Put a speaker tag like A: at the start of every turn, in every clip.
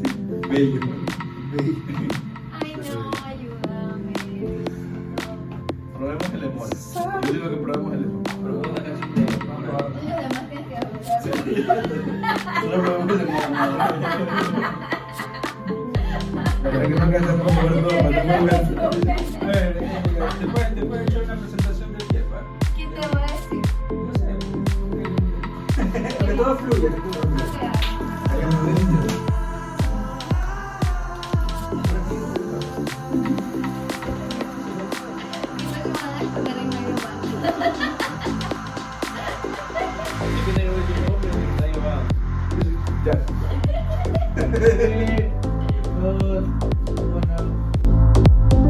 A: Bello.
B: Ay, no, ayúdame.
A: Probemos el limón. Yo digo que probemos el limón.
C: Pero una canción de vamos a probar.
B: Lo demás tienes que arreglar.
A: Solo probemos el limón.
D: Para que no alcanzamos a comer todo, matamos la-
C: Bueno, ¿Te puedes, te puedes echar una presentación del jefa?
B: ¿Qué te voy a decir?
C: No sé.
D: Que todo fluya, que todo
B: O
D: fluya.
B: sea,
D: Hagamos el intro.
B: siento que me van a estar en medio banco.
C: Yo tengo el último hombre que está llevado.
D: Ya.
C: Tres, dos, uno.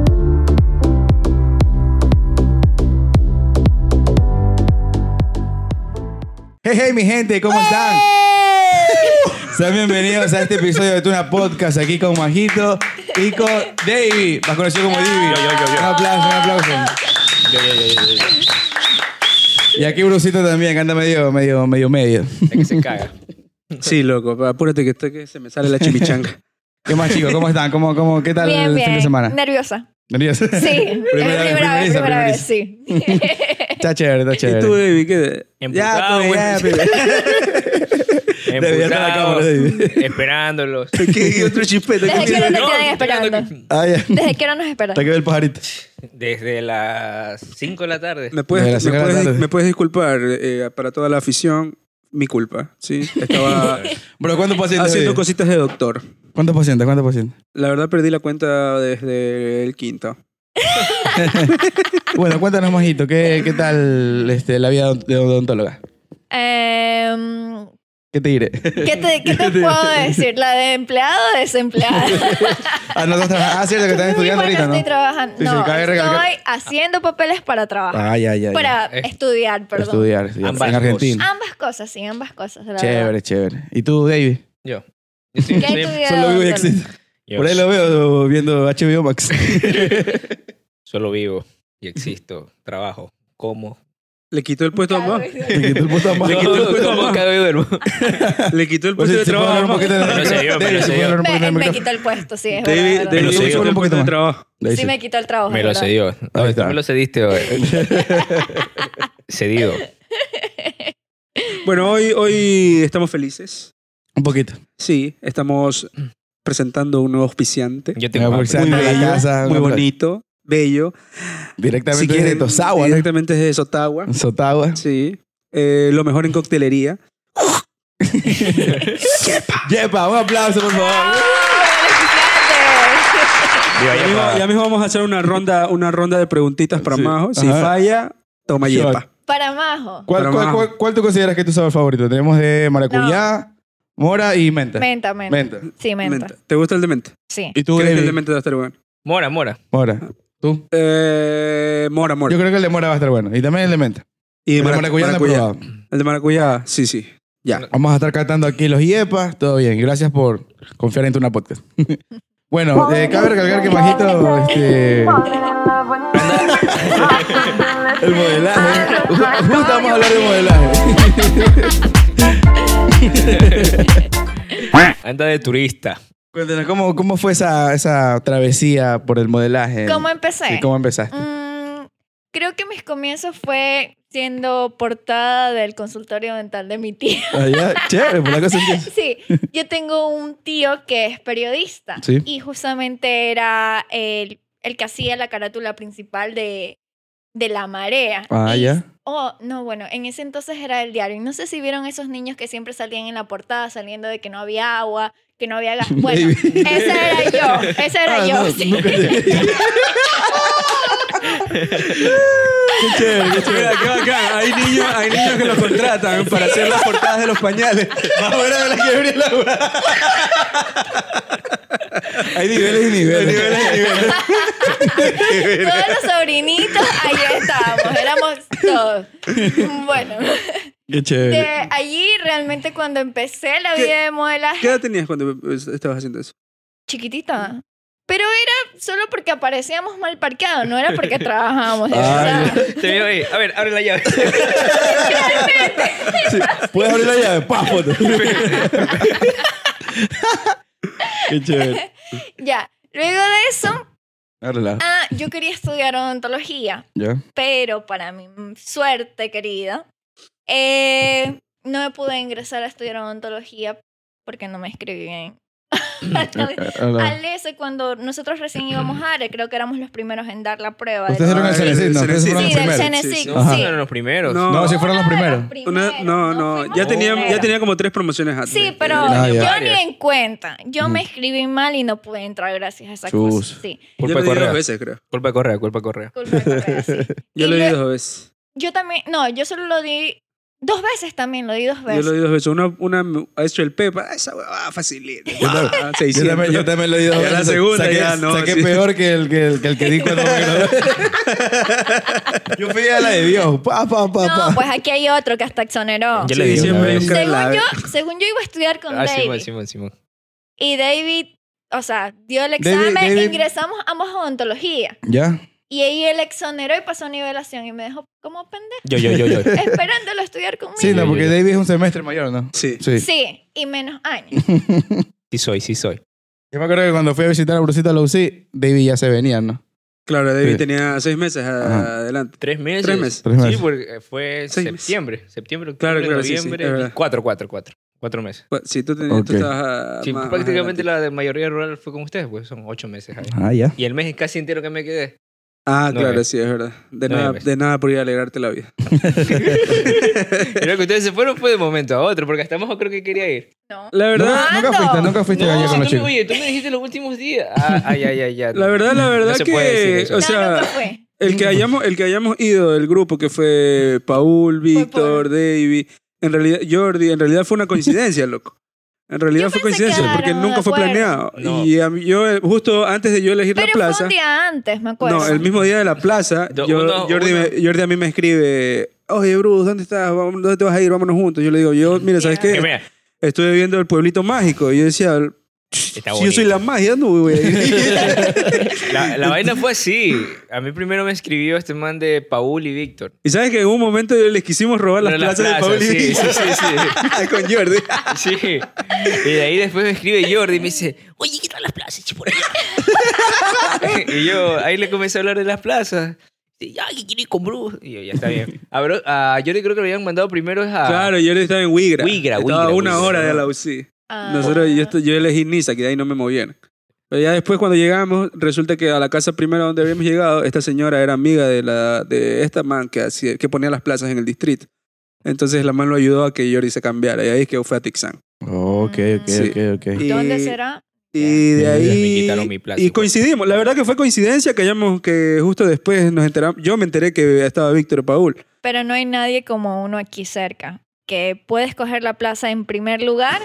E: Hey, hey, mi gente, ¿cómo están? Sean bienvenidos a este episodio de Tuna Podcast aquí con Majito y con Davey, más conocido como Divi. Un aplauso, un aplauso. Y aquí Brusito también, que anda medio, medio, medio, medio.
F: que se caga.
G: Sí, loco, apúrate que, esto que se me sale la chimichanga.
E: ¿Qué más, chicos? ¿Cómo están? ¿Cómo, cómo, ¿Qué tal el
H: Bien,
E: fin
H: bien.
E: de semana?
H: Nerviosa.
E: ¿Nervioso?
H: Sí.
E: primera vez, primeriza,
H: primera
E: primeriza.
H: vez, sí.
E: Está chévere, está
G: ¿Y tú,
E: chévere.
G: baby? ¿Qué?
F: Emputado,
G: pues, ya,
F: güey.
G: pues.
E: Debería estar la
F: Emputado,
E: cámara, David.
F: esperándolos.
G: ¿Qué, qué otro chispete?
H: Desde
G: ¿Qué
H: que
G: tiene?
H: no te
F: No,
H: tienen
F: estoy hablando
H: esperando.
E: Ah, ya.
H: Desde que no nos
E: Hasta
H: esperan.
E: que ve el pajarito.
F: Desde las 5 de la tarde.
G: ¿Me
E: De las
G: puedes, me,
E: cinco de la
G: puedes,
E: tarde.
G: me puedes disculpar eh, para toda la afición? Mi culpa, ¿sí? Estaba
E: Bro, ¿cuántos pacientes?
G: haciendo
E: había?
G: cositas de doctor.
E: ¿Cuántos pacientes? ¿Cuántos pacientes?
G: La verdad perdí la cuenta desde el quinto.
E: Bueno, cuéntanos, Majito, ¿qué, qué tal este, la vida de odontóloga?
H: Em,
E: ¿Qué te diré?
H: ¿Qué te, qué te puedo decir? ¿La de empleado o desempleada?
E: Ah, no, estás trabajando. Ah, cierto, que estás
H: Sí,
E: estudiando
H: porque
E: ahorita, ¿no?
H: estoy trabajando.
E: Sí, sí,
H: No,
E: cabe recalcar-
H: estoy haciendo papeles para trabajar.
E: Ah, ya, ya. ya.
H: Para
F: Eh,
H: estudiar, perdón. Ah,
E: Estudiar, estudiar.
F: Ambas
E: en Argentina.
H: Ambas cosas, sí, ambas cosas. la
E: Chévere, chévere. ¿Y tú, David?
F: Yo. Yo sí,
H: verdad. ¿Qué
F: sí,
H: estudiado?
E: Solo vivo y
H: Gonzalo?
E: existe.
F: yo
E: Por ahí lo veo viendo HBO Max.
F: Solo vivo y existo. Trabajo. Como.
G: Le quitó el puesto a mamá.
E: Me quitó el puesto a Max.
F: No,
G: quito el cuento,
F: como
G: mamá.
F: cada vez duermo.
G: Le quitó el
E: Pues
G: puesto
E: sí,
G: de
E: se puede
G: trabajo.
E: hablar
G: a mamá.
E: un poquito de
F: Pero se dio,
E: David, se
F: pero se
E: puede
F: dio.
E: hablar un poquito
H: Me,
E: en el
H: me
E: micrófono.
H: quitó el puesto, sí, es
G: David,
H: verdad, es
G: David
E: Lo
G: le
E: sé,
G: quitó
E: yo
G: el
E: un poquito
G: puesto de
E: más.
G: trabajo.
E: Ahí
H: verdad.
E: sí.
H: Sí me quitó el trabajo.
F: Me lo
H: ¿verdad?
F: cedió.
E: Ahí está.
F: Tú me lo cediste hoy. Cedido.
G: Bueno, hoy, hoy estamos felices.
E: Un poquito.
G: Sí, estamos
H: Mm.
G: presentando un nuevo auspiciante.
F: Yo
E: Me
F: tengo
E: voy a
F: hambre.
E: bolsar de la casa.
G: muy
E: una-
G: bonito, bello.
E: Directamente
G: quieren,
E: de Tosagua, ¿no?
G: Directamente desde Sotagua.
E: En Sotagua.
G: Sí. Eh, lo mejor en coctelería.
E: Yepa, un aplauso, por favor.
F: Viva
G: Ya mismo,
F: Yapa.
G: ya mismo vamos a hacer una ronda, una ronda de preguntitas para
E: Sí.
G: Majo. Si
E: Ajá.
G: falla, toma
E: Shot.
G: yepa.
H: Para Majo.
E: ¿Cuál,
G: Pero
E: cuál,
G: más.
E: cuál, cuál tú consideras que es tu sabor favorito? Tenemos de maracuyá, mora y menta.
H: Menta, menta.
E: Menta.
H: Sí, menta.
G: Menta. ¿Te gusta el de menta?
H: Sí.
E: ¿Y tú,
G: ¿Crees que el de
E: David?
G: menta va a estar bueno?
F: Mora, mora.
E: Mora. ¿Tú?
G: Eh, mora, mora.
E: Yo creo que el de mora va a estar bueno. Y también el de menta.
G: y
E: El de
G: maracu-
E: maracuyá no he
G: maracuyá.
E: probado.
G: El de maracuyá, sí, sí. Ya.
F: No.
E: Vamos a estar catando aquí los IEPAs. Todo bien. Gracias por confiar en Tuna Podcast. bueno, eh, cabe recalcar que Majito, este, el modelaje.
H: Ah,
E: Justo vamos a hablar de modelaje.
F: Anda de turista.
E: Cuéntanos, ¿cómo, cómo fue esa, esa travesía por el modelaje?
H: ¿Cómo empecé?
E: Sí, ¿Cómo empezaste?
H: Mm, creo que mis comienzos fue siendo portada del consultorio dental de mi tía.
E: Ah, ya, Chévere, por la cosa empieza.
H: Sí, yo tengo un tío que es periodista
E: Sí.
H: y justamente era el, el que hacía la carátula principal de, de La Marea.
E: Ah,
H: Y-
E: ya.
H: Oh, no, bueno, en ese entonces era el diario. Y no sé si vieron esos niños que siempre salían en la portada saliendo de que no había agua, que no había gas. Bueno,
E: Baby.
H: esa era yo, esa era
E: Ah,
H: yo.
E: no,
H: sí.
E: nunca te- Qué chévere, qué chévere.
G: Mira, qué bacán. Hay niños, hay niños que los contratan para hacer las portadas de los pañales.
E: Más buena de la que abrió la Hay niveles y niveles.
H: Todos los sobrinitos, ahí estábamos, éramos todos. Bueno,
E: Qué chévere.
H: de allí realmente cuando empecé la
G: ¿Qué-
H: vida de modelaje
G: ¿Qué edad tenías cuando eh, estabas haciendo eso?
H: chiquitita. Pero era solo porque aparecíamos mal parqueados, no era porque trabajábamos. de
E: Ah,
H: verdad.
F: Te veo ahí. A ver, abre la llave.
E: Sí. Puedes abrir la llave, pa, foto.
G: Qué chévere.
H: Ya. Luego de eso,
E: Arla.
H: ah, yo quería estudiar odontología,
E: ¿Ya?
H: pero para mi suerte, querida, eh, no me pude ingresar a estudiar odontología porque no me escribí bien.
E: Arla.
H: Al ese, cuando nosotros recién íbamos a ARE, creo que éramos los primeros en dar la prueba. de
E: Ustedes
H: todo.
E: eran el
G: Ah, el
E: Cenecit, ¿no? Ustedes
G: Cenecit. Sí, sí.
E: fueron los primeros.
H: Sí, del Cenecit, sí.
F: No, no eran los primeros.
G: No.
E: No, si fueron los
H: Uno de
E: primeros.
G: Una- no, no,
H: fuimos
G: ya
H: los
G: tenía, ya
H: primeros.
G: tenía como tres promociones antes.
H: Sí, pero
E: Ah,
H: yo
F: ya.
H: ni en cuenta. Yo me
E: Ujú.
H: escribí mal y no pude entrar gracias a esa
E: Chus.
H: cosa. Sí.
G: Yo lo
F: Culpa de
G: di dos
F: correo.
G: veces, creo.
F: Culpa de correo, culpa de correo.
H: Culpa de correo, sí.
G: Yo
H: Y
G: lo di
H: lue-
G: dos veces.
H: Yo también, no, yo solo lo di dos veces también, lo di dos
G: Yo
H: veces.
G: lo di dos veces. Una, una me ha hecho el Pepa. Esa huevada facilita. Ah,
E: Yo
G: 600.
E: también, yo también lo di dos
G: Ya la
E: veces.
G: segunda
E: saqué,
G: ya, no,
E: saqué
G: sí.
E: peor que el que, el que, el que di cuando me gradué. Yo pedí a la de Dios. Pa, pa, pa,
H: no,
E: pa.
H: pues aquí hay otro que hasta exoneró.
G: Sí,
F: Yo le di una
G: siempre hay
F: vez.
G: un
H: Según
G: calado.
H: yo, según yo iba a estudiar con
F: Ah, Simón,
E: pues,
H: David.
F: Simón, Simón.
H: Y David, o sea, dio el
E: David-
H: examen,
E: David-
H: ingresamos ambos a odontología.
E: ¿Ya?
H: Y ahí él exoneró y pasó a nivelación y me dejó como pendejo,
F: Yo, yo, yo, yo.
H: esperándolo estudiar conmigo.
E: Sí, no,
F: yo,
E: porque
F: yo.
E: David es un semestre mayor, ¿no?
G: Sí.
E: Sí.
H: Sí, y menos años.
F: Sí soy, sí soy.
E: Yo me acuerdo que cuando fui a visitar a Brusita a la UCI, David ya se venía, ¿no?
G: Claro, David
E: Sí.
G: tenía seis meses a-
E: Ajá.
G: adelante.
F: ¿Tres meses?
G: Tres meses.
E: Tres meses.
F: Sí, porque eh, fue
G: Seis meses.
F: septiembre. Septiembre, octubre,
G: Claro, claro, sí, sí,
F: noviembre.
G: es verdad.
F: cuatro, cuatro, cuatro. Cuatro meses.
G: Pues, Sí, tú, tenías, tú
E: Ok.
G: estabas ah,
F: Sí,
G: más- más
F: prácticamente
G: adelante.
F: la de mayoría rural fue con ustedes, pues son ocho meses ahí.
E: Ah, ya.
F: Y el mes casi entero que me quedé.
G: Ah,
F: Nueve.
G: claro, sí, es verdad. De
F: Nueve
G: nada,
F: meses.
G: de nada por ir a alegrarte la vida.
F: Creo que ustedes se fueron fue de momento a otro, porque hasta Majo creo que quería ir.
H: No.
G: La verdad,
E: Nunca, nunca
H: ¿Cuándo?
E: fuiste, nunca fuiste
F: No,
E: allá con los
F: tú me,
E: chicos.
F: oye, tú me dijiste los últimos días. Ah, ay, ay, ay, ya.
G: la verdad, la verdad
F: se puede decir
G: que,
F: eso.
G: o
H: No,
G: sea,
H: nunca fue.
G: el que hayamos, el que hayamos ido del grupo que fue Paul, Víctor, David, en realidad Jordi, en realidad fue una coincidencia, loco. En realidad
H: Yo
G: fue
H: pensé que
G: coincidencia porque
H: quedaron de
G: nunca fue
H: acuerdo.
G: planeado.
F: No.
G: Y a mí- yo eh, justo antes de yo elegir
H: Pero
G: la
H: fue
G: plaza,
H: un día antes, me acuerdo.
G: no, el mismo día de la plaza,
F: Do-
G: yo-
F: uno-
G: Jordi,
F: uno-
G: me- Jordi a mí me escribe, "Oye, Bruce, ¿dónde estás? Vamos- ¿Dónde te vas a ir? Vámonos juntos." Yo le digo, "Yo, mira, ¿sabes
H: Ya.
F: Que
G: qué?
F: mira,
G: Estuve viendo el pueblito mágico." Y yo decía,
F: está
G: si yo soy
F: bonito.
G: la magia, no voy a ir.
F: La, la vaina fue así. A mí primero me escribió este man de Paul y Víctor.
G: y sabes que en un momento les quisimos robar las
F: Pero la
G: plazas de
F: plaza,
G: Paul y
F: sí, sí, sí, Ah.
G: con Jordi.
F: Sí. Y de ahí después me escribe Jordi y me dice, oye, quiero las plazas, che, por allá. y yo ahí le comencé a hablar de las plazas. Y ya, que quiero ir con Bruce. Y yo, ya está bien. A, Bru- a Jordi creo que lo habían mandado primero es a...
G: Claro, Jordi estaba en Wigra.
F: Wigra,
G: Estaba a
F: Wigra,
G: una
F: Wigra,
G: hora de
F: ¿no?
G: la UCI.
H: Ah.
G: Nosotros, yo, estu- yo elegí Niza, que de ahí no me movieron. Pero ya después cuando llegamos, resulta que a la casa primera donde habíamos llegado, esta señora era amiga de, la, de esta man que, hacía- que ponía las plazas en el distrito. Entonces la man lo ayudó a que Jordi se cambiara. Y ahí es que fue a Tixán.
E: Ok, ok,
G: Sí.
E: ok, ok.
G: Y-
H: ¿Dónde será?
G: Y de
E: Ya me
G: ahí...
F: quitaron mi plaza,
G: y
F: igual.
G: coincidimos. La verdad que fue coincidencia que, hayamos, que justo después nos enteramos... Yo me enteré que estaba Víctor Paul.
H: Pero no hay nadie como uno aquí cerca. Que puede escoger la plaza en primer lugar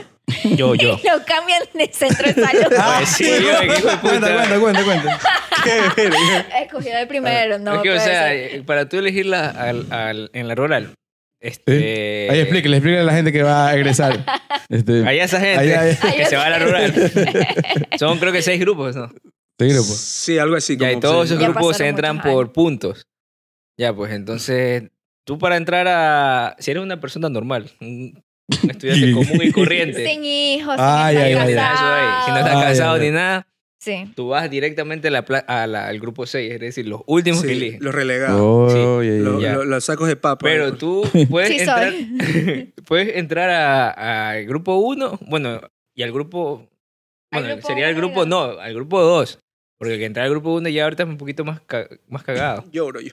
F: Yo, yo.
H: y lo cambian de centro de salud.
F: Pues sí, yo, que hijo de puta.
E: Cuenta, cuenta, cuenta, cuenta.
H: Escogió el primero, no.
F: Ah, es que, o
H: puede
F: sea,
H: ser.
F: eh, para tú elegirla al, al- en la rural, este...
E: Ahí explíquele, explíquele a la gente que va a egresar. Este,
F: Allá esa gente
E: Allá, allá.
F: que se va a la rural. Son creo que seis grupos, ¿no?
E: te digo, pues.
G: Sí, algo así.
F: Ya, y
G: como-
F: todos
G: sí.
F: esos
H: Ya
F: grupos se
H: pasaron
F: entran
H: muchos
F: por puntos. Ya, pues entonces, tú para entrar a... Si eres una persona normal, un un estudiante común y corriente,
H: sin hijos,
E: Ay,
H: sin
E: ay,
H: estar
E: ay, ay.
F: Eso, ey, si no
H: casado.
F: estás
E: Ah,
F: cansado
E: ya, ya.
F: ni nada,
H: Sí.
F: tú vas directamente a la pla- a la- al grupo 6, es decir, los últimos que
G: Sí,
F: eligen.
G: los relegados.
E: Oh, yeah, yeah,
G: Lo-
E: yeah.
F: Ya.
G: lo- los sacos de papa. pues.
F: Pero tú puedes
H: Sí,
F: entrar,
H: soy.
F: puedes entrar a- al grupo 1, bueno, y al grupo...
H: Al
F: Bueno,
H: grupo
F: sería el
H: uno,
F: grupo, no, al grupo 2. Porque el que entra al grupo 1 ya ahorita es un poquito más, ca- más cagado.
G: Lloro yo.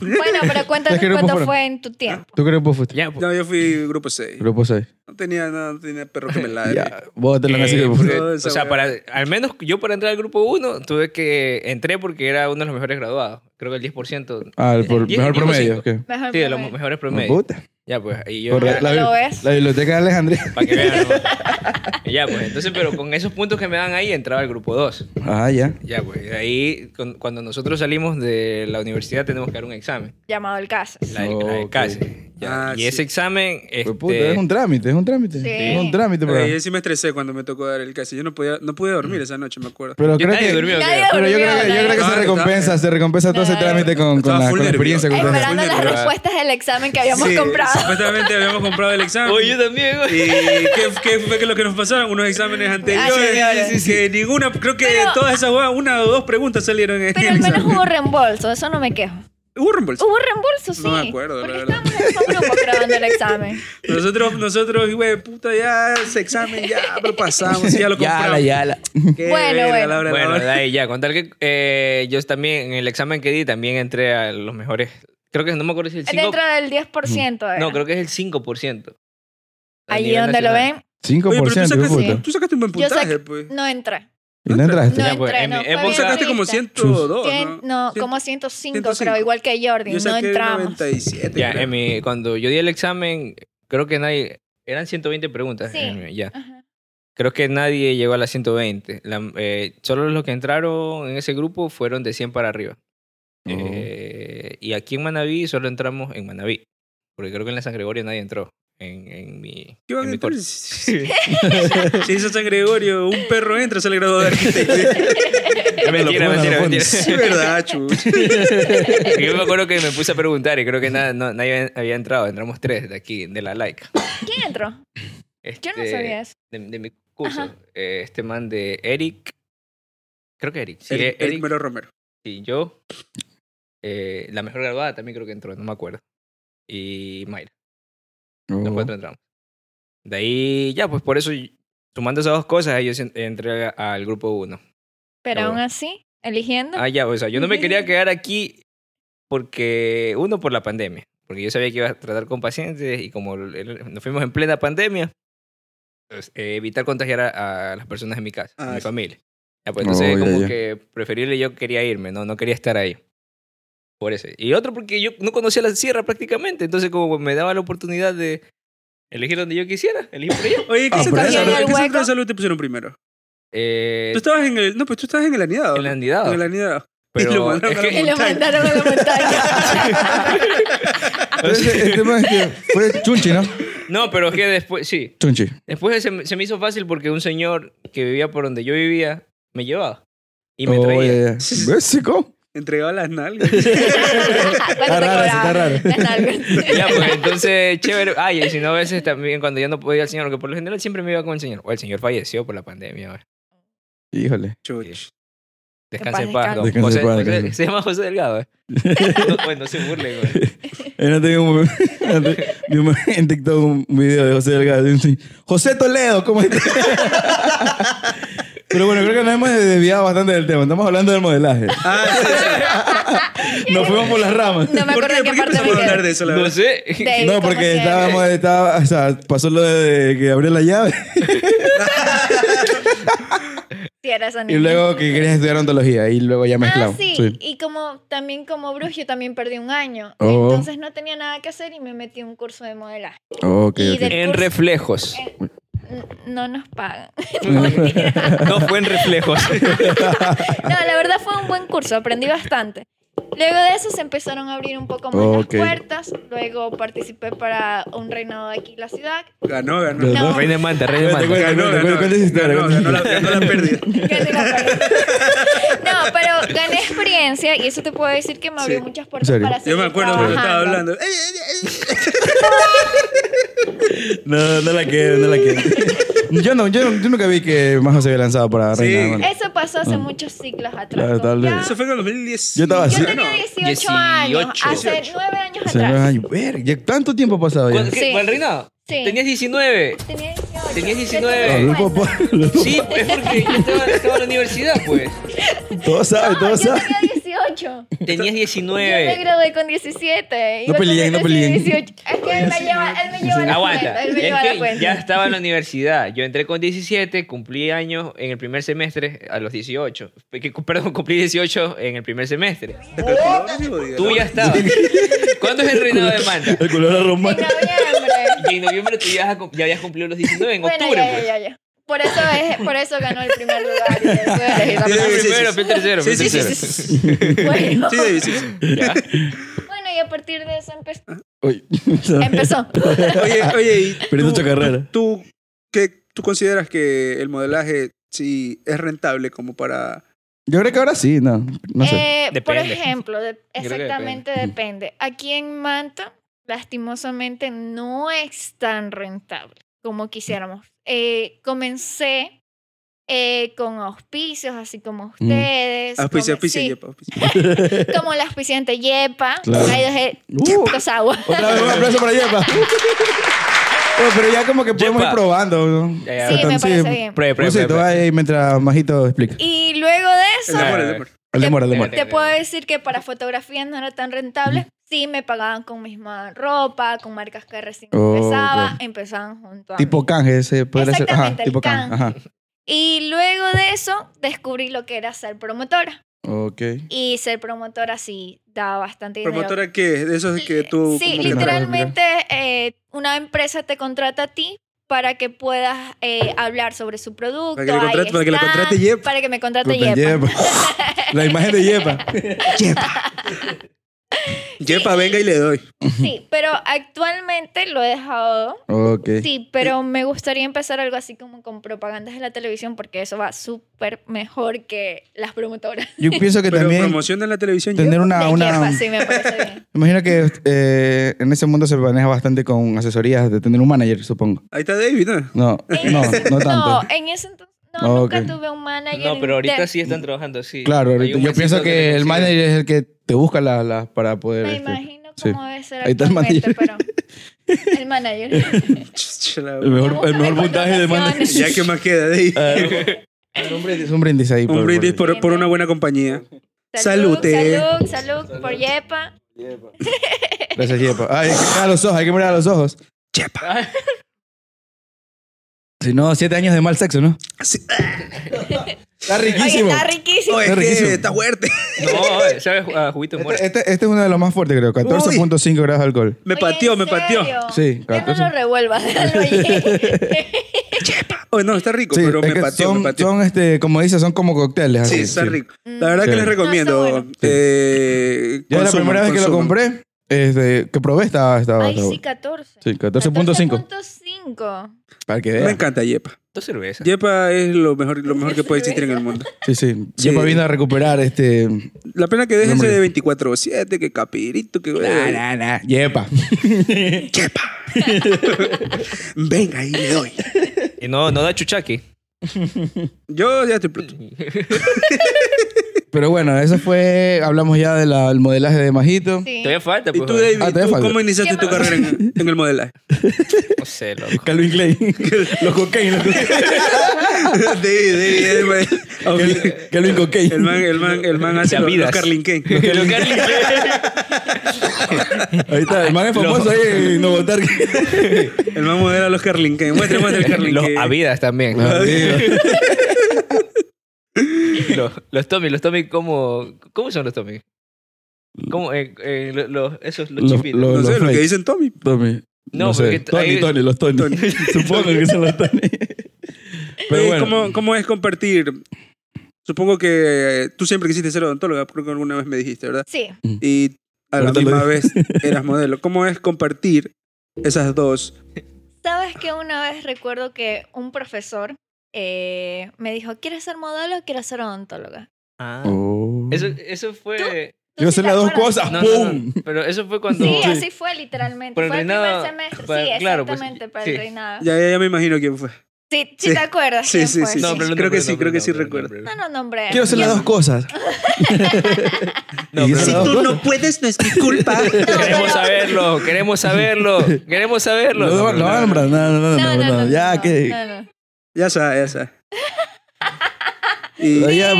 H: Bueno, pero cuéntanos
E: Es que no
H: cuánto
E: fueron.
H: fue en tu tiempo.
E: ¿Tú qué grupo fuiste?
F: Ya, pues.
G: No, yo fui grupo 6.
E: Grupo 6.
G: No tenía, no, no tenía perro que me ladre.
E: Ya, vos te lo
F: Eh,
E: haces grupo
F: porque,
E: seis.
G: Todo
F: o
G: esa
F: sea,
G: weá.
F: para, al menos yo para entrar al grupo 1 tuve que entré porque era uno de los mejores graduados. Creo que el 10%.
E: Ah, el por-
F: diez-
E: mejor
F: diez o
E: promedio.
F: cinco.
E: ¿qué?
H: Mejor
F: Sí, de los
H: primer.
F: mejores
E: Oh,
F: promedios.
E: puta.
F: Ya, pues. Y yo,
E: Por
F: ya,
E: la, la-
H: ¿Lo ves?
E: la biblioteca de Alejandría.
F: para que vean. ¿no? ya, pues. Entonces, pero con esos puntos que me dan ahí entraba al grupo 2.
E: Ah, ya.
F: Ya, pues. y Ahí, con- cuando nosotros salimos de la universidad, tenemos que dar un examen.
H: Llamado el caso.
F: La de, la de
E: Ok.
F: CASE. Ya,
G: Ah,
F: y
G: sí.
F: ese examen.
E: Pues,
F: Este,
E: puta, es un trámite, es un trámite.
H: Sí.
E: Es un trámite,
G: Pero
E: pero.
G: yo sí me estresé cuando me tocó dar el casi. Yo no podía, no pude dormir esa noche, me acuerdo.
E: Pero
F: yo
E: creo
F: nadie
E: que.
F: durmió,
H: Nadie
F: creo.
E: Pero yo creo que, yo creo que se
G: Claro,
E: recompensa,
G: estaba-
E: se recompensa todo ese
H: Claro.
E: trámite con, con,
G: Estaba
E: la,
G: full
E: con la experiencia que
G: nervioso.
E: ustedes
G: Estaba
H: Esperando
G: full
H: las
G: nervioso.
H: respuestas del examen que habíamos
G: Sí,
H: comprado.
G: Supuestamente habíamos comprado el examen.
F: Oye, yo también, güey.
G: ¿Y qué, qué fue que lo que nos pasaron? Unos exámenes anteriores.
H: Ay, Ah, sí,
G: Que ninguna, creo que
H: Pero-
G: todas esas huevas, una o dos preguntas salieron en
H: Pero
G: el
H: al menos
G: examen.
H: hubo reembolso, eso no me quejo.
G: Hubo reembolso.
H: Hubo reembolso, sí.
G: No me acuerdo,
H: Porque
G: la verdad.
H: estábamos en un grupo grabando el examen.
G: Nosotros, nosotros, güey, puta, ya ese examen, ya lo pasamos, ya lo compramos.
F: la.
G: Qué
H: Bueno,
G: verga,
H: bueno.
G: la hora, la
F: Bueno,
G: hora.
F: de ahí ya. Contar que eh, yo también, en el examen que di, también entré a los mejores. Creo que no me acuerdo si el 5%.
H: Dentro del 10%. era.
F: No, creo que es el 5%. a
H: Allí
F: nivel
H: donde
F: nacional.
H: lo ven,
G: Oye, pero tú
E: 5%, hijo
G: sacaste,
E: puta.
G: tú sacaste un buen
H: Yo saqué-
G: puntaje, pues.
H: no entra.
E: Y no este entraste.
H: No
F: Ya, pues,
H: entré,
F: en
H: no.
F: mi
H: fue
F: época
G: Vos
H: bien
G: sacaste como
H: vista.
G: 102,
H: Cien-
G: ¿no?
H: No, como 105,
G: 105.
H: pero igual que Jordi,
G: Yo
H: no
G: saqué
H: entramos.
G: 97.
F: Ya,
G: creo.
F: en mi- cuando yo di el examen, creo que nadie. Eran 120 preguntas.
H: Sí.
F: en mi- ya.
H: Ajá.
F: Creo que nadie llegó a las 120. La- eh, solo los que entraron en ese grupo fueron de 100 para arriba. Eh, y aquí en Manaví solo entramos en Manaví. Porque creo que en la San Gregorio nadie entró. En, en mi.
G: ¿Qué van
F: en
G: a
F: mi
G: entrar?
F: corte.
G: Si si hizo San Gregorio, un perro entra, sale graduado de arquitecto.
E: pones,
F: mentira, mentira,
E: lo
F: mentira.
E: pones.
G: Sí, verdad, chuch.
F: Yo me acuerdo que me puse a preguntar y creo que nada, no- nadie había entrado. Entramos tres de aquí, de la laica.
H: ¿Quién entró? Yo no
F: Este,
H: sabía eso.
F: De, de mi curso.
H: Ajá.
F: Eh, este man de Eric. Creo que Eric. Sí,
G: Eric,
F: Eric,
G: Eric Melo Romero.
F: y yo. Eh, la mejor graduada también creo que entró, no me acuerdo. Y Mayra. Los cuatro entramos. De ahí, ya, pues por eso, y- sumando esas dos cosas, yo sí entré a- al grupo uno.
H: Pero
F: Ya,
H: aún
F: bueno.
H: así, eligiendo.
F: Ah, ya, o sea, yo no me quería quedar aquí porque, uno, por la pandemia. Porque yo sabía que iba a tratar con pacientes y como el- el- nos fuimos en plena pandemia, pues, eh, evitar contagiar a, a las personas en mi casa,
G: Ah,
F: en mi
G: sí.
F: familia. Ya, pues
E: Oh,
F: entonces,
E: ya,
F: como
E: ya.
F: que preferible yo quería irme, no, no quería estar ahí. Por eso. Y otro porque yo no conocía la sierra prácticamente, entonces como me daba la oportunidad de elegir donde yo quisiera, elegí por allá.
G: Oye, ¿qué
E: Ah,
G: centro
E: pero
G: de
E: eso-
G: salud-
H: ¿Y el
G: qué centro
H: hueco?
G: de salud te pusieron primero?
F: Eh,
G: Tú estabas en el. No, pues tú estabas en el anidado.
F: en la
G: ¿no?
F: Andidao.
G: En el anidado.
F: Pero
G: y lo mandaron
F: es
G: a la
F: que-
H: y lo
G: montaña.
H: mandaron a la montaña.
E: Entonces, el tema es que fue chunchi, ¿no?
F: No, pero es que después, sí,
E: Chunchi.
F: Después se, me- se me hizo fácil porque un señor que vivía por donde yo vivía me llevaba y me
E: Oh,
F: traía.
E: ya, ya. ¿Ves, chico?
G: Entregaba las nalgas.
H: está
E: raro, está raro.
F: Ya, pues entonces, chévere. Ay, y si no, a veces también cuando yo no podía ir al señor, porque por lo general siempre me iba con el señor. O el señor falleció por la pandemia. ahora.
E: Híjole.
G: Chuch.
F: Descansa
H: paz
F: en paz, don
E: descanse. Descanse
F: José-
E: en paz,
F: José-
E: descanse.
F: Se llama José Delgado. eh. No, pues, no se burlen, güey.
E: Él no tenía un... Vimos en TikTok un video de José Delgado. y dice, José Toledo, ¿cómo estás? Pero bueno, creo que nos hemos desviado bastante del tema. Estamos hablando del modelaje.
G: Ah, sí, sí.
E: Nos fuimos por las ramas.
H: No me
G: ¿Por
H: acuerdo
G: qué?
H: en
G: ¿Por qué
H: qué
G: empezamos
H: parte
G: a
H: me
G: hablar
H: quedé.
G: de eso, la
F: No
G: verdad?
F: sé.
H: David,
E: No,
H: como
E: porque
H: siempre.
E: estábamos, estaba, o sea, pasó lo de que abrió la llave
H: Sí, era esa
E: y
H: niña.
E: luego que querías estudiar ontología y luego ya
H: Ah,
E: mezclamos.
H: sí. Y como también como brujo, yo también perdí un año.
E: Oh.
H: Entonces no tenía nada que hacer y me metí a un curso de modelaje.
E: Ok,
H: Y
E: ok.
H: del
F: En
H: curso-
F: reflejos.
H: N- No nos pagan.
F: No fue en reflejos.
H: No, la verdad fue un buen curso, aprendí bastante. Luego de eso se empezaron a abrir un poco más
E: Ok.
H: las puertas. Luego participé para un reinado de aquí en la ciudad.
G: Ganó, ganó.
H: No.
F: Rey de Manta, Rey de
E: Cuenta,
F: Manta.
E: cuenta,
G: Ganó,
E: cuenta,
G: ganó.
E: cuenta, cuenta esa historia,
G: Ganó,
E: cuenta esa
G: ganó la- ganó la pérdida.
H: Que te la pagué. No, pero gané experiencia y eso te puedo decir que me abrió
G: Sí.
H: muchas puertas
E: ¿En serio?
H: para seguir
G: Yo me acuerdo cuando estaba
H: trabajando.
G: hablando. Eh, Ey, ey, ey.
E: No, no la quiero, no la quiero. Yo, no, yo, no- yo nunca vi que Majo se había lanzado para
G: Sí.
E: Reina. de Manta.
H: Eso pasó hace muchos ciclos atrás.
E: Claro,
H: como
E: tal
H: ya-
E: vez.
G: Eso fue en el 2010.
E: Yo estaba así.
H: Yo tenía este- 18, años,
F: 18.
H: hace
G: 18.
H: 9 años
E: Se me
H: atrás.
E: va a llover. Ya ¿Tanto tiempo ha pasado ya?
F: ¿Cuál qué-
H: Sí.
F: cuál reinado?
H: Sí.
F: Tenías 19.
H: Tenía 18.
F: Tenías
H: Yo
F: 19.
E: Ah,
H: tenía
E: grupo
H: 50.
E: Polo.
F: Sí, es porque yo estaba, estaba en la universidad, pues.
E: Todos saben,
H: No, yo
E: todos saben.
H: tenía 18.
F: Tenías
H: Yo me
F: 19.
H: gradué con 17.
E: No
H: iba a
E: peleen, no
H: cumplir
E: peleen.
H: 18. Es que él me lleva, él me lleva la
F: Aguanta.
H: cuenta. Él me
F: Es
H: lleva la
F: que
H: cuenta.
F: ya estaba en la universidad. Yo entré con 17, cumplí años en el primer semestre a los 18. Que- Perdón, cumplí 18 en el primer semestre. Tú ya estabas. ¿Cuándo es el reinado de Manta?
E: El color
H: En
E: romano.
H: noviembre.
F: Y en noviembre tú ya, has cum- ya habías cumplido los 19, en
H: Bueno,
F: octubre.
H: ya, ya,
F: pues.
H: ya, ya. Por eso, es, por eso ganó el primer lugar. y después la
F: Fue
G: Sí, sí, sí,
F: pues. primero,
G: sí.
F: fue tercero, fue
G: Sí, sí, sí,
F: tercero.
G: sí. sí.
H: Bueno.
G: Sí, David, sí, sí.
F: Ya.
H: Bueno, y a partir de eso empecé
E: Uy.
H: Empezó.
G: Oye, oye, y
E: Perdí
G: tú-
E: tu carrera.
G: ¿Tú qué tú consideras que el modelaje sí es rentable como para
E: Yo creo que ahora sí, no. No sé.
H: Eh, por
F: Depende.
H: ejemplo, de-
F: que depende.
H: exactamente depende. Aquí en Manta, lastimosamente, no es tan rentable como quisiéramos. Eh, comencé eh, con auspicios, así como
E: Mm.
H: ustedes.
G: auspicio,
H: come-
G: auspicio,
H: sí,
G: yepa, auspicio?
H: Como la auspiciante Yepa. eh,
E: Claro.
H: Ahí dejé
E: Uh.
H: dos aguas.
E: Otra vez un aplauso para Yepa. Bueno, pero ya como que podemos
F: Yepa.
E: ir probando. ¿no?
F: Ya, ya.
H: Sí, me
E: Entonces,
H: parece bien.
F: Pruebe,
E: Un
G: Pues,
F: pruebe,
E: cito,
F: pruebe.
E: ahí mientras Majito explica.
H: Y luego de eso,
G: El amor, el amor.
E: El demora, el
F: Te-
E: demora.
H: Te puedo decir que para fotografías no era tan rentable. Sí, me pagaban con misma ropa, con marcas que recién
E: Oh,
H: empezaba,
E: ok.
H: empezaban junto a mí.
E: Tipo canje, ese podría ser. Ajá,
H: Exactamente, el
E: tipo canje. Ajá.
H: Y luego de eso descubrí lo que era ser promotora.
E: Ok.
H: Y ser promotora sí da bastante dinero.
G: ¿Promotora qué? De esos que tú...
H: sí,
G: como que
H: literalmente eh, una empresa te contrata a ti para que puedas eh, hablar sobre su producto.
G: Para que lo
H: ahí
G: contrate- para que lo
H: está,
G: contrate Yepa.
H: Para que me contrate
E: Puta,
H: Yepa.
E: Yepa. La imagen de Yepa.
G: Yepa, venga y le doy.
H: Sí, pero actualmente lo he dejado.
E: Ok.
H: Sí, pero me gustaría empezar algo así como con propagandas de la televisión porque eso va súper mejor que las promotoras.
E: Yo pienso que
G: Pero
E: también
G: promoción de la televisión,
E: tener una.
H: de Yepa,
E: una
H: sí, me parece bien.
E: imagino que eh, en ese mundo se maneja bastante con asesorías de tener un manager, supongo.
G: Yepa. Ahí está David, ¿no?
E: No,
H: En
E: no,
H: ese-
E: no tanto.
H: Eh, No, en ese entonces no,
E: Ah, ok.
H: nunca tuve un manager.
F: No, pero ahorita
H: de-
F: sí están trabajando así.
E: Claro,
F: Hay
E: ahorita
F: un
E: yo pienso
F: mancito
E: que
F: le
E: el
F: consigue.
E: manager es el que te busca la, la- para poder.
H: Me
E: este,
H: imagino
E: sí.
H: cómo debe ser
E: Ahí está el
H: actualmente, pero... El manager.
E: El
G: Chala,
E: mejor, el mejor
H: Búscame
E: puntaje de manager.
H: contrataciones.
G: Ya que más queda,
E: Ah,
G: David.
E: un brindis, un brindis ahí.
G: Un
E: por-
G: brindis
E: por-
G: por, por una buena compañía. Salute.
H: Salud, salud, salud por Yepa.
E: Gracias, Yepa. Ay, hay que mirar a los ojos, hay que mirar a los ojos.
G: Yepa.
F: "Ah,
E: Si no, siete años de mal sexo, ¿no?
G: Sí.
E: Está
H: Oye,
E: riquísimo.
H: está riquísimo.
G: Oh, es
E: riquísimo.
G: que está fuerte.
F: No, ¿sabes? Ah, juguito
E: Este,
F: muerto.
E: este- este es uno de los más fuertes, creo. 14.5 grados de alcohol.
G: Me
H: Oye,
G: pateó,
H: ¿en
G: me pateó.
H: serio?
E: Sí,
H: Ya no
E: 14.
H: lo revuelvas, déjalo ahí.
G: Oh, no, está rico,
E: Sí,
G: pero
E: es
G: me
E: que
G: pateó,
E: son,
G: me pateó.
E: son, este, como dices, son como cócteles.
G: Sí,
E: así,
G: está
E: sí.
G: rico. La verdad
E: Sí.
G: que les recomiendo.
H: No, Mm. está bueno.
G: eh,
E: Yo la
G: consuman,
E: primera vez que lo
G: consuman.
E: compré, este, que probé, estaba. estaba
H: Ay,
E: estaba
H: sí, 14.
E: Sí, 14.5.
H: 14.5.
E: Para que
G: Me
E: vean.
G: encanta Yepa.
F: Dos cervezas.
G: Yepa es lo mejor, lo mejor que puede existir en el mundo.
E: Sí, sí.
G: Sí. Eh.
E: Siempre vino a recuperar este.
G: La pena que dejen
E: Hombre.
G: de 24-7, que capirito, que.
E: Nah, nah, nah. Yepa.
G: Yepa. Venga, ahí le doy.
F: Y no, no da chuchaqui.
G: Yo ya estoy pronto.
E: Pero bueno, eso fue. Hablamos ya del modelaje de Majito.
H: Sí.
F: Todavía falta,
G: ¿Y
F: pues.
G: tú,
F: joder.
G: David,
E: Ah, todavía
G: ¿tú
E: falta.
G: cómo iniciaste
H: ¿Qué
G: tu
H: más?
G: carrera en, en el modelaje?
F: No sé, loco.
E: Calvin Klein. los cocaine. Los cocaine.
G: David, David, el man-
E: Calvin Cocaine.
G: el man, el man, el man hace
F: De
G: los, los
F: Adidas.
G: Carlin Kane.
F: Lo que alguien quiere.
E: Ahí está, el man es famoso
F: Los-
E: ahí en Novotar.
G: El man modela los Carlin Kane. Muestra, muestra el Carlin
F: Los
G: Kane.
F: Avidas también. Los, los Tommy, los Tommy, ¿cómo, cómo son los Tommy? ¿Cómo, eh, eh, lo- los, esos, los,
E: Los-
F: chipitos.
G: No
E: los-
G: sé, lo que
E: Flakes.
G: dicen Tommy.
E: Tommy.
F: No,
E: No, sé.
F: porque
E: Tony,
F: hay-
E: Tony, los Tony.
G: Tony.
E: Supongo que son los Tony. Pero
G: Eh,
E: bueno.
G: ¿cómo, cómo es compartir? Supongo que eh, tú siempre quisiste ser odontóloga, creo que alguna vez me dijiste, ¿verdad?
H: Sí.
G: Y a la
E: Ahorita lo
G: misma
E: digo.
G: vez eras modelo. ¿Cómo es compartir esas dos?
H: ¿Sabes que una vez recuerdo que un profesor eh, me dijo, ¿quieres ser modelo o quieres ser odontóloga?
F: Ah,
E: Oh.
F: eso, eso fue.
H: ¿Tú
E: Quiero
H: sí
E: hacer
H: te
E: las dos
H: acuerdas?
E: cosas.
F: No, no,
E: ¡Pum!
F: no, pero eso fue cuando.
H: Sí, así fue literalmente.
F: Por el
H: fue
F: reinado,
H: el primer semestre.
F: para-
H: sí,
F: claro, pues,
H: exactamente, para
F: sí.
H: el reinado.
G: Ya, ya, ya me imagino quién fue.
H: Sí, sí,
G: Sí.
H: te acuerdas.
G: Sí,
H: quién
G: sí,
H: fue,
G: sí,
F: No,
G: sí.
F: pero no,
G: Creo que
F: no,
G: sí,
F: no,
G: creo que
F: no,
G: sí
F: no, no,
G: recuerdo.
F: no,
H: No,
F: no,
H: no, nombre.
E: Quiero hacer las
H: Ya-
E: dos cosas.
F: no,
E: Y
F: pero
E: si
F: no.
E: tú no
G: puedes, no es mi culpa.
F: Queremos saberlo, queremos saberlo, queremos saberlo.
E: Lo
F: No,
E: lo
F: pero no.
E: nombran. No, no, no, no, no, no. Ya
H: no,
E: que.
H: no, no.
G: ya sabes, ya sabes. Y
E: Allá,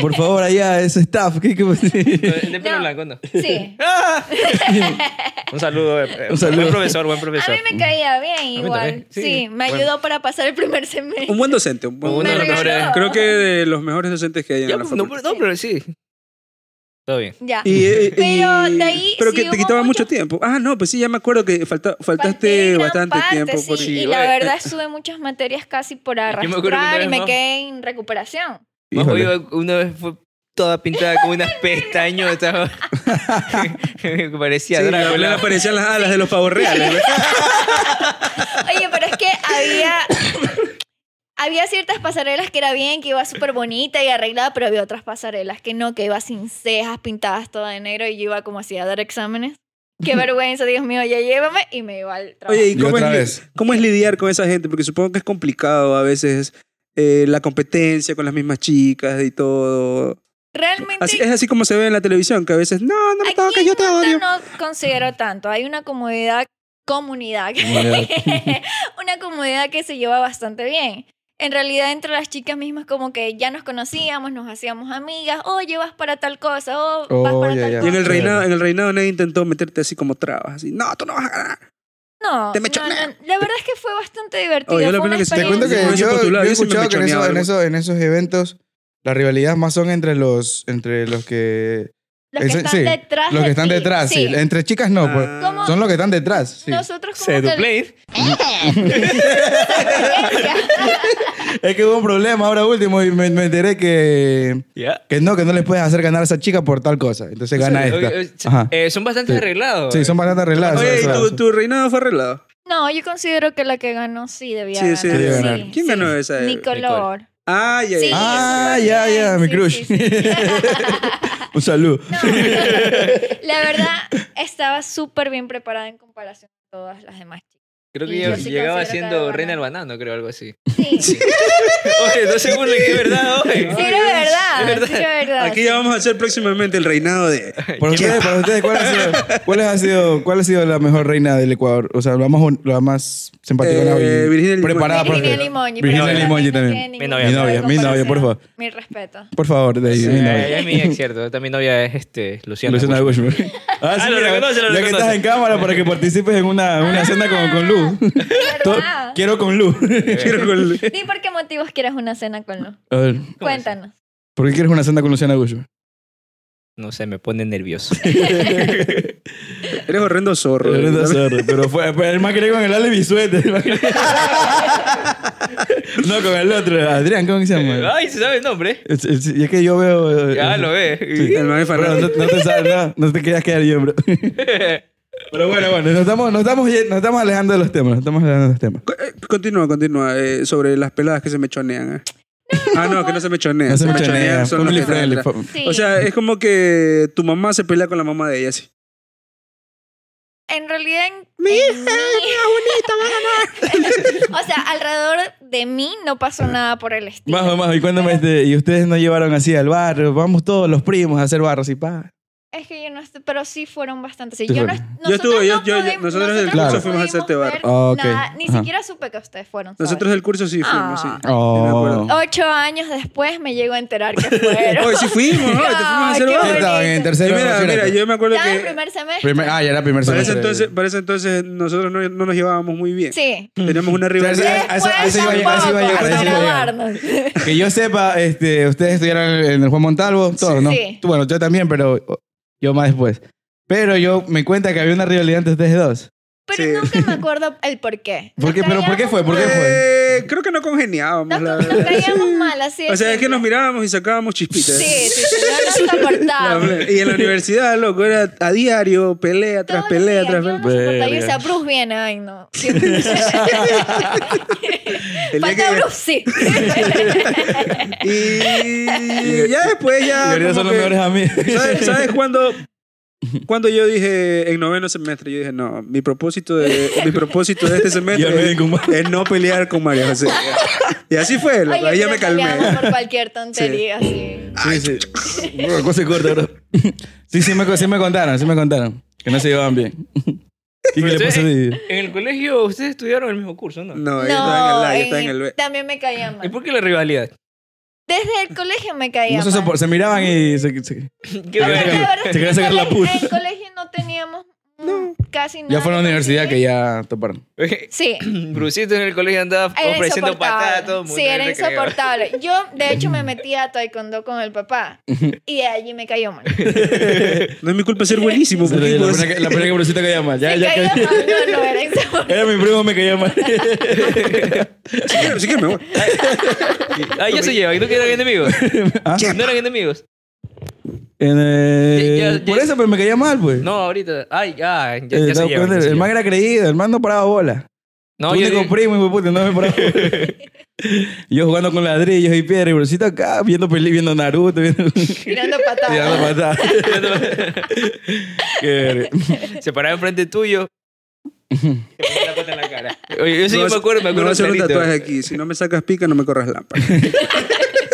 E: por favor, allá, ese staff. ¿qué, qué-
F: El de pelo
H: No.
F: blanco, no.
H: Sí.
F: ¡Ah! Un saludo, eh,
E: Un saludo.
F: Buen profesor, buen
H: A
F: profesor.
H: mí me caía bien
F: mí
H: igual.
F: también, sí.
H: Sí, me
F: Bueno.
H: ayudó para pasar el primer semestre.
G: un buen docente. Un buen
F: Uno de los
H: Me regaló.
F: mejores.
G: Creo que de los mejores docentes que hay en
F: Ya,
G: la
F: pues,
G: facultad.
F: no, pero- no, pero sí. Todo bien.
H: Ya.
G: Y, eh,
H: Pero
G: y-
H: de ahí
G: pero
H: sí
G: que te
H: hubo
G: quitaba
H: mucho-
G: mucho tiempo. Ah, no, pues sí, ya me acuerdo que falta,
H: Falté
G: faltaste
H: gran
G: bastante
H: parte,
G: tiempo.
H: sí,
G: por-
H: y
F: Sí,
H: la
F: oye.
H: verdad estuve muchas materias casi por
F: me acuerdo que una
H: arrastrar y
F: vez
H: me
F: no.
H: quedé en recuperación.
F: Más
E: Híjole.
F: jodido, una vez fue toda pintada con unas pestañotas. Me parecía
G: Sí, la
F: Drácula.
G: abuela aparecían las alas de los pavos reales. güey.
H: Oye, pero es que había. Había ciertas pasarelas que era bien, que iba súper bonita y arreglada, pero había otras pasarelas que no, que iba sin cejas, pintadas toda de negro y yo iba como así a dar exámenes. Qué vergüenza, Dios mío, ya llévame y me iba al trabajo.
G: Oye, ¿y
E: Y
G: cómo
E: otra
G: es,
E: vez.
G: li- cómo es lidiar con esa gente? Porque supongo que es complicado a veces eh, la competencia con las mismas chicas y todo.
H: Realmente
G: Así- es así como se ve en la televisión, que a veces, no, no me
H: aquí
G: toques, yo te
H: en
G: odio.
H: Manta no considero tanto. Hay una comodidad, comunidad,
E: Comunidad.
H: una comunidad que se lleva bastante bien. En realidad, entre las chicas mismas, como que ya nos conocíamos, nos hacíamos amigas. Oye, vas para tal cosa, o
E: Oh,
H: vas para
E: ya,
H: tal
E: ya.
G: Y en el
E: Claro.
G: reinado, en el reinado nadie intentó meterte así como trabas, así, no, tú no vas a ganar.
H: No,
G: Te me
H: no,
G: chonea.
H: no, la verdad es que fue bastante divertido.
G: Oye, la
H: fue
G: pena
H: una
G: que sí.
E: Te cuento
G: Sí,
E: que yo,
H: experiencia.
G: sí,
E: yo
G: postulado,
E: he
G: yo sí me
E: escuchado que en,
G: mechoneaba
E: eso- en
G: algo.
E: eso- en esos eventos las rivalidades más son entre los, entre los que...
H: los que
E: Ese-
H: están
E: sí,
H: detrás.
E: Los
H: de
E: que están
H: ti,
E: detrás, sí. Entre chicas no, pues.
F: Ah.
H: ¿Cómo?
E: Son los que están detrás. sí.
H: Nosotros como
F: Se
H: que-
F: duplé.
E: Es que hubo un problema ahora último y me, me enteré que,
F: Ya.
E: que no, que no les puedes hacer ganar a esa chica por tal cosa. Entonces gana
F: Oye, oye,
E: esta. Ajá.
F: eh, son bastante
E: Sí.
F: arreglados.
E: Sí, son bastante arregladas.
G: Oye, ¿y
E: esas
G: tu,
E: cosas.
G: tu reinado fue arreglado?
H: No, yo considero que la que ganó sí debía
G: Sí, sí,
H: ganar.
E: debía ganar.
G: ¿Quién ganó esa?
H: Ni color.
G: Ah, ya,
H: Sí,
G: ya.
E: Ah,
H: súper
E: ya, ya,
H: bien,
E: mi
H: sí,
E: crush.
H: sí, sí.
E: un saludo.
H: No, la verdad, estaba súper bien preparada en comparación con todas las demás chicas.
F: Creo que
H: Y
F: ya-
H: yo sí considero
F: llegaba
H: que
F: siendo
H: era
F: reina del banano, creo, algo así.
H: Sí, sí,
F: oye, no se burlen, que es verdad, oye.
H: era verdad,
F: Es verdad.
H: sí era verdad.
G: Aquí ya vamos a hacer próximamente el reinado de...
E: Para ustedes, para ustedes, ¿cuál ha sido, cuál ha sido, cuál ha sido la mejor reina del Ecuador? O sea, la más, un- la más simpática.
G: Eh,
E: la- y
G: Virginia Limongi.
E: preparada
H: Virginia
E: para usted.
H: Limongi,
E: Virginia
H: pero
E: Limongi
H: realmente
E: también.
H: no
F: Mi
H: tiene
E: Mi
H: ningún
F: novia.
E: novia,
H: tipo
E: mi
H: de
E: novia, por favor.
H: comparación. Mi respeto.
E: Por favor, David.
F: Sí,
E: mi novia.
F: ella es mi ex, cierto. También novia es este, Luciana.
E: Luciana
F: Bush.
E: Bushman. Ah,
F: lo
E: mira,
F: reconoce,
E: ya
F: lo
E: que
F: reconoce.
E: estás en cámara para que participes en una, una cena con, con Lu. To-
H: ¿Verdad?
E: Quiero con Lu.
G: Quiero con-
H: Ni por qué motivos quieres una cena con Lu.
E: A ver,
H: Cuéntanos.
E: ¿por qué quieres una cena con Luciana Bushman?
F: No sé, me pone nervioso.
G: Eres horrendo zorro.
E: Pero, no
G: güey.
E: sé, pero fue, pero el más quería con el Ale Bisuete. el más quería- no, con el otro, Adrián, ¿cómo que se llama?
F: Ay, se sabe el nombre.
E: Es, es- y es que yo veo... eh,
F: Ya
E: eh,
F: lo ve.
E: Sí.
G: El mami
E: Bro, no,
G: Fernández.
E: no te sabes, no, no te querías quedar yo, bro. Pero bueno, bueno, nos estamos, nos estamos, ye- nos estamos alejando de los temas, nos estamos alejando de los temas.
G: Co- eh, Continúa, continúa. eh, sobre las peladas que se mechonean. eh. ah, no, que no se mechonean.
E: No se me
G: mechonean
E: chonea,
G: son las
E: family
G: que están
E: friendly,
G: atrás.
E: fa-
H: Sí.
G: O sea, es como que tu mamá se pelea con la mamá de ella, sí.
H: En realidad, en, en mí- o sea, alrededor de mí no pasó nada por el estilo.
E: Majo, majo, y cuéntame,
H: Pero-
E: este, y ustedes no llevaron así al barrio, vamos todos los primos a hacer barros y pa.
H: Es que yo no estoy, pero sí fueron bastantes. Sí,
E: Sí
H: yo no,
E: fueron.
G: Yo estuve,
H: nosotros
G: yo- yo-
H: no
G: yo-
H: pudimos-
G: nosotros en el
E: curso
H: no
G: fuimos a
H: pudimos
G: hacerte
H: ver
G: barro.
E: Ah, ok.
H: nada, ni
E: Ajá.
H: siquiera supe que ustedes fueron. ¿sabes?
G: Nosotros del curso sí fuimos, sí.
H: Ah.
E: Oh.
G: me acuerdo.
H: Ocho años después me llego a enterar que fueron.
G: Oye, Oh, sí fuimos, ¿no? Te fuimos a
H: Ay,
G: hacer
H: qué
G: barro.
H: bonito.
E: Estaban en
G: Y
E: tercero.
G: mira,
E: no,
G: mira,
E: fíjate.
G: yo me acuerdo
H: Estaba en
G: que
H: primer semestre.
E: Primer- ah, ya era primer
G: para
E: semestre.
G: ese entonces, para ese entonces nosotros no, no nos llevábamos muy bien.
H: Sí.
G: Teníamos una
E: O sea,
G: rivalidad.
E: ese- a eso- a eso iba a
H: Después
E: llegar, a eso iba a llegar, a eso iba a
H: tampoco,
E: llegar.
H: para grabarnos.
E: Que yo sepa, este, ustedes estudiaron en el Juan Montalvo, todos, ¿no?
H: Sí.
E: Tú, bueno, yo también, pero yo más después. Pero yo me cuenta que había una rivalidad entre ustedes dos.
H: Pero
G: Sí.
H: nunca me acuerdo el por qué.
E: ¿Por
H: Nos
E: qué? ¿Pero por qué
H: caíamos
E: fue? ¿Por qué
H: mal.
E: fue?
G: Eh, creo que no congeniábamos,
H: Nos,
G: la
H: nos
G: verdad.
H: caíamos mal, así
G: O sea, es que nos
H: simple.
G: mirábamos y sacábamos chispitas.
H: Sí, sí, sí, no nos
G: La
H: soportábamos.
G: verdad. y en la universidad, loco, era a diario, pelea tras
H: Todos los
G: pelea
H: días,
G: tras
H: yo
G: pelea.
H: no soportaba, yo
E: Verga.
H: decía, Bruce viene, ay no. Siempre.
G: El día
H: Falta
G: que-
H: Bruce, sí.
G: Y ya después
E: Y
G: ya.
E: ahorita
G: como
E: son los
G: que-
E: mejores amigos.
G: ¿Sabes, sabes cuándo? Cuando yo dije en noveno semestre, yo dije, no, mi propósito de, mi propósito de este
E: Ya me
G: semestre
E: ven con
G: es,
E: María.
G: es no pelear con María José. Y así fue, loco, ahí ya
H: pero
G: me calmé.
H: peleábamos por cualquier tontería, sí.
E: Sí, sí. Bro, cosa corta, bro. Sí, sí me, co- sí me contaron, sí me contaron. Que no se llevaban bien. ¿Y qué
F: Pero
E: le pasó a
F: ustedes-
E: Didi?
F: En el colegio ustedes estudiaron el mismo curso, ¿no?
G: No, yo estaba en el A, yo
H: No, eh. en-
G: estaba en el B.
H: también me caía
F: ¿Y
H: mal.
F: por qué la rivalidad?
H: Desde el colegio me caía
E: No se,
H: mal.
E: sopor- se miraban y se, se-
F: ¿Qué
H: No, la
E: se-
F: rivalidad?
H: verdad
E: se
H: es que
E: querían
H: en
E: sacar la
H: colegio-
E: pus.
H: En colegio no teníamos mm, casi nada.
E: Ya fue a la
H: de
E: universidad que
H: colegio.
E: ya toparon.
H: Sí.
F: Brucito en el colegio andaba
H: Era
F: ofreciendo patadas a todo
H: insoportable.
F: el mundo.
H: Sí,
F: en el
H: era
F: recreo.
H: insoportable. Yo, de hecho, me metí a taekwondo con el papá y de allí me cayó mal.
G: No es mi culpa ser buenísimo,
E: Pero ya La
G: putos.
E: primera que- la primera que Brucito caía mal. Ya,
H: Me
E: ya
H: cayó
E: que-
H: mal, no, no, era insoportable.
E: Era mi primo, me caía mal.
G: Si quieres, si quieres, me voy.
F: Ah, ya se llevan. ¿No que eran enemigos?
E: ¿Ah?
F: ¿No eran enemigos?
E: En, eh,
F: Ya- ya-
E: por eso, pero me caía mal, pues.
F: No, ahorita. Ay, ya, ya,
E: Eh,
F: ya se
E: no,
F: llevan,
E: el,
F: ya se
E: el man era
F: llevan.
E: creído, el man no paraba bola.
F: No,
E: tu
F: yo
E: único
F: digo-
E: primo, hijo de puta, no me paraba bola. yo jugando con ladrillos y piedra y brocito acá, viendo peli, viendo Naruto, viendo...
H: Tirando patadas.
E: tirando patadas. Qué verga.
F: se paraba enfrente tuyo. Te ponía la pata en la cara. Oye, eso yo me acuerdo, me
G: voy
F: acuerdo.
G: a hacer un
F: clarito.
G: tatuaje aquí. Si no me sacas pica, no me corras lámpara.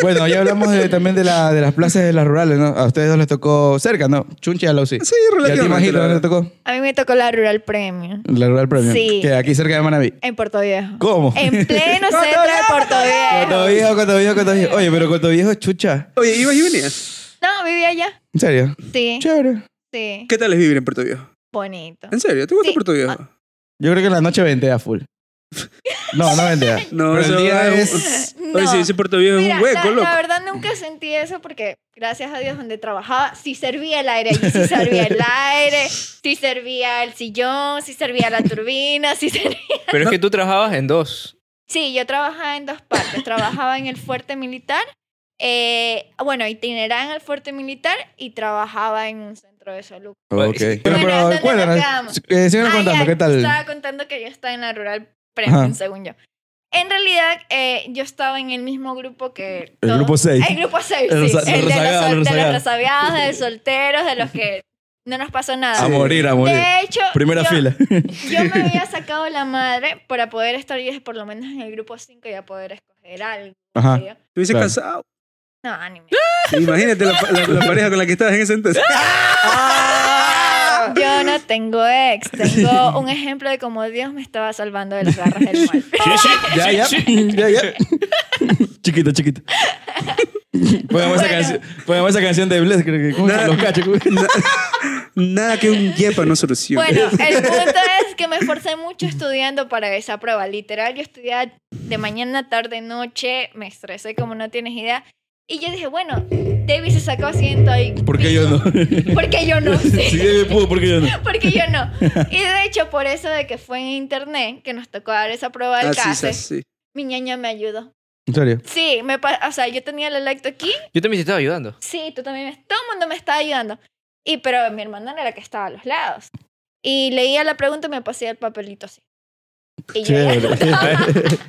E: bueno, ya hablamos de- también de, la, de las plazas de las rurales, ¿no? A ustedes dos les tocó cerca, ¿no? Chunche a la
F: Ah,
E: UCI.
G: Sí,
E: ¿Y a ti,
G: relativamente.
E: Majito,
G: la
E: dónde te
G: verdad.
E: tocó?
H: A mí me tocó la Rural Premium
E: La rural premium.
H: Sí.
E: Que aquí cerca de Manaví.
H: en Puerto Viejo.
E: ¿Cómo?
H: En pleno centro de Puerto
E: Coto
H: Viejo.
E: viejo, coto viejo, coto viejo. Oye, pero coto viejo, chucha.
G: Oye, ibas y venías.
H: No, vivía allá.
E: ¿En serio?
H: Sí,
E: Chévere.
H: sí.
G: ¿Qué tal es vivir en Puerto Viejo?
H: Bonito.
G: ¿En serio? ¿Te gusta
H: Sí. Ah.
G: Puerto Viejo?
E: Yo creo que en la noche vendea full. No, no vendea.
G: No,
E: Pero el
G: eso
E: día
G: es-
E: es...
G: Oye,
H: No.
G: sí, ese Puerto Viejo es
H: Mira,
G: un hueco,
H: la,
G: loco.
H: la verdad nunca sentí eso porque gracias a Dios donde trabajaba sí servía el aire, allí sí servía el aire, sí servía el sillón, sí servía la turbina, sí servía...
F: Pero es que tú trabajabas en dos.
H: Sí, yo trabajaba en dos partes, trabajaba en el fuerte militar, eh, bueno, itineraba en el fuerte militar y trabajaba en un centro de salud.
E: Ok.
F: Bueno,
E: Pero,
H: ¿dónde
E: pero,
H: nos
E: cuéntanos.
H: quedamos?
E: Eh, síganos
H: Ah,
E: contando,
H: ya,
E: ¿qué tal?
H: Estaba contando que yo estaba en la rural
E: Ajá.
H: premium, según yo. En realidad, eh, yo estaba en el mismo grupo que...
E: El
H: todos-
E: grupo seis.
H: El grupo 6,
E: El
H: sí.
E: reza- los
H: el de, los,
E: rezagados,
H: sol-
E: los
H: de los
E: rezagados.
H: rezagados, de los solteros, de los que no nos pasó nada.
E: A morir, a morir.
H: de hecho,
E: Primera
H: yo,
E: fila.
H: yo me había sacado la madre para poder estar yo por lo menos en el grupo 5 y a poder escoger algo.
E: Ajá.
H: ¿sí?
G: Te hubiese
E: Claro.
G: casado.
H: No, ni me-
G: Imagínate la, la- la pareja con la que estabas en ese entonces.
H: Yo no tengo ex. Tengo un ejemplo de cómo Dios me estaba salvando de las garras del mal.
E: Ya, ya. Ya, ya. Chiquito, chiquito. Pongamos, esa
H: Bueno.
E: canción, pongamos esa canción de Bless, creo que. ¿Cómo se llama? los cachos?
G: Nada que un yepa no solucione.
H: Bueno, el punto es que me esforcé mucho estudiando para esa prueba. Literal, yo estudiaba de mañana, tarde, noche, me estresé como no tienes idea. Y yo dije, bueno, David se sacó asiento ahí.
E: ¿Por qué yo no?
H: Porque yo no. sí.
E: Si David pudo, ¿por qué yo no?
H: Porque yo no. Y de hecho, por eso de que fue en internet que nos tocó dar esa prueba al
G: Así es
H: CASE,
G: así.
H: mi ñaña me ayudó.
E: En serio.
H: Sí, me pa- o sea, yo tenía el electo aquí.
F: Yo también te estaba ayudando.
H: Sí, tú también. me- Todo el mundo me estaba ayudando. Y pero mi hermana era la que estaba a los lados. Y leía la pregunta y me pasaba el papelito así. Y yo,
E: Chévere.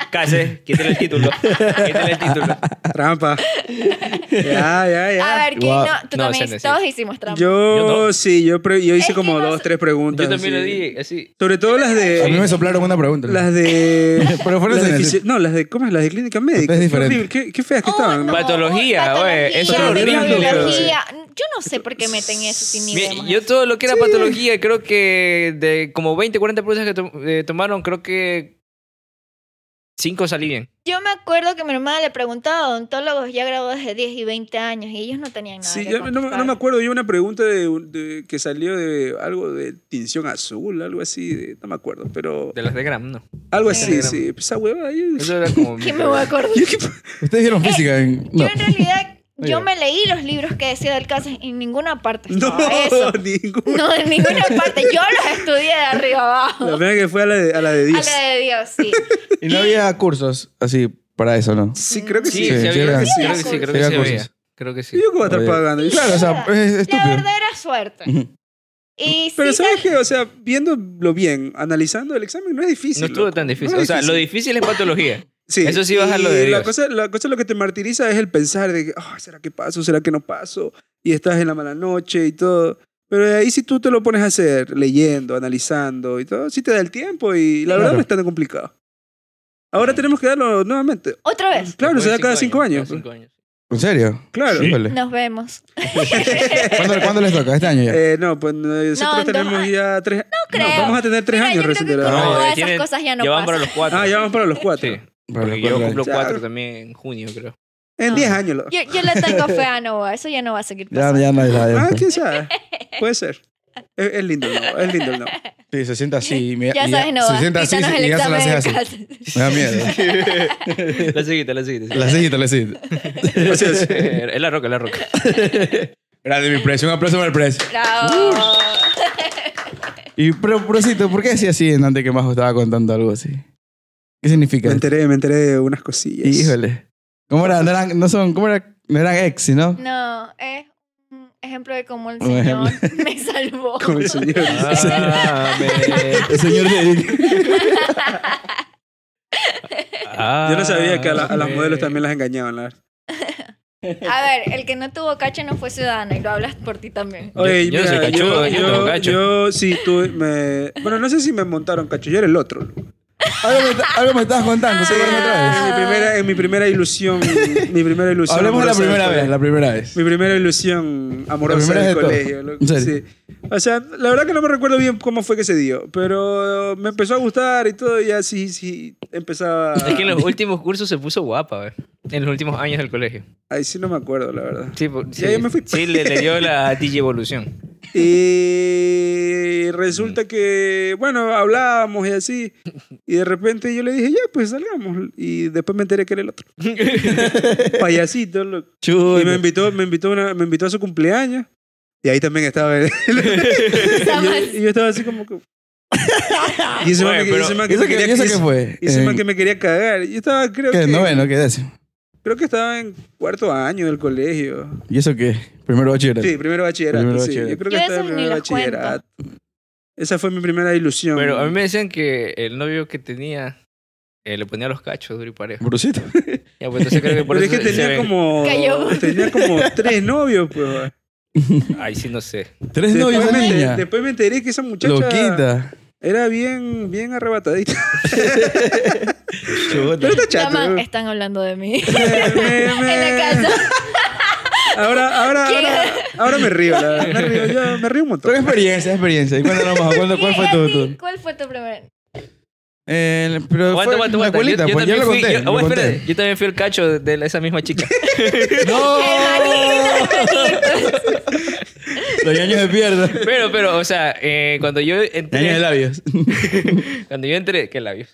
F: Case, quítale el título. Quítale el título.
G: Trampa. Ya, ya,
H: a
G: ya.
H: ver, ¿quién
E: Wow.
H: no? Tú
F: No,
H: también,
F: ese no, sí.
H: todos hicimos trampa.
F: Yo
G: Yo, sí, yo, pre- yo
H: Es
G: hice
H: que
G: como
H: no
G: dos,
H: sé.
G: tres preguntas.
F: Yo también lo
G: así.
F: di así.
G: Sobre todo las
E: A mí
G: de.
E: me soplaron una pregunta.
G: Las de.
E: Pero fueron
G: las de
E: sencillas.
G: fisi- No, las de. ¿Cómo es? Las de clínica médica.
E: Es
G: Qué
E: diferente.
G: horrible, Qué, qué feas que
H: Oh,
G: estaban.
H: no,
F: Patología, oye, eso es
H: patología,
G: horrible,
H: biología. Yo no sé por qué meten eso sin ni
F: Mi-
H: vemos
F: yo
H: eso.
F: todo lo que era patología, creo que de como 20, 40 preguntas que to- eh, tomaron, creo que 5 salí bien.
H: Yo me acuerdo que mi hermana le preguntaba a odontólogos ya graduados de 10 y 20 años y ellos no tenían nada.
G: Sí,
H: que
G: ya me- no, me-
H: contestar.
G: no me acuerdo. Yo una pregunta de, un- de- que salió de algo de tinción azul, algo así. de- no me acuerdo, pero.
F: De las de Gram, no.
G: Algo
F: Sí.
G: así, sí. pues, Esa hueva. Yo,
F: Eso era como.
H: ¿Qué me voy a acordar?
G: yo qué-
E: Ustedes vieron física en.
H: Yo
E: Eh, No.
H: en realidad, yo
E: Oye.
H: me leí los libros que decía del caso en ninguna parte.
G: no,
H: No, eso.
G: ninguna.
H: No, en ninguna parte. Yo los estudié de arriba abajo.
G: La primera que fue a la de, a la de
H: A
G: 10.
H: la de Dios, sí.
E: Y no había cursos así para eso, ¿no?
G: Sí, creo que sí.
F: Sí,
E: Sí,
F: sí,
E: sí
F: había-
E: eran-
F: creo que sí, creo que
E: eran
F: sí había.
E: cosas.
F: Creo que
G: Yo
F: sí.
G: que voy a estar
E: Oye.
G: pagando.
E: Claro, o sea, es
H: La
E: estúpido.
H: verdadera suerte.
E: Ujú.
H: Y
G: Pero
H: sí,
G: sabes que, o sea, viéndolo bien, analizando el examen, no es difícil.
F: No estuvo
G: loco.
F: tan difícil.
G: No es
F: O sea, lo difícil es patología.
G: Sí.
F: eso sí baja lo de
G: Y La
F: Dios.
G: cosa, la cosa lo que te martiriza es el pensar de que, "Ah, ¿será que paso? ¿Será que no paso? Y estás en la mala noche y todo. Pero de ahí si tú te lo pones a hacer, leyendo, analizando y todo, sí te da el tiempo y la verdad
E: Claro.
G: no es tan complicado. Ahora tenemos que darlo nuevamente.
H: otra vez.
G: Claro, se da cada cinco
F: cinco
G: años. pues.
F: cada cinco años.
E: ¿En serio?
G: Claro.
E: Híjole.
H: Nos vemos.
E: ¿Cuándo, cuándo les toca? Este año ya.
G: Eh, no, pues no, nosotros
H: en dos
G: tenemos
H: años.
G: ya tres No,
H: creo.
G: vamos a tener tres
H: Mira,
G: años
H: yo
G: recién
H: creo
G: de
H: que
G: la-
H: como
F: No, ya
H: esas
F: tienen-
H: cosas ya no
F: ya van
H: pasan.
F: para los cuatro.
G: Ah, ya vamos para los cuatro.
F: Sí.
E: Para los
F: Porque yo
E: cuatro
F: cumplo
G: años.
F: cuatro también en junio, creo.
G: En
H: Ah.
G: 10 años. lo-
H: Yo, yo la tengo fe a Noah, eso ya no va a seguir
E: Ya,
H: pasando.
E: ya no hay
G: Ah,
E: nada. de eso.
G: quién sabe. Puede ser. Es, es lindo, no. Es lindo, no.
E: Sí, se sienta así. y me-
H: Ya
E: y
H: sabes, Noah,
E: Se sienta así
H: quítanos
E: y
H: el
E: ya se la
H: examen
E: hace
H: de
E: así.
H: casa.
E: Me da miedo. ¿eh?
F: La siguiente, la siguiente.
E: La cejita, la cejita.
F: Es la roca, la roca.
E: Grande mi precio. Un aplauso para el precio.
H: Bravo.
E: Y, pero, Prosito, ¿por qué decía así en antes que Majo estaba contando algo así? ¿Qué significa?
G: Me enteré, me enteré de unas cosillas.
E: Híjole. ¿Cómo era? No eran, no son, ¿cómo era? No eran ex, ¿no?
H: No, es un ejemplo de cómo el
E: Un ejemplo.
H: Señor me salvó.
G: Con el señor.
F: Ah, Amén.
E: El señor de...
G: Yo no
F: ah,
G: sabía que a, la- a las
F: Amén.
G: modelos también las engañaban, la verdad.
H: A ver, el que no tuvo cacho no fue ciudadano y lo hablas por ti también.
F: Yo- yo no soy cachudo, yo tengo cacho.
G: yo sí tuve, me... Bueno, no sé si me montaron cacho, yo era el otro.
F: Ah.
E: algo, me, ta- algo me estabas contando, ¿se acuerdan otra
G: En mi primera, en mi primera ilusión, mi primera
E: vez?
G: ilusión.
E: Hablemos de la
G: amorosa
E: primera
G: del
E: vez, la primera vez.
G: Mi primera ilusión amorosa
E: La primera
G: del
E: vez de
G: colegio.
E: todo.
G: loco.
E: ¿En
G: Sí.
E: serio?
G: O sea, la verdad que no me recuerdo bien cómo fue que se dio, pero me empezó a gustar y todo, y ya sí, sí, empezaba...
F: Es que en los últimos cursos se puso guapa, güey. En los últimos años del colegio.
G: Ahí sí no me acuerdo, la verdad.
F: Sí, por- sí.
G: ahí me fui.
F: Sí, le, le dio la DJ Evolución.
G: Y resulta que, bueno, hablábamos y así, y de repente yo le dije, ya, pues salgamos, y después me enteré que era el otro. Payasito, loco. Y me invitó, me invitó, una- me invitó a su cumpleaños. Y ahí también estaba él. y, yo, y yo estaba así como que... Y ese man
F: Bueno,
G: que- y
F: pero
G: ese man que
E: ¿Y eso
G: me
E: qué,
G: quería-
E: y eso qué
G: ese-
E: fue?
G: y ese man
E: En-
G: que me quería cagar. Yo estaba, creo
E: ¿Qué?
G: que...
E: ¿Noveno? ¿Qué décimo?
G: Creo que estaba en cuarto año del colegio.
E: ¿Y eso qué? Primero bachillerato.
G: Sí, primero bachillerato.
E: Primero
G: sí.
E: bachillerato.
G: Yo creo que
H: Yo
G: estaba en
H: esos ni
G: primero
H: los cuento.
G: bachillerato. Esa fue mi primera ilusión.
F: Pero a mí me decían que el novio que tenía eh, le ponía los cachos duro y parejo.
E: Brusito.
F: Ya, pues entonces creo que por
G: Pero es
F: eso
G: que
F: se
G: tenía
F: ven.
G: como...
H: Cayó.
G: Tenía como tres novios, pues.
F: Ay, sí, no sé.
E: Tres novios
G: después,
E: esa
G: me,
E: niña.
G: después me enteré que esa muchacha...
E: Loquita.
G: Era bien, bien arrebatadita.
E: Chuta.
G: Pero está chato.
H: Chaman,
G: Me-
H: están hablando de mí.
G: me-
H: en la
G: me-
H: casa.
G: Ahora, ahora,
H: ¿Qué?
G: ahora, ahora me río, la verdad. Me río, yo me río un
E: Pero
G: montón.
E: experiencia, experiencia. Y cuéntanos más, ¿cuándo- ¿cuál fue
H: ¿Y a
E: tu...?
H: ti?
E: tu-
H: ¿Cuál fue tu primer?
E: El, pero
F: Aguanta,
E: fue
F: aguanta,
E: la
F: aguanta. Yo,
E: escuelita,
F: yo
E: pues, ya
F: también
E: lo
F: fui,
E: conté.
F: yo,
E: lo
F: oh, espérate,
E: conté.
F: yo también fui el cacho de la- esa misma chica.
E: ¡No! Los ñaños de pierna.
F: Pero, pero, o sea, eh, cuando yo
E: Ñaños de
F: entré...
E: labios.
F: Cuando yo entré... ¿Qué labios?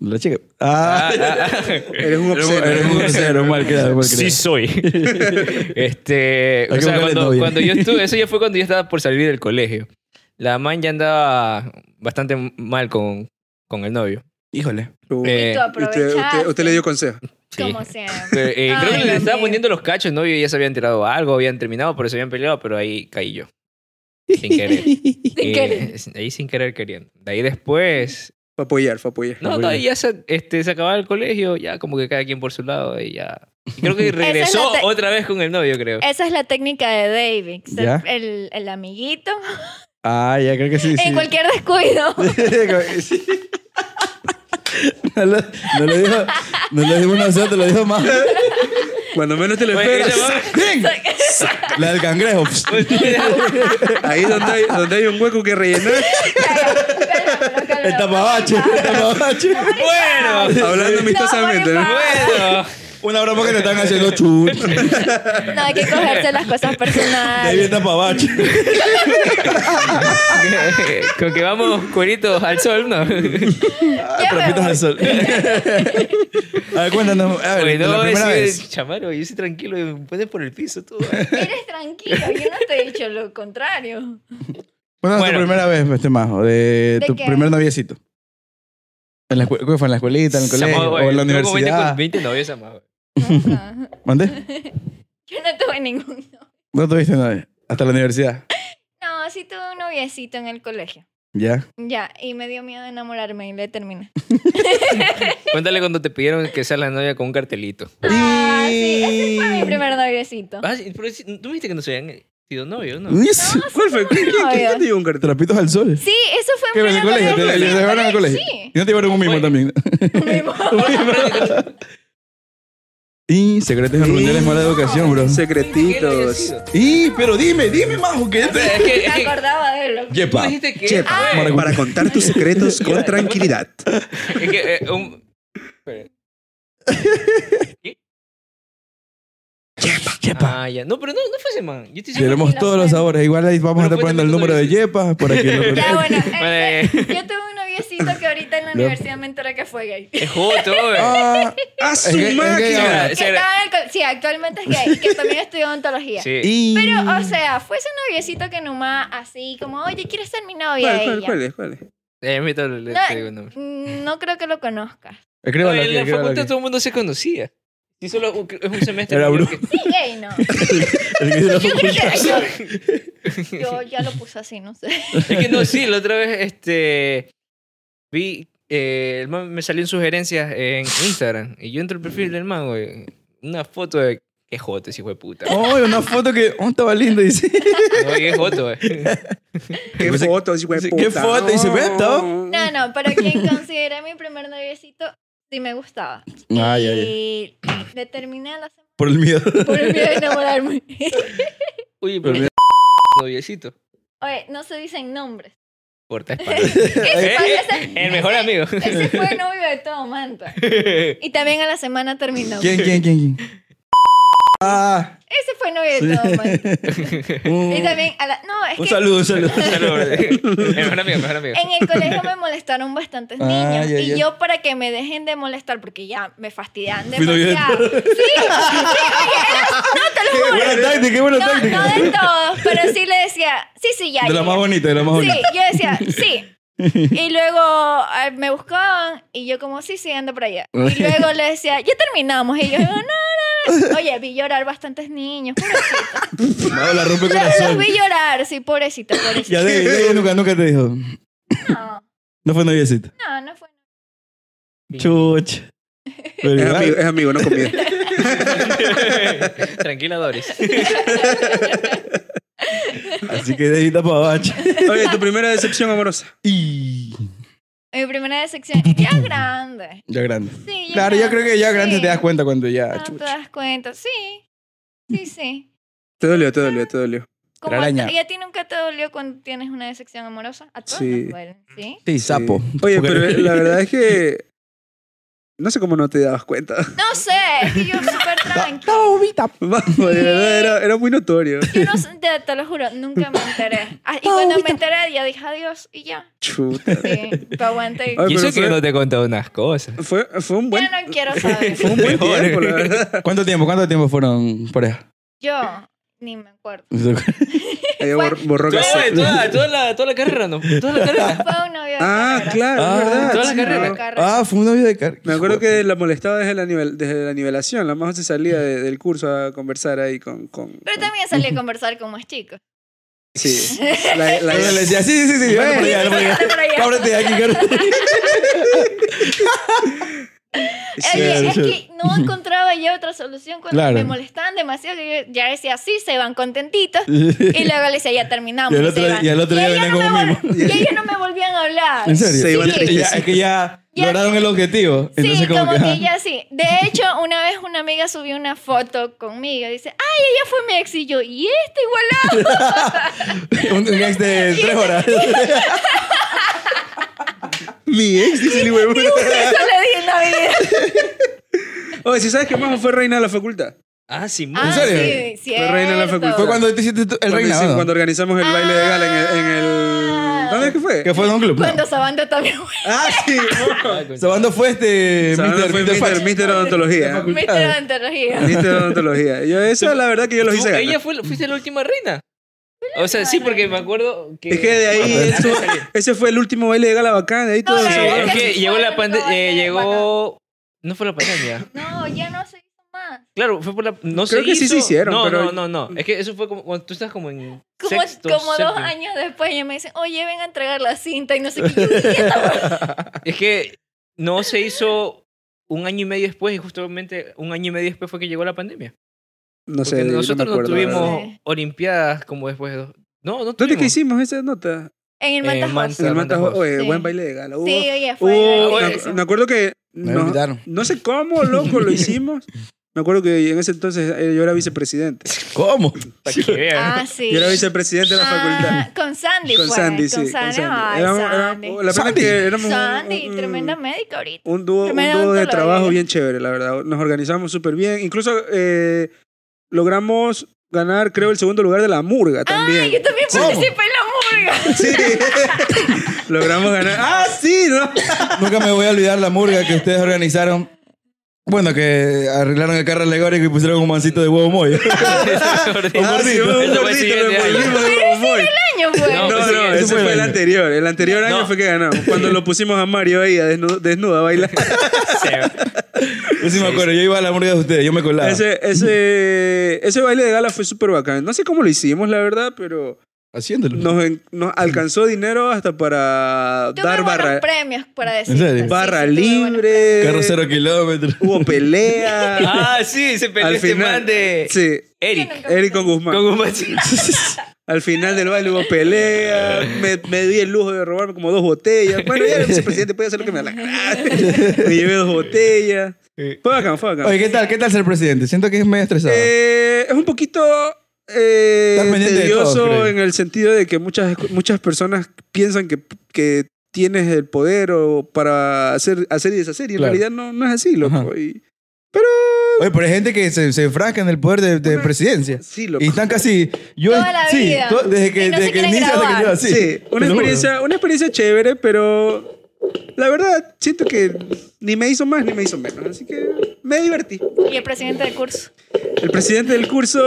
E: La chica. Ah.
F: Ah, ah,
G: Eres un obsceno.
E: Eres un grosero, mal creado, mal creado.
F: Sí soy. este,
E: Hay
F: o
E: que
F: sea,
E: buscarle
F: cuando,
E: novia.
F: cuando yo estuve, eso ya fue cuando yo estaba por salir del colegio. La man ya andaba bastante mal con, con el novio.
E: Híjole.
F: Eh,
H: Y tú
G: Usted, usted,
H: aprovechaste.
G: usted le dio consejo.
F: Sí.
H: Como siempre.
F: Pero, eh, creo
H: Ay,
F: que le
H: Dios
F: estaba
H: mío.
F: poniendo los cachos, ¿no? Y ya se habían tirado algo, habían terminado, pero se habían peleado, pero ahí caí yo. Sin querer. Eh,
H: querer.
F: ahí sin querer queriendo. De ahí después.
G: Fue apoyar, fue apoyar.
F: No, no, ahí ya se, este, se acababa el colegio, ya como que cada quien por su lado, y ya. Y creo que
H: es la
F: regresó
H: te- Eh,
F: otra vez con el novio, creo.
H: Esa es la técnica de David. Ser
E: ¿Ya?
H: El, el amiguito.
E: Ah, ya creo que sí. sí.
H: En cualquier descuido.
E: Sí. no, lo, no lo dijo, no lo dijo una sola, te lo dijo más.
G: Cuando menos te lo
F: Oye,
G: esperas,
F: esa man-
E: ¡Bien! La del cangrejo.
G: ahí donde hay, donde hay un hueco que rellenar,
E: El tapabache. El tapabache.
F: Bueno,
G: hablando amistosamente. ¿no?
F: bueno.
E: Una broma que te están haciendo chuch.
H: No hay que cogerse las cosas
E: De ahí viene
H: personales.
E: el tapabache.
F: Con que vamos cueritos al sol, ¿no?
G: ah,
H: Ya me
E: Trapitos
H: voy.
E: al sol. A ver, cuéntanos. A ver,
F: Bueno,
E: la primera
F: ese-
E: vez.
F: Chamaro, yo soy tranquilo, me pones por el piso tú.
H: Eres tranquilo, yo no te he dicho lo contrario.
E: Cuéntanos
F: Bueno.
E: tu primera vez, este majo, de,
H: ¿De
E: tu
H: qué?
E: primer noviecito. En la, escue- ¿Qué fue? ¿En la escuelita, en el colegio?
F: Chamorro,
E: ¿O en la
F: güey, tengo como
E: universidad?
F: 20 novias, Chamorro.
H: Nunca.
E: ¿Mandé?
H: Yo no tuve ningún novio.
E: No tuviste nadie. Hasta la universidad.
H: No, sí tuve un noviecito en el colegio.
E: Ya.
H: Ya, y me dio miedo de enamorarme y le terminé.
F: Cuéntale cuando te pidieron que seas la novia con un cartelito.
H: Ah, sí, ese fue mi primer noviecito.
F: Ah, sí, pero sí, tú viste que no se habían sido novios, ¿no?
E: Yes.
G: ¿Cuál fue? ¿Quién, quién, quién- quién te dio un cartón?
E: Trapitos al sol.
H: Sí, eso fue
E: ¿Qué
H: mi
E: en el
H: primer
E: colegio? ¿Te, te,
H: noviecito.
E: te llevaron al colegio?
H: Sí.
E: ¿Y no te llevaron un mismo
F: Oye.
E: también? y secretos en reuniones, mala educación, bro.
G: Secretitos.
E: Y, pero dime, dime, majo, que yo
F: Pero
E: te...
F: es que, es
H: Me
F: que
H: acordaba de lo
F: tú
E: Yepa.
F: dijiste que...
G: Chepa,
F: Ah,
E: Para-
G: para contar tus secretos con tranquilidad.
F: es que eh, un-
E: Yepa.
F: Ah, ya. No, pero no, no fue ese man. Yo te
E: Queremos todos los sabores. Igual ahí vamos a
F: Pero
E: estar
F: fue
E: poniendo el
F: también
E: número de
F: tu
E: Yepa por aquí. ¿no?
H: Ya, bueno,
F: Vale.
H: este, yo tuve un noviecito que ahorita en la
E: No.
H: universidad me enteré que fue gay.
F: Es joto, güey.
E: Ah,
G: ¡A
E: Es
G: su
E: que- es que-
G: máquina!
F: Será-
H: Que
F: será-
H: estaba en el co- sí, actualmente es gay, que también estudió ontología.
F: Sí.
E: y...
H: Pero, o sea, fue ese noviecito que nomás así como, oye, ¿quieres ser mi novia?
G: ¿Cuál, cuál,
H: Ella.
G: cuál es? ¿Cuál es?
F: Eh, mí te, le-
H: No,
F: te digo el nombre.
H: mm, No creo que lo conozcas.
E: Escríbalo
F: en
E: aquí,
F: la
E: escríbalo
F: facultad
E: aquí.
F: todo el mundo se conocía. Sí, solo un- es un semestre.
E: Era
F: creo
E: Bru.
F: que-
H: Sí, gay, no.
E: El que hizo la
H: Yo creo que
E: facultad.
H: Yo ya lo puse así, no sé.
F: Es que no, sí, la otra vez este, vi, eh, el man me salió en sugerencias en Instagram y yo entro al perfil del man, güey. Una foto de qué joto ese hijo de puta.
E: Oh, una foto que oh, estaba lindo. Dice,
F: No, qué joto, güey.
G: ¿Qué
E: Pensé-
G: fotos, güey?
E: ¿qué foto? Dice, ve, estaba-
H: No, no, pero quien consideré mi primer noviecito, sí me gustaba.
E: Ay,
H: Y me terminé a la semana
E: por el miedo.
H: por el miedo de enamorarme.
F: Uy, pero mira, noviecito.
H: Oye, no se dicen nombres.
F: Porta espaldas.
G: Eh,
H: Ese, fue- ese-
F: Eh, El mejor amigo.
H: ese fue el novio de todo Manta. Y también a la semana terminó.
E: ¿Quién, quién, quién? quién? Ah,
H: Ese fue el novio de todo Manta. Y
E: un,
H: también a la... No, es
E: un
H: que
E: saludo, un saludo.
F: Saludos, el mejor amigo, el mejor amigo.
H: En el colegio me molestaron bastantes niños.
E: Ah, ya,
H: y
E: ya.
H: yo, para que me dejen de molestar, porque ya me fastidian
E: Fui novio de
H: demasiado. Sí, sí, oye,
E: Qué buena táctica, qué buena
H: no, no
E: táctica.
H: de todos, pero sí le decía, sí, sí, ya.
E: De la
H: ya,
E: más
H: ya.
E: bonita, de la más
H: Sí,
E: bonita.
H: yo decía, sí. Y luego ah, me buscaban y yo como, sí, sí, ando por allá. Y luego le decía, ya terminamos. Y yo, no, no, no. Oye, vi llorar bastantes niños. pobrecitos.
E: No, la rompe
H: Los
E: corazón.
H: vi llorar, sí, pobrecito, pobrecito.
E: Ya, de, de- nunca, nunca te dijo.
H: No,
E: No fue noviecita.
H: no, no fue.
E: Chuch. Pero
G: Es
E: igual,
G: amigo, es amigo, no comida.
F: Tranquila, Doris.
E: Así que dedita para abajo.
G: Oye, tu primera decepción amorosa.
E: Y.
H: Mi primera decepción, ya grande.
E: Ya grande.
H: Sí, ya
E: Claro, yo creo que ya grande
H: sí.
E: te das cuenta cuando ya.
H: Ah, te
E: Chuch.
H: das cuenta, sí. Sí, sí.
G: Te dolió, te dolió, te dolió.
H: Como
E: Pero
H: a-
E: araña.
H: ¿Y a ti nunca te dolió cuando tienes una decepción amorosa? A todos
G: Sí.
H: nos duele, ¿sí?
E: Sí, sapo.
G: Sí. Oye, pero la verdad es que. No sé cómo no te dabas cuenta.
H: No sé, es que yo súper tranqui.
G: Vamos, de verdad, era, era muy notorio.
H: Yo no sé, te, te lo juro, nunca me enteré. Ah, Y cuando me enteré ya dije adiós y ya.
G: Chuta.
H: Sí, te aguanté.
G: Ay,
F: Y eso
G: pero
F: que
G: fue-
F: no te he contado unas cosas.
G: Fue, fue un buen.
H: Yo no quiero saber.
G: Fue un buen
F: Peor.
G: tiempo, la verdad.
E: ¿Cuánto tiempo? ¿Cuánto tiempo fueron pareja?
H: Yo ni me acuerdo.
G: Ahí bor- borró
F: Toda,
G: cassette.
F: toda, toda la, toda la carrera, ¿no? Toda la carrera.
H: Fue un novio de
G: Ah,
H: carrera.
G: claro,
E: Ah,
G: es verdad.
F: toda la
G: sí,
F: carrera.
G: no.
E: Ah, fue un novio de car...
G: Me acuerdo que la molestaba desde la, nivel, desde la nivelación. La más se salía de- del curso a conversar ahí con. con
H: Pero también salí a conversar con más chicos.
G: sí. La, la-
E: Entonces le decía, sí, sí, sí, sí, ven para allá, ven para allá.
H: Ven para allá.
E: Cábrate de aquí, cábrate.
G: sí.
H: Oye, eh, es
E: sí.
H: que no encontraba ya otra solución cuando
E: Claro.
H: me molestaban demasiado. que yo ya decía, sí, se van contentitos. Y luego le decía, ya terminamos.
E: Y al
H: se
E: otro-
H: van.
E: y al otro día
H: ellos
E: venían
H: no
E: con
H: me
E: un
H: vol- Y ellos no me volvían a hablar.
E: ¿En serio?
G: Se iban
E: Ya- ya-
G: tristes.
E: es que ya,
H: Ya-
E: lograron el objetivo.
H: Sí,
E: Entonces,
H: como que
E: ah.
H: ella sí. De hecho, una vez una amiga subió una foto conmigo. Dice, ay, ella fue mi ex. Y yo, y este igualado.
E: un, un ex de tres horas.
G: Mi ex dice el huevón.
H: Eso le dije en la vida.
G: Oye, si sabes que Majo fue reina de la facultad.
F: Ah, sí, muy
H: Ah,
E: serio?
H: Sí,
G: Fue reina de la
H: cierto.
G: facultad.
E: fue cuando te hiciste tú- el
G: Cuando
E: reinado.
G: hicimos- Cuando organizamos el baile de gala en el. en el- ¿Dónde es que fue?
E: Que fue en un club.
H: Cuando Sabanda también.
G: Ah, sí.
E: No. Sabando fue este.
G: Sabana
E: Mr.
G: fue
E: Mr. Fax.
G: Mister, Mister Odontología.
H: Me hizo la antología.
G: Mister Odontología. Yo, eso la verdad que yo los hice ganar.
F: Ella fue, fuiste la última reina. O sea, sí, porque me acuerdo que.
G: Es que de ahí,
F: Bueno,
G: eso- ese fue el último baile de gala bacán. De ahí todo
H: No,
F: Sí,
G: se
H: la-
F: es
G: borró.
F: que llegó la
H: Bueno,
F: pandemia. llegó. No fue la pandemia.
H: No, ya no se hizo más.
F: Claro, fue por la. No
G: Creo
F: se
G: que sí
F: hizo.
G: se hicieron,
F: No,
G: pero-
F: no, no, no. Es que eso fue como. Cuando tú estás como en.
H: Como,
F: sexto,
H: como dos
F: séptimo.
H: años después ya me dicen, oye, ven a entregar la cinta y no sé qué. Yo, "¿Y esta?".
F: Es que no se hizo un año y medio después y justamente un año y medio después fue que llegó la pandemia.
G: No
F: Porque
G: sé, yo no me
F: nosotros no,
G: acuerdo. la verdad.
F: tuvimos
H: Sí.
F: Olimpiadas como después de dos. No, no
G: ¿Dónde
F: tuvimos.
G: que hicimos esa nota?
H: en el Manta
F: Eh, Manta-
H: Hot.
G: En Uh, el Manta
F: Manta Hot.
G: Oye,
H: Sí.
G: buen baile de gala. Hubo-
H: Sí, oye,
G: hubo-
H: fue. la
F: oye,
G: Oh, me, ac-
H: inauguración.
G: me acuerdo que.
E: Me
G: no-
E: invitaron.
G: No sé cómo, loco, lo hicimos. Me acuerdo que en ese entonces eh, yo era vicepresidente.
E: ¿Cómo?
F: Para que vean.
H: ah, sí.
G: Yo era vicepresidente de la
H: Ah,
G: facultad.
H: Con Sandy
G: Con
H: fue.
G: Sandy, sí.
H: Con
G: Con
H: Sandy.
G: Sandy.
H: Ay,
G: Éramos- era-
H: Sandy.
G: la pena
E: Sandy.
G: que éramos un-
H: Sandy,
G: un- un-
H: tremenda médica ahorita.
G: Un dúo, un
H: Tremenda
G: dúo de
H: antología.
G: trabajo bien chévere, la verdad. Nos organizamos súper bien. Incluso eh, logramos ganar, creo, el segundo lugar de la murga también.
H: Ay, yo también
E: ¿Cómo?
H: participé en la murga.
G: Sí. logramos ganar. ¡Ah, sí! ¿no?
E: Nunca me voy a olvidar la murga que ustedes organizaron. Bueno, que arreglaron el carro alegórico y pusieron un mancito de huevo moyo.
F: Gordito.
G: Ah, sí,
F: Eso
G: un
F: fue el
G: gordito,
F: siguiente
G: lo
F: año.
G: envolvimos de huevo moy.
H: Año fue.
F: No,
G: No,
F: pues,
G: no,
F: ese
G: ese
E: fue
G: fue
E: el
G: el
E: año.
G: anterior. El anterior año
F: No.
G: fue que ganamos. Cuando lo pusimos a Mario ahí a desnu- desnuda, a bailar.
F: Se-
E: Yo sí me acuerdo, yo iba a la hamburguesa de ustedes, yo me colaba.
G: Ese, ese, ese baile de gala fue súper bacán. No sé cómo lo hicimos, la verdad, pero
E: Haciéndolo.
G: nos, en- nos alcanzó dinero hasta para
H: Tuve
G: dar
H: buenos
G: barra,
H: premios para decir.
E: serio?
G: barra
H: libres
G: libre.
E: Carro cero kilómetros.
G: Hubo pelea.
F: Ah, sí, se peleó
G: al
F: este
G: final.
F: man de
G: Sí.
F: Eric.
G: Érico Guzmán.
F: Con un machi-
G: Al final del baile hubo pelea. Me, me di el lujo de robarme como dos botellas. Bueno, ya era el vicepresidente, podía hacer lo que me da la gana. Me llevé dos botellas.
E: Eh.
G: Fue bacán, fue bacán.
E: Oye, ¿qué tal? ¿Qué tal ser presidente? Siento que es medio estresado.
G: Eh, es un poquito eh,
E: Estás pendiente de
G: tedioso
E: todo, creo.
G: en el sentido de que muchas, muchas personas piensan que, que tienes el poder o para hacer, hacer y deshacer. Y en
E: Claro.
G: realidad no, no es así, loco.
E: Ajá.
G: Y-
E: Oye, pero hay gente que se, se enfrasca en el poder de, de presidencia.
G: sí, loco.
E: Y están casi. Yo,
H: Toda la
E: sí,
H: vida.
E: to- desde que,
H: Y no
E: desde que
H: se quieren
E: inicia hasta que
H: graduar.
E: lleva
G: Sí, una, experiencia, una experiencia chévere, pero la verdad siento que ni me hizo más ni me hizo menos. Así que me divertí.
H: Y el presidente del curso.
G: El presidente del curso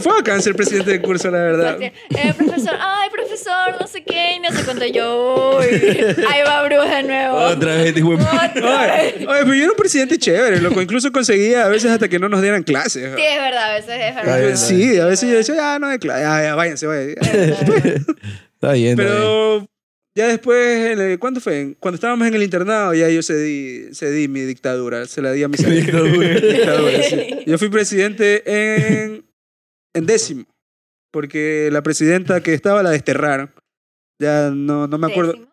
G: fue a ser presidente del curso, la verdad.
H: El eh, profesor, ay, profesor, no sé qué, y no sé cuánto yo. uy, ahí va Bruja de nuevo.
E: Otra vez, este huevón.
H: Otra
G: Oye,
H: vez.
G: oye, pero pues yo era un presidente chévere, loco. Incluso conseguía a veces hasta que no nos dieran clases.
H: Sí, es verdad, a veces es verdad.
E: bien, está
G: Sí, a veces yo decía, ya no hay clases, ya, ya, váyanse, váyanse.
E: Está bien. está bien.
G: Pero ya después, en el- ¿cuándo fue? Cuando estábamos en el internado, ya yo cedí, cedí mi dictadura. Se la di a mis amigos. Dictadura, sí. Yo fui presidente en, en décimo. Porque la presidenta que estaba la desterraron. Ya no, no me acuerdo.
H: Décimo.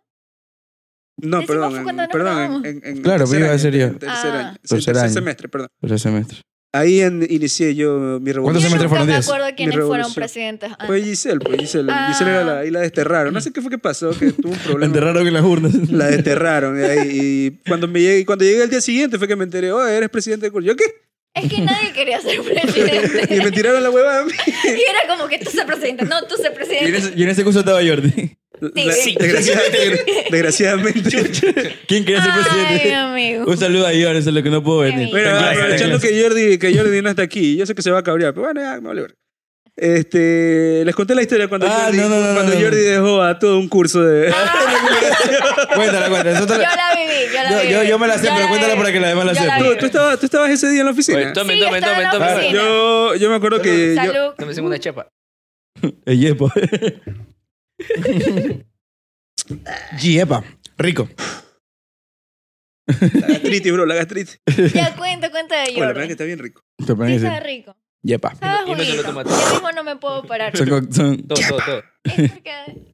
G: No,
H: Décimo
G: perdón.
H: fue
G: en-
H: cuando nos
G: perdón.
H: graduamos.
G: en- en- en
E: Claro,
G: tercer
E: pero iba a
G: año,
E: ser yo.
G: en tercer
H: Ah.
G: año, sí, en
E: Tercer
G: tercer
E: año.
G: semestre, perdón.
E: Otro semestre.
G: Ahí en- inicié yo mi
H: Yo
G: revolución.
E: ¿Cuántos semestres
H: nunca
E: fueron
H: me
E: diez?
H: acuerdo quiénes
G: Mi
H: fueron
G: revolución.
H: presidentes antes.
G: Fue Giselle, pues Giselle.
H: Ah.
G: Giselle era la, ahí la desterraron. No sé qué fue que pasó, que tuvo un
E: Lo
G: problema.
E: enterraron en las urnas.
G: La desterraron. Y, ahí- y cuando, me llegué, cuando llegué al día siguiente fue que me enteré, oh, eres presidente del curso. ¿Yo qué?
H: Es que nadie quería ser
G: Y me
H: presidente.
G: tiraron la hueva a mí.
H: y era como que tú ser presidente. No, tú
E: Y
H: ser
E: en,
H: presidente.
E: ese, y en ese curso estaba Jordi.
G: La-
H: Sí.
G: desgraciadamente. desgraciadamente.
E: ¿Quién quería ser
H: Ay,
E: presidente?
H: amigo.
E: Un saludo a Jordi, eso es lo que no puedo venir.
H: Mira,
G: Bueno,
E: Está en clase, está en
G: aprovechando
E: clase.
G: que Jordi, que Jordi no está aquí, yo sé que se va a cabrear, pero bueno, ya me vale verga. Este, les conté la historia cuando,
E: Ah,
G: Jordi,
E: no, no, no,
G: cuando
E: no, no.
G: Jordi dejó a todo un curso de.
H: Ah.
E: Cuéntala, cuéntala.
H: Yo
E: Nosotros-
H: la viví, yo la
E: Yo-
H: viví.
E: yo- yo me la sé, pero cuéntala
H: viví.
E: para que la demás la
H: Yo
E: sepa.
G: Tú, tú estabas, tú estabas ese día en la
F: Oye,
G: oficina.
F: Tomen,
H: Sí,
F: tomen,
H: estaba en
F: tomen,
H: la
F: tomen.
H: oficina.
G: Yo, yo me acuerdo que. yo-
H: Salud.
F: Tómense una chapa.
E: El Yepo. Yepa. Rico.
G: la gastritis, bro, la gastritis.
H: Ya cuenta, cuenta de
G: Oye, la verdad que
H: Jordi.
G: está bien rico.
E: Te
H: Sí,
E: parece.
H: estaba rico.
E: Yepa.
H: Estaba
F: Y no se lo
H: juguito.
F: toma todo.
H: Yo mismo no me puedo parar.
E: Son co- son-
F: Todo, todo, todo.
H: Es porque-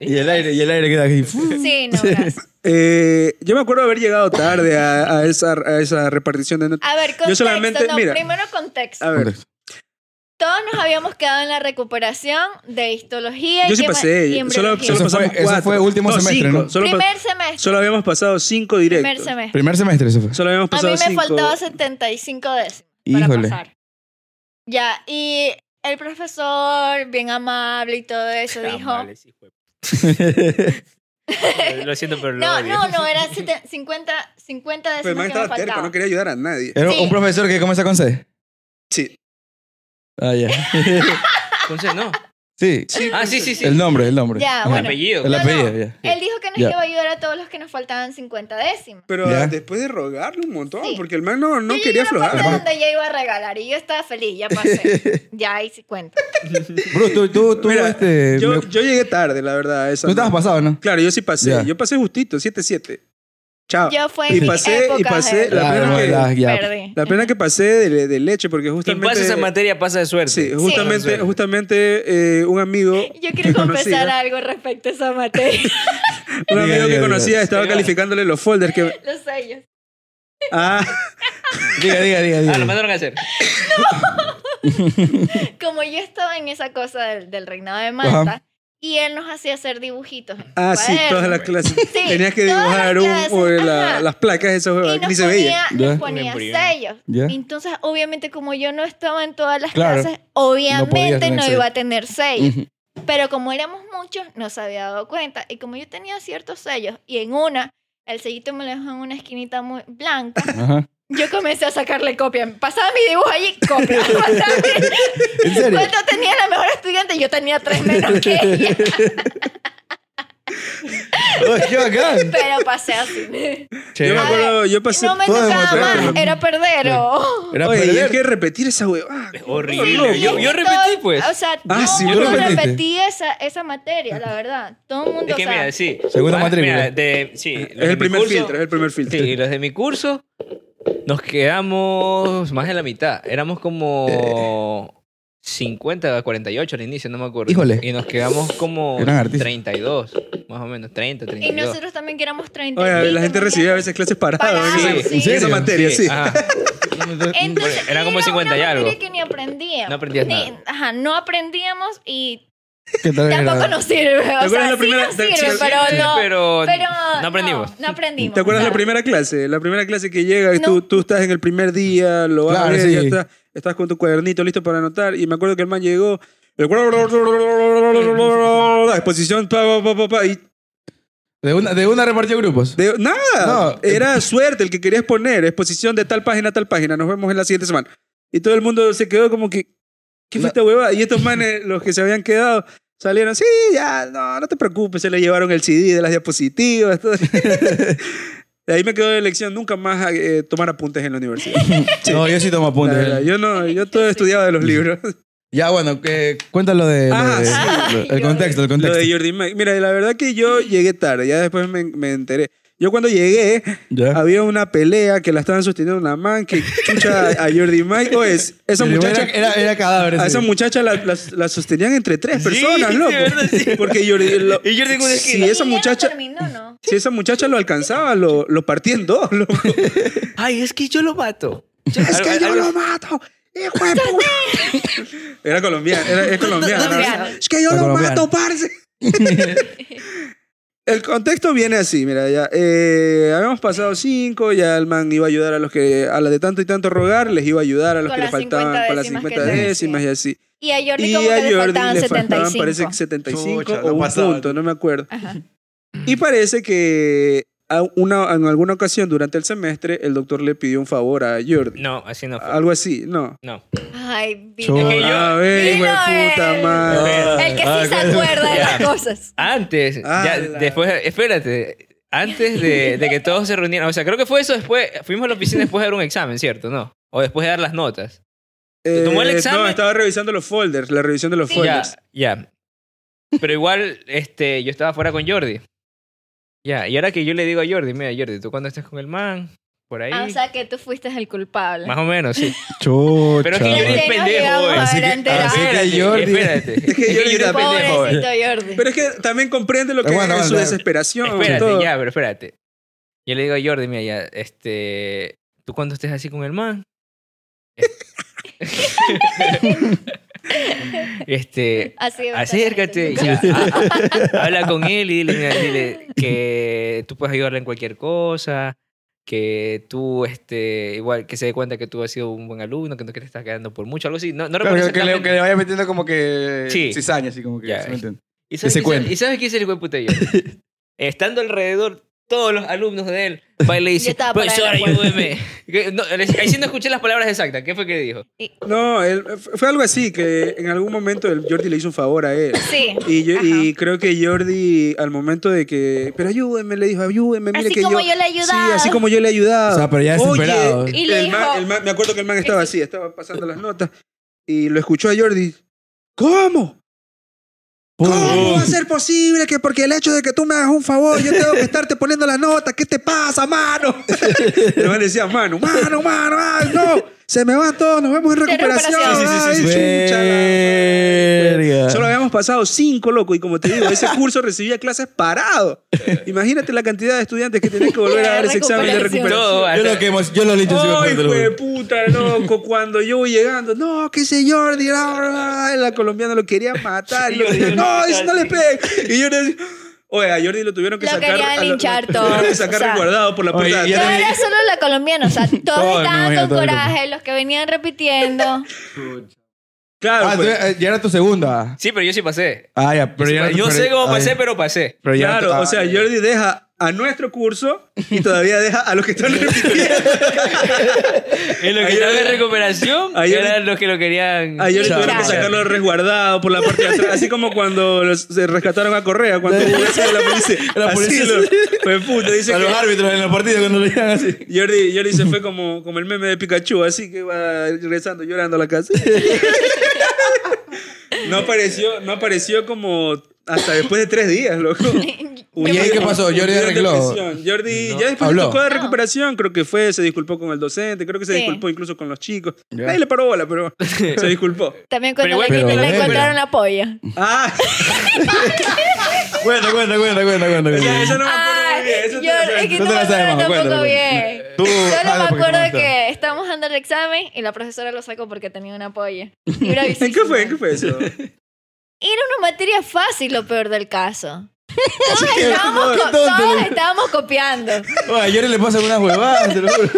E: Y el aire, y el aire queda aquí.
H: Sí, no, gracias.
G: Eh, yo me acuerdo haber llegado tarde a, a esa, a esa repartición de. not-
H: A ver, contexto.
G: solamente-
H: no,
G: mira.
H: primero contexto.
G: A ver,
H: Todos nos habíamos quedado en la recuperación de histología
G: yo
H: y
G: sí
H: quema- y
G: pasé. Solo,
H: embriología.
G: solo
E: Eso fue-
G: pasamos
E: eso
G: cuatro.
E: fue último semestre,
G: cinco.
E: ¿no?
G: Solo, pa-
H: primer semestre.
G: solo habíamos pasado cinco
H: primer
G: directos.
H: semestre.
E: Primer semestre eso fue.
G: Solo habíamos
H: A mí
G: pasado
H: me
G: cinco.
H: faltaba 75 décimos para
E: Híjole.
H: pasar. Ya, y el profesor, bien amable y todo eso, dijo...
F: Tamales, hijo de- Lo siento, pero lo
H: No,
F: odio.
H: no, no, era sete- 50, 50
G: Pero el Pues, man
H: décimos que me
G: estaba terco,
H: faltaban.
G: no quería ayudar a nadie.
E: Era
H: Sí.
E: un profesor que comienza con C.
G: Sí.
E: Ah, ya.
F: Entonces, no.
E: Sí.
F: Ah, sí, sí, sí.
E: El nombre, el nombre. Ajá.
H: Ya,
F: El
H: bueno.
F: apellido.
E: El
H: No,
E: apellido,
H: no.
E: ya.
H: Él dijo que nos
E: Ya.
H: iba a ayudar a todos los que nos faltaban 50 décimos.
G: Pero
E: Ya.
G: ah, después de rogarle un montón,
H: Sí.
G: porque el man no, no
H: Yo
G: quería
H: llegué a la parte
G: aflojar.
H: donde ya iba a regalar y yo estaba feliz, ya pasé. ya ahí sí cuenta.
E: Bro, tú, tú, tú,
G: Mira,
E: este,
G: Yo,
E: me-
G: yo llegué tarde, la verdad. a esa
E: tú estabas
G: noche.
E: pasado, ¿no?
G: Claro, yo sí pasé.
E: Ya.
G: Yo pasé justito, 7-7. Chao.
H: Yo fue en
G: y
H: mi
G: pasé, y
H: época
G: pasé.
H: de-
G: La
E: Claro,
G: pena, que,
E: la- ya.
H: Perdí.
G: la pena que pasé de, de leche, porque
F: Quien
G: justamente.
F: pasa esa materia pasa de suerte. Ah,
G: Sí, justamente,
F: Sí.
G: justamente eh, un amigo.
H: Yo quiero
G: que conocía-
H: confesar algo respecto a esa materia.
G: Un
E: Diga,
G: amigo que
E: diga,
G: conocía
E: diga.
G: estaba
F: Diga.
G: calificándole los folders que.
H: Los sellos.
G: Ah,
E: Diga, diga, diga.
F: Ah, lo
E: diga.
F: mandaron a hacer.
H: Como yo estaba en esa cosa del, del reinado de Malta.
E: Ajá.
H: Y él nos hacía hacer dibujitos. en
G: ah sí,
H: cuaderno.
G: todas las clases.
H: Sí,
G: Tenías que
H: todas las
G: dibujar un,
H: clases,
G: o la-
H: ajá.
G: las placas, esas
H: Y
G: huevas, que ni
H: nos
G: se veía.
H: ponía, nos
E: Ya.
H: ponía
F: Un embrión.
H: sellos.
E: Ya.
H: Entonces, obviamente, como yo no estaba en todas las
E: Claro.
H: clases,
E: podías
H: obviamente
E: tener
H: no,
E: sellos.
H: iba a tener sellos.
E: Ujú.
H: Pero como éramos muchos, no se había dado cuenta. Y como yo tenía ciertos sellos, y en una, el sellito me lo dejó en una esquinita muy blanca,
E: Ajá.
H: yo comencé a sacarle copia. Pasaba mi dibujo allí, copia. Pasaba-
E: ¿En serio?
H: Cuando tenía la mejor estudiante, yo tenía tres menos que ella.
E: Oye, qué bacán.
H: Pero pasé así.
G: Yo
H: Ah,
G: me acuerdo, yo pasé
H: No me
E: todo
H: tocaba
E: democrático.
H: más, era perder o...
E: Era
G: Oye, y
E: perder.
G: hay que repetir esa huevada.
F: Horrible. Yo, yo
H: Es que
F: repetí,
H: todo-
F: pues.
H: O sea,
G: Ah, sí,
H: yo
E: tú
H: no
E: repetiste.
H: repetí esa, esa materia, la verdad. Todo el mundo
F: Es que
H: sabe.
F: mira, sí.
E: Segunda
F: Ah,
E: matrícula.
F: mira, de- sí, los de
G: Es
F: mi
G: el primer
F: curso-
G: filtro, es el primer filtro.
F: Sí, los de mi curso nos quedamos más de la mitad. Éramos como 50 a 48 al inicio, no me acuerdo.
E: Híjole.
F: Y nos quedamos como
E: Eran artistas.
F: 32, más o menos, 30,
H: Y
F: 32.
H: nosotros también que éramos 30. y
G: Oye, la
H: pico,
G: gente
H: ¿no?
G: recibía a veces clases paradas
H: Paradas,
G: en esa-
F: sí.
G: en esa
E: ¿En
G: materia, sí.
F: ajá.
H: Entonces,
F: Era como
H: una
F: 50 y algo.
H: materia que ni aprendíamos.
F: No aprendías
H: Ni-
F: nada.
H: Ajá, no aprendíamos y
E: ¿Qué tal era?
H: tampoco nos sirve. O
G: acuerdas
H: sea,
G: la
H: sí
G: primera-
H: nos
G: te-
H: sirve,
G: sí,
H: pero
F: sí,
H: no.
F: pero
H: pero
F: no aprendimos.
H: No, aprendimos.
G: ¿Te acuerdas
H: o sea,
G: la primera clase? La primera clase que llega y
H: No.
G: tú, tú estás en el primer día, lo vas
E: Claro,
G: a ver,
E: sí.
G: ya estás, estás con tu cuadernito listo para anotar. Y me acuerdo que el man llegó. el exposición, pa, pa, pa, pa, pa, y
E: De una, de una repartió grupos.
G: de- nada.
E: No.
G: Era suerte el que querías poner. Exposición de tal página a tal página. Nos vemos en la siguiente semana. Y todo el mundo se quedó como que. ¿Qué fue
E: No.
G: esta huevada? Y estos manes, los que se habían quedado, salieron. Sí, ya, no, no te preocupes. Se le llevaron el CD de las diapositivas. todo. De ahí me quedó la elección nunca más eh, tomar apuntes en la universidad.
E: No, yo sí tomo
G: La
E: apuntes.
G: verdad, yo no, yo todo estudiaba de los libros.
E: Ya, bueno, que, cuéntalo de, lo
G: Ah,
E: de-
H: sí.
E: lo- el contexto, el
G: Lo
E: contexto.
G: de Jordi Mike. Mira, la verdad que yo llegué tarde, ya después me, me enteré. Yo cuando llegué,
E: Ya.
G: había una pelea que la estaban sosteniendo una man que chucha a Jordi Mike. O es, esa
E: Pero
G: muchacha,
E: era, era, era cadáver.
G: a
E: sí.
G: esa muchacha la, la- la sostenían entre tres
F: Sí,
G: personas,
F: sí,
G: loco.
F: verdad, sí.
G: Porque Jordi, lo-
F: Y Jordi en una
G: si
F: esquina.
G: esa
H: y ya no
G: muchacha,
H: terminó, ¿no?
G: si esa muchacha lo alcanzaba, lo, lo partía en dos, loco.
F: Ay, es que yo lo mato. Yo-
G: Es que
F: algo-
G: yo
F: algo-
G: lo mato. Hijo de puta. Era colombiano, era, es colombiano. ¿no?
H: Colombiano.
G: Es que yo
E: Era
G: lo
E: colombiano.
G: mato, parce. El contexto viene así, mira, ya eh, habíamos pasado cinco, ya el man iba a ayudar a los que, a la de tanto y tanto rogar, les iba a ayudar a los
H: Con
G: que le
H: las 50
G: faltaban para las
H: décimas que
G: 50
H: le
G: décimas y así.
H: Y a Jordi
G: Y
H: como que
G: a
H: le
G: Jordi
H: faltaban
G: le faltaban
H: 75.
G: parece que 75
A: Chucha,
G: o
A: no
G: un
A: pasaba.
G: punto, no me acuerdo.
H: Ajá.
G: Y parece que a una, en alguna ocasión durante el semestre el doctor le pidió un favor a Jordi.
F: No, así no fue.
G: Algo así, no.
F: No.
H: Ay, vino.
E: Chuta.
F: Es que yo-
G: A ver,
H: Vino
G: hijo de puta
H: él.
G: madre.
E: Ah,
H: El que sí se acuerda de las
F: Ya.
H: cosas.
F: Antes,
G: Ah,
F: ya,
G: la-
F: después, espérate. Antes de, de que todos se reunieran, o sea, creo que fue eso después, fuimos a la oficina después de dar un examen, ¿cierto? ¿No? O después de dar las notas.
G: Eh,
F: tomó el examen?
G: No, estaba revisando los folders, la revisión de los
H: Sí.
F: Ya,
G: folders.
F: ya. Pero igual, este, yo estaba fuera con Jordi. Ya, y ahora que yo le digo a Jordi, mira, Jordi, tú cuando estés con el man, por ahí,
H: Ah, o sea que tú fuiste el culpable.
F: más o menos, sí.
E: Chucha.
F: Pero es que Jordi
H: Este
F: es
H: nos
F: pendejo,
H: llegamos
F: güey.
H: a
F: Así
H: ver
F: que-
H: enterado.
E: así que
F: espérate,
E: Jordi-
F: espérate.
G: que Jordi
F: es
G: también-
F: pendejo, güey.
H: Pobrecito Jordi.
G: Pero es que también comprende lo que
E: Aguanta,
G: es en su
E: aguanta.
G: desesperación.
F: Espérate,
G: todo.
F: ya, pero espérate. Yo le digo a Jordi, mira, ya, este. Tú cuando estés así con el man. este.
H: Así
F: Acércate, ya, ha- habla con él y dile, mira, dile que tú puedes ayudarle en cualquier cosa, que tú, este, igual, que se dé cuenta que tú has sido un buen alumno, que no que te estás quedando por mucho, algo así. No, no
E: Claro,
F: recuerdo
E: que, que le,
F: exactamente.
E: que le vaya metiendo como que
F: Sí.
E: cizaña, así como que.
F: Ya,
E: ¿sí me entiendes?
F: ¿Y sabes,
E: se
F: qué-
E: cuente.
F: ¿Y sabes qué es el hijo de puta de Jordi? Estando alrededor todos los alumnos de él, va y le
H: Yo
F: dice, "Pues,
H: estaba por ahí en
F: profesor,
H: la puerta".
F: ayúdeme. Que- no, le- ahí sí no escuché las palabras exactas. ¿Qué fue que dijo?
G: No, él- fue algo así, que en algún momento el Jordi le hizo un favor a él.
H: Sí.
G: Y, yo- y creo que Jordi, al momento de que, pero ayúdenme, le dijo, ayúdenme, mire
H: Así
G: que
H: como
G: yo...
H: yo le he
G: Sí,
H: ayudado.
G: así como yo le he ayudado.
E: O sea, pero ya
G: Oye,
E: desesperado.
G: el-
H: Y le
G: el man-
H: dijo-
G: el man- me acuerdo que el man estaba así, estaba pasando las notas y lo escuchó a Jordi. ¿Cómo? ¿Cómo va a ser posible que porque el hecho de que tú me hagas un favor, yo tengo que estarte poniendo las notas? ¿Qué te pasa, mano? No me decía, mano, mano, mano, ay, no. Se me van todos, nos vemos en recuperación.
H: recuperación.
G: ay, chucha, la-
E: Verga.
G: Solo habíamos pasado cinco, loco, y como te digo, ese curso recibía clases parado. Imagínate la cantidad de estudiantes que tenían que volver a dar ese examen de recuperación.
F: Todo,
E: Yo lo
F: hasta-
E: quemo, yo lo lincho encima
G: ¡Ay,
E: del
G: hijo de
E: pantalón.
G: puta, loco! Cuando yo voy llegando, no, que ese Jordi, la, la, la, "Ah, la colombiana lo quería matar.
F: Sí,
G: lo
F: yo
G: quería-
F: digo,
G: no,
F: no,
G: dice, no le
F: sí.
G: peguen. Y yo le oye, a Jordi lo tuvieron que
H: Lo
G: sacar.
H: querían
G: a lo-
H: linchar
G: lo tuvieron que
H: todos,
G: sacar
H: o sea.
G: resguardado por la
E: Oye,
G: puerta. de
E: y
H: No
G: atrás.
H: era solo la colombiana, o sea, todos
E: Todo, me
H: estaban
E: imagino,
H: con
E: todo el grupo.
H: coraje, los que venían repitiendo.
G: Claro,
E: Ah, tú,
G: pues.
E: eh, ya era tu segunda.
F: Sí, pero yo sí pasé.
E: Ah, ya, pero ya. era tu
F: yo sé
E: primer-
F: cómo
E: ah,
F: pasé,
E: ya.
F: pero pasé.
E: Pero ya era tu-
G: Claro,
E: ah,
G: o sea, Jordi deja a nuestro curso y todavía deja a los que están repitiendo.
F: En lo que
G: Ayer-
F: estaba de recuperación,
G: ayer-
F: eran los que lo querían.
G: Ayer
H: Chao.
G: tuvieron que sacarlo resguardado por la parte de atrás, así como cuando los- se rescataron a Correa, cuando hubo ese de la policía.
E: La policía.
G: Así lo- fue puto, dice
E: A
G: que-
E: los árbitros en los partidos cuando lo llegan así.
G: Jordi, Jordi se fue como, como el meme de Pikachu, así que iba regresando llorando a la casa. No apareció, no apareció como hasta después de tres días, loco.
E: ¿Y
G: eh,
E: ahí qué pasó? Jordi arregló.
G: depresión. Jordi ya después
E: Habló.
G: se tocó de recuperación, creo que fue, se disculpó con el docente, creo que se
H: Sí.
G: disculpó incluso con los chicos.
E: Ya.
G: Nadie le paró bola, pero se disculpó.
H: También cuando
F: Pero
H: le,
E: igual-
H: le
E: pero-
H: encontraron la polla.
G: Ah,
E: Cuenta, cuenta, cuenta, cuenta, cuenta.
G: ya, eso no me acuerdo
H: Ay,
G: muy bien.
H: Ah, yo
G: Eso te lo
H: es
G: sabes.
H: que
E: Tú
H: no
E: te
H: me
E: la sabes,
H: acuerdo
E: mamá,
H: tampoco
E: cuéntalo.
H: bien.
E: Tú,
H: Solo
E: habla
H: me
E: porque
H: acuerdo
E: Ah, no está.
H: que estábamos dando el examen y la profesora lo sacó porque tenía una polla. Y
G: ¿En qué fue? ¿En qué fue eso?
H: Era una materia fácil, lo peor del caso. Todos
E: que-
H: estábamos,
E: qué
H: co-
E: tonto,
H: todos
E: güey.
H: estábamos copiando.
E: Oye, a Jordi le pasa unas huevadas, te lo juro.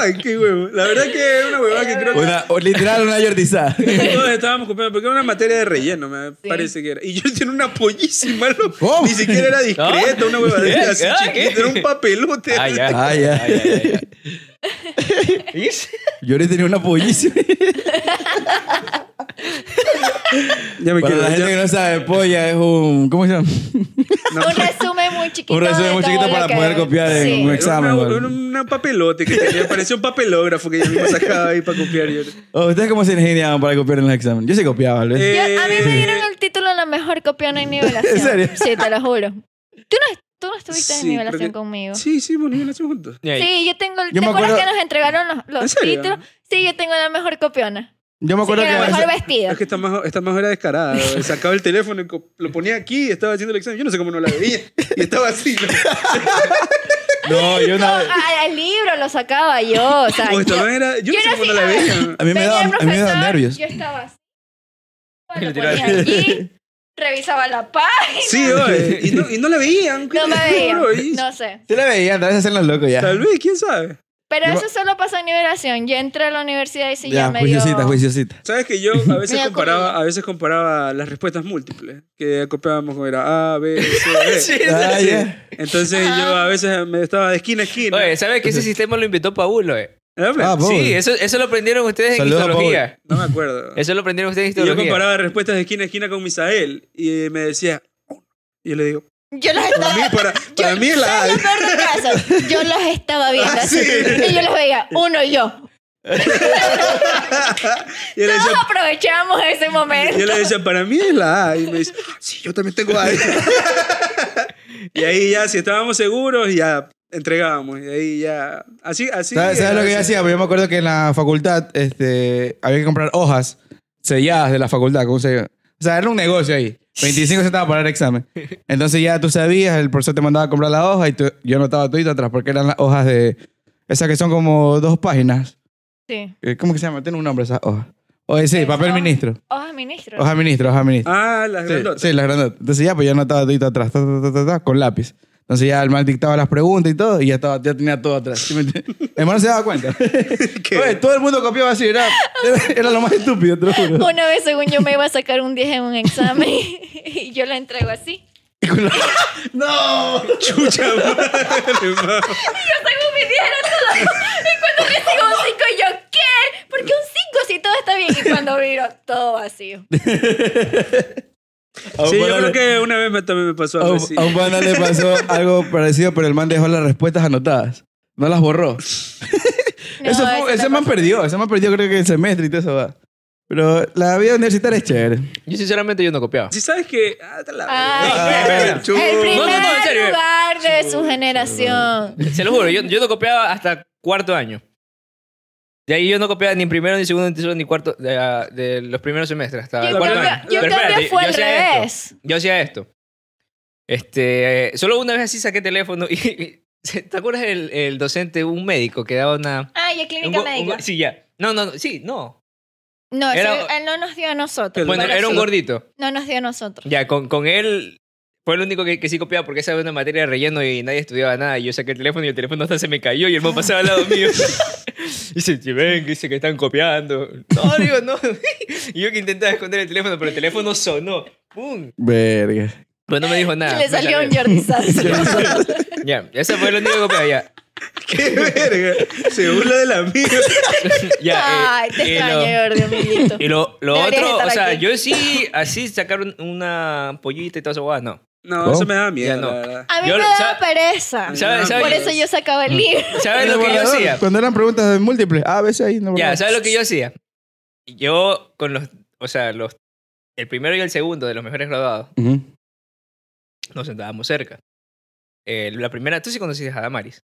G: Ay, qué huevo. La verdad que es una huevada que creo que
E: Una, o literal, una Jordizada.
G: Todos estábamos copiando porque era una materia de relleno, me parece que era. Y yo tenía una pollísima, loco.
E: ¿Cómo?
G: Ni siquiera era discreta,
F: ¿No?
G: una huevadilla así
F: Ah, ¿qué?
G: chiquita, era un papelote.
F: Ay, ay,
E: Ah,
F: ay,
E: ya.
F: ay, ay, ay.
E: Jordi tenía una pollísima.
G: Ya me
E: Para
G: quedo.
E: la gente que no sabe, polla es un. ¿Cómo se llama?
H: Un resumen muy chiquito.
E: Un resumen muy
H: de
E: chiquito
H: todo lo
E: para
H: que-
E: poder copiar en
H: Sí.
E: un ex-
G: Era
E: examen,
G: una,
E: güey.
G: era una papelote que tenía, parecía un papelógrafo que yo mismo sacaba ahí para copiar. Yo.
E: ¿O Oh, ¿Ustedes cómo se ingeniaban para copiar en los exámenes? Yo sí copiaba, ¿vale?
H: Yo- a mí me
G: Eh,
H: dieron el título de la mejor copiona en nivelación.
E: ¿En serio?
H: Sí, te lo juro. Tú no, tú no estuviste
G: Sí,
H: en nivelación
G: creo que-
H: conmigo. Sí.
G: Sí, sí, bueno, yo la hacía juntos.
F: Ay, ay.
H: yo tengo el.
E: Yo
H: ¿Te
E: me
H: acuerdas
E: acuerdo-
H: que nos entregaron los, los
G: ¿En serio?
H: títulos? Sí, yo tengo la mejor copiona.
E: Yo me
H: Sí,
E: acuerdo que.
H: la
E: a
H: mejor
E: veces-
H: vestida.
G: Es que esta más, esta más era descarada. güey. Sacaba el teléfono y co- lo ponía aquí y estaba haciendo el examen. Yo no sé cómo no la veía. Y estaba así. ¿no?
E: No, yo
H: No,
E: una vez.
H: a- al libro lo sacaba yo. O sea,
G: O esta
H: yo-
G: más era. Yo
H: yo
G: no sé
H: era
G: cómo no la
H: así,
G: veía.
E: A mí me
H: Venía el
E: daban a mí me daban
H: profesor,
E: nervios.
H: Yo estaba así.
F: Y le
H: Lo
F: tiraba
H: ponía aquí, revisaba la página.
G: Sí, oye. Y no, y no la veían.
H: No me veía.
G: Bro, y-
H: No sé.
E: Se la veían, a veces hacen los locos ya.
G: Tal vez, quién sabe.
H: Pero
E: Yo me-
H: eso solo pasó en nivelación. Yo entré a la universidad y sí ya,
E: Ya,
H: me dio...
E: juiciosita, juiciosita.
G: Sabes que yo a veces
H: Mira,
G: comparaba,
H: comida.
G: a veces comparaba las respuestas múltiples, que copiábamos como era A, B, C, D.
E: Ah, ya.
G: Entonces yo a veces me estaba de esquina a esquina.
F: Oye, ¿sabes que ese sistema lo inventó Paulo? Eh?
G: Era plan.
E: Ah, Paul.
F: Sí, eso, eso lo aprendieron ustedes en
E: Saludos a
F: histología.
G: no me acuerdo.
F: Eso lo aprendieron ustedes en
G: Y yo
F: histología.
G: comparaba respuestas de esquina a esquina con Misael y me decía, "Oh". y yo le digo,
H: Yo los estaba...
G: para mí, para, para mí es la A.
H: ¿Sabes lo peor del caso? Yo los estaba viendo
G: Ah,
H: así.
G: sí.
H: Y yo los veía, uno y yo.
G: Y yo le
H: Todos
G: decía,
H: aprovechamos ese momento.
G: yo le decía, para mí es la A. Y me dice, sí, yo también tengo A. y ahí ya, si estábamos seguros, ya entregábamos. Y ahí ya, así, así.
E: ¿Sabes, sabes lo que yo
G: así.
E: hacía? Pues yo me acuerdo que en la facultad este, había que comprar hojas selladas de la facultad. ¿cómo se llama? O sea, era un negocio ahí. 25 centavos para el examen. Entonces ya tú sabías, el profesor te mandaba a comprar la hoja y tú- yo anotaba todito atrás porque eran las hojas de... Esas que son como dos páginas.
H: Sí.
E: Eh, ¿Cómo que se llama? Tiene un nombre esas hojas. Oye, sí, papel
H: Hoja-
E: ministro.
H: Hoja ministro.
E: Hoja ministro, hoja ministro.
G: Ah, las
E: Sí,
G: grandotas.
E: sí, las grandotas. Entonces ya, pues yo anotaba todito atrás, ta, ta, ta, ta, ta, con lápiz. Entonces ya el man dictaba las preguntas y todo, y ya, estaba, ya tenía todo atrás. ¿sí me entiendes? el man no se daba cuenta. Oye, todo el mundo copiaba así, era, era lo más estúpido, te lo juro.
H: Una vez, según yo, me iba a sacar un 10 en un examen y yo la entrego así.
E: Y con la- ¡No!
G: Chucha madre, ma.
H: Yo tengo mi 10 en otro lado. Y cuando me sigo un 5, yo, ¿qué? ¿Por qué un 5 si todo está bien? Y cuando viro, todo vacío.
G: Sí, yo creo que una vez me- también me pasó
E: A
G: algo
E: un,
G: así.
E: a un pana le pasó algo parecido, pero el man dejó las respuestas anotadas. No las borró.
H: No,
E: Eso fue-
H: eso
E: ese
H: me
E: man
H: pasó.
E: perdió, ese man perdió creo que el semestre y todo eso va. Pero la vida universitaria es chévere.
F: Yo sinceramente yo no copiaba.
G: Si sabes que... Ah, te la-
H: Ay,
E: Ah,
G: Chu-
H: El primer
F: No, no, no, en serio. eh.
H: lugar de su generación.
F: Se lo juro, yo, yo no copiaba hasta cuarto año. De ahí yo no copiaba ni en primero, ni segundo, ni tercero, ni cuarto, de, ah, de los primeros semestres. Hasta
H: Yo
F: cuarto
H: cambio-
F: año.
H: yo
F: Ah, Pero
H: cambio
F: espérate,
H: fue al
F: hacía esto.
H: revés.
F: Yo hacía esto. Este, eh, solo una vez así saqué teléfono y... ¿Te acuerdas el, el docente, un médico que daba una...
H: Ay, el
F: un
H: Ah, clínica
F: go- un
H: médica.
F: go- sí, ya. No, no, no, sí, no.
H: No,
F: Era- Pues,
H: sí, él no nos dio a nosotros.
G: El-
F: Bueno,
H: pero
F: era un
H: sí,
F: gordito.
H: No nos dio a nosotros.
F: Ya, con, con él fue el único que, que sí copiaba porque esa era una materia de relleno y nadie estudiaba nada. Y yo saqué el teléfono y el teléfono hasta se me cayó y el man pasaba al lado mío. Y dice, "Che, ven, que dice que están copiando. No, digo, no. Y yo que intentaba esconder el teléfono, pero el teléfono sonó. ¡Pum!
E: Verga.
F: Pero no me dijo nada.
H: Y le
F: me
H: salió
F: salvé.
H: un Jordi Sanz.
F: Ya, ese fue lo único que ya.
G: ¡Qué verga! Se burla del amigo.
F: ya
H: Ay,
F: eh,
H: te
F: y lo-
H: extraño, Jordi, amiguito.
F: Y lo, lo
H: Deberías
F: otro,
H: estar
F: o sea,
H: aquí.
F: yo sí, así sacar un- una pollita y todo eso, guau, no.
G: No,
E: ¿Cómo?
G: eso me da miedo,
F: Ya no.
G: la verdad.
H: A mí
F: Yo-
H: me daba
F: ¿sabe-
H: pereza.
F: ¿Sabes Mm.
G: ¿Sabe-
H: Por eso yo sacaba el libro.
F: ¿sabe lo
E: El
F: que yo
E: borrador,
F: hacía?
E: Cuando eran preguntas múltiples, ah, a veces ahí no.
F: Ya, ¿sabes lo que yo hacía? Yo con los, o sea, los, el primero y el segundo de los mejores graduados,
E: Ujú.
F: nos sentábamos cerca. Eh, la primera, tú sí conocías a Damaris.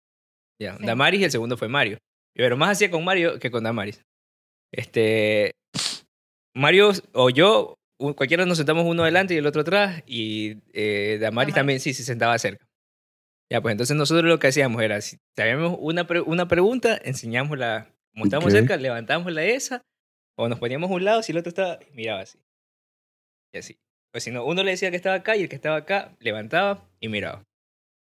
F: Ya,
H: Sí.
F: Damaris y el segundo fue Mario. Pero más hacía con Mario que con Damaris. Este, Mario o yo, u- cualquiera nos sentamos uno adelante y el otro atrás, y eh, Damaris
H: Damaris.
F: también sí se sentaba cerca. Ya, pues entonces nosotros lo que hacíamos era, si sabíamos una, pre- una pregunta, enseñamos la, como estábamos
E: Ok.
F: cerca, levantábamos la esa, o nos poníamos a un lado, si el otro estaba, miraba así. Y así. Pues si no, uno le decía que estaba acá y el que estaba acá levantaba y miraba.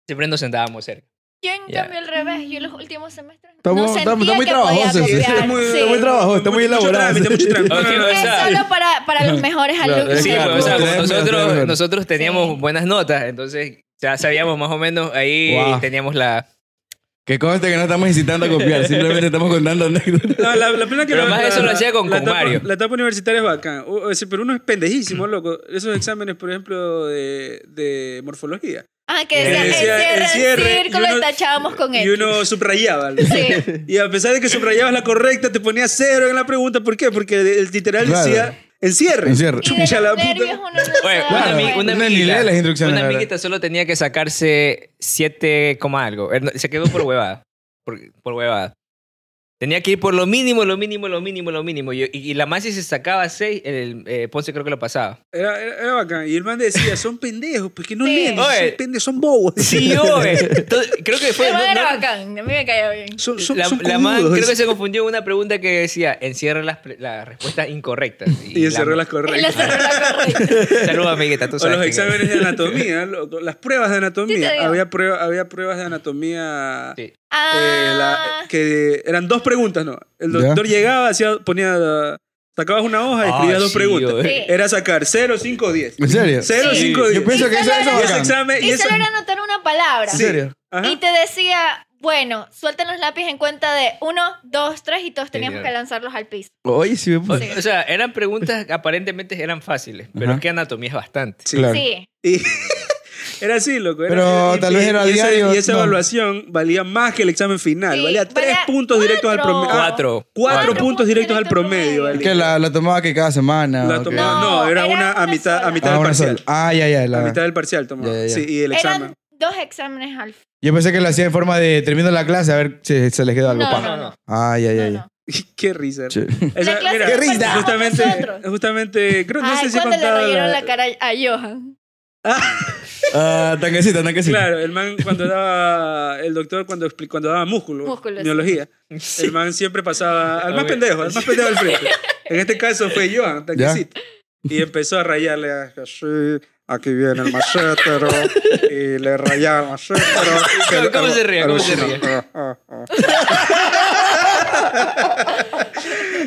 F: Siempre nos sentábamos cerca.
H: Yo en
F: Ya.
H: cambio al revés, yo los últimos semestres
E: Está
H: no
E: muy- está-
H: sentía
E: está muy
H: que podía
E: trabajoso, sí.
H: copiar.
E: Está muy-
H: sí.
E: está muy trabajoso. trabajo, está muy
G: Mucho
E: elaborado.
G: trámite, mucho trámite.
F: Ok,
G: No, no, no.
F: o
H: Es
F: sea,
H: solo para, para los mejores
E: Claro,
H: alumnos.
F: Sí,
E: Claro,
F: pues, o sea,
E: tres
F: como
E: menos, tres
F: nosotros,
E: menos.
F: nosotros teníamos
H: Sí.
F: buenas notas, entonces ya sabíamos más o menos, ahí
E: Guau.
F: teníamos la...
E: Que conste que no estamos incitando a copiar, simplemente estamos contando anécdotas.
G: No, la, la plena que
F: Pero
G: la-
F: más
G: la-
F: eso lo hacía con-
G: la
F: con
G: etapa-
F: Mario.
G: La etapa universitaria es bacán. Uh, O- o sea, pero uno es pendejísimo, loco. Esos exámenes, por ejemplo, de, de morfología.
H: Ah, que
F: Y
H: decía,
G: decía,
H: encierra el
G: encierre, y
H: círculo y
G: uno-
H: tachábamos con
G: Y
H: él.
G: uno subrayaba. loco.
H: Sí.
G: Y a pesar de que subrayabas la correcta, te ponía cero en la pregunta. ¿Por qué? Porque el literal
E: Claro.
G: decía encierre.
E: Encierre.
H: Y de
G: Chucha, la
H: los
G: puta.
H: nervios uno no
F: Bueno,
H: se
F: una,
H: da
E: Claro,
F: ami- una
E: no
F: amiguita,
E: ni lee las instrucciones,
F: una
E: la verdad.
F: amiguita solo tenía que sacarse 7, coma algo. Er, no, Se quedó por huevada. Por, por huevada. Tenía que ir por lo mínimo, lo mínimo, lo mínimo, lo mínimo. Y, y la más si se sacaba 6, el eh, Ponce creo que lo pasaba.
G: Era, era, era bacán. Y el man decía, son pendejos, porque no
H: Sí.
G: leen.
F: Oye.
G: Son pendejos, son bobos.
F: Sí, yo, eh. Entonces, creo que fue.
H: Pero
F: no-
H: era
F: no-
H: bacán, a mí me caía bien.
G: Son, son,
F: la,
G: son
F: la man
G: cojudos.
F: creo que se confundió en una pregunta que decía encierra las, pre- las respuestas incorrectas.
G: Y encerró las
H: Él lo
G: correctas.
H: cerró la correcta.
F: Saludos, amiguita. Tú
G: O
F: sabes
G: los
F: quién eres.
G: exámenes de anatomía, loco, las pruebas de
H: Sí, te
G: anatomía.
H: digo.
G: había, prueba- había pruebas de anatomía
F: Sí.
G: eh,
H: Ah,
G: la- que eran dos preguntas, ¿no? El doctor llegaba, hacía, ponía, sacabas una hoja y
F: Ah,
G: escribías dos
F: sí,
G: preguntas.
F: yo-
H: Sí.
G: Era sacar 0, 5, 10.
E: ¿En serio?
G: 0,
H: Sí.
G: 5, 10.
E: Yo pienso que eso, eso
G: Y
E: es
G: ese
E: bacán.
G: examen. Y
H: y
G: eso,
H: solo era anotar una palabra.
E: ¿En
G: Sí.
E: serio?
G: ajá.
H: Y te decía, bueno, suelten los lápices en cuenta de uno, dos, tres y todos teníamos que lanzarlos al piso.
E: Oye, sí, me
F: O,
E: puse.
F: o sea, eran preguntas que aparentemente eran fáciles, pero
E: Ajá.
F: es que anatomía es bastante.
G: Sí.
E: Claro.
H: Sí.
G: Y- era así, loco. era-
E: Pero
G: y-
E: tal vez
G: y-
E: era
G: y esa-
E: diario,
G: Y esa
E: no.
G: evaluación valía más que el examen final.
H: Sí,
G: valía 3
H: valía
G: puntos directos al promedio.
H: cuatro.
G: Ah,
F: Cuatro.
G: Cuatro
H: Cuatro
G: puntos directos al promedio.
H: promedio.
G: valía.
E: Que la, la tomaba que cada semana.
G: La
E: ¿o qué?
G: tomaba- no, era, una a mitad,
H: sola.
G: a mitad
E: Ah,
G: del
E: una
G: parcial.
E: sola. Ah, ya, ya. la-
G: A mitad del parcial tomaba.
E: Ya, ya, ya.
G: Sí, y el examen.
H: Eran dos exámenes al
E: Yo pensé que lo hacía en forma de terminando la clase a ver si se les quedó algo.
H: No,
E: pa.
H: no, no.
E: Ah, ya, ya,
H: No,
E: ya.
H: no.
G: Qué risa.
E: Sí.
G: Esa-
H: La clase
G: mira,
H: que
E: ¡Qué risa!
G: Justamente,
H: nosotros.
G: justamente, creo, no
H: Ay,
G: sé si he
H: cuando le
G: contado
H: rayaron
G: la-
H: la cara a Johan.
E: Ah, tanquecita, tanquecita.
G: Claro, el man cuando daba, el doctor cuando, expli- cuando daba músculo,
H: Músculo, sí.
G: miología, el man siempre pasaba al más
F: Ok.
G: pendejo, al más pendejo del frente. En este caso fue Johan, tanquecito. Y empezó a rayarle a- así, aquí viene el machetero, y le rayaba el machetero.
F: ¿Cómo- cómo se ríe? ¿Cómo se ríe?
G: Ah, ah, ah.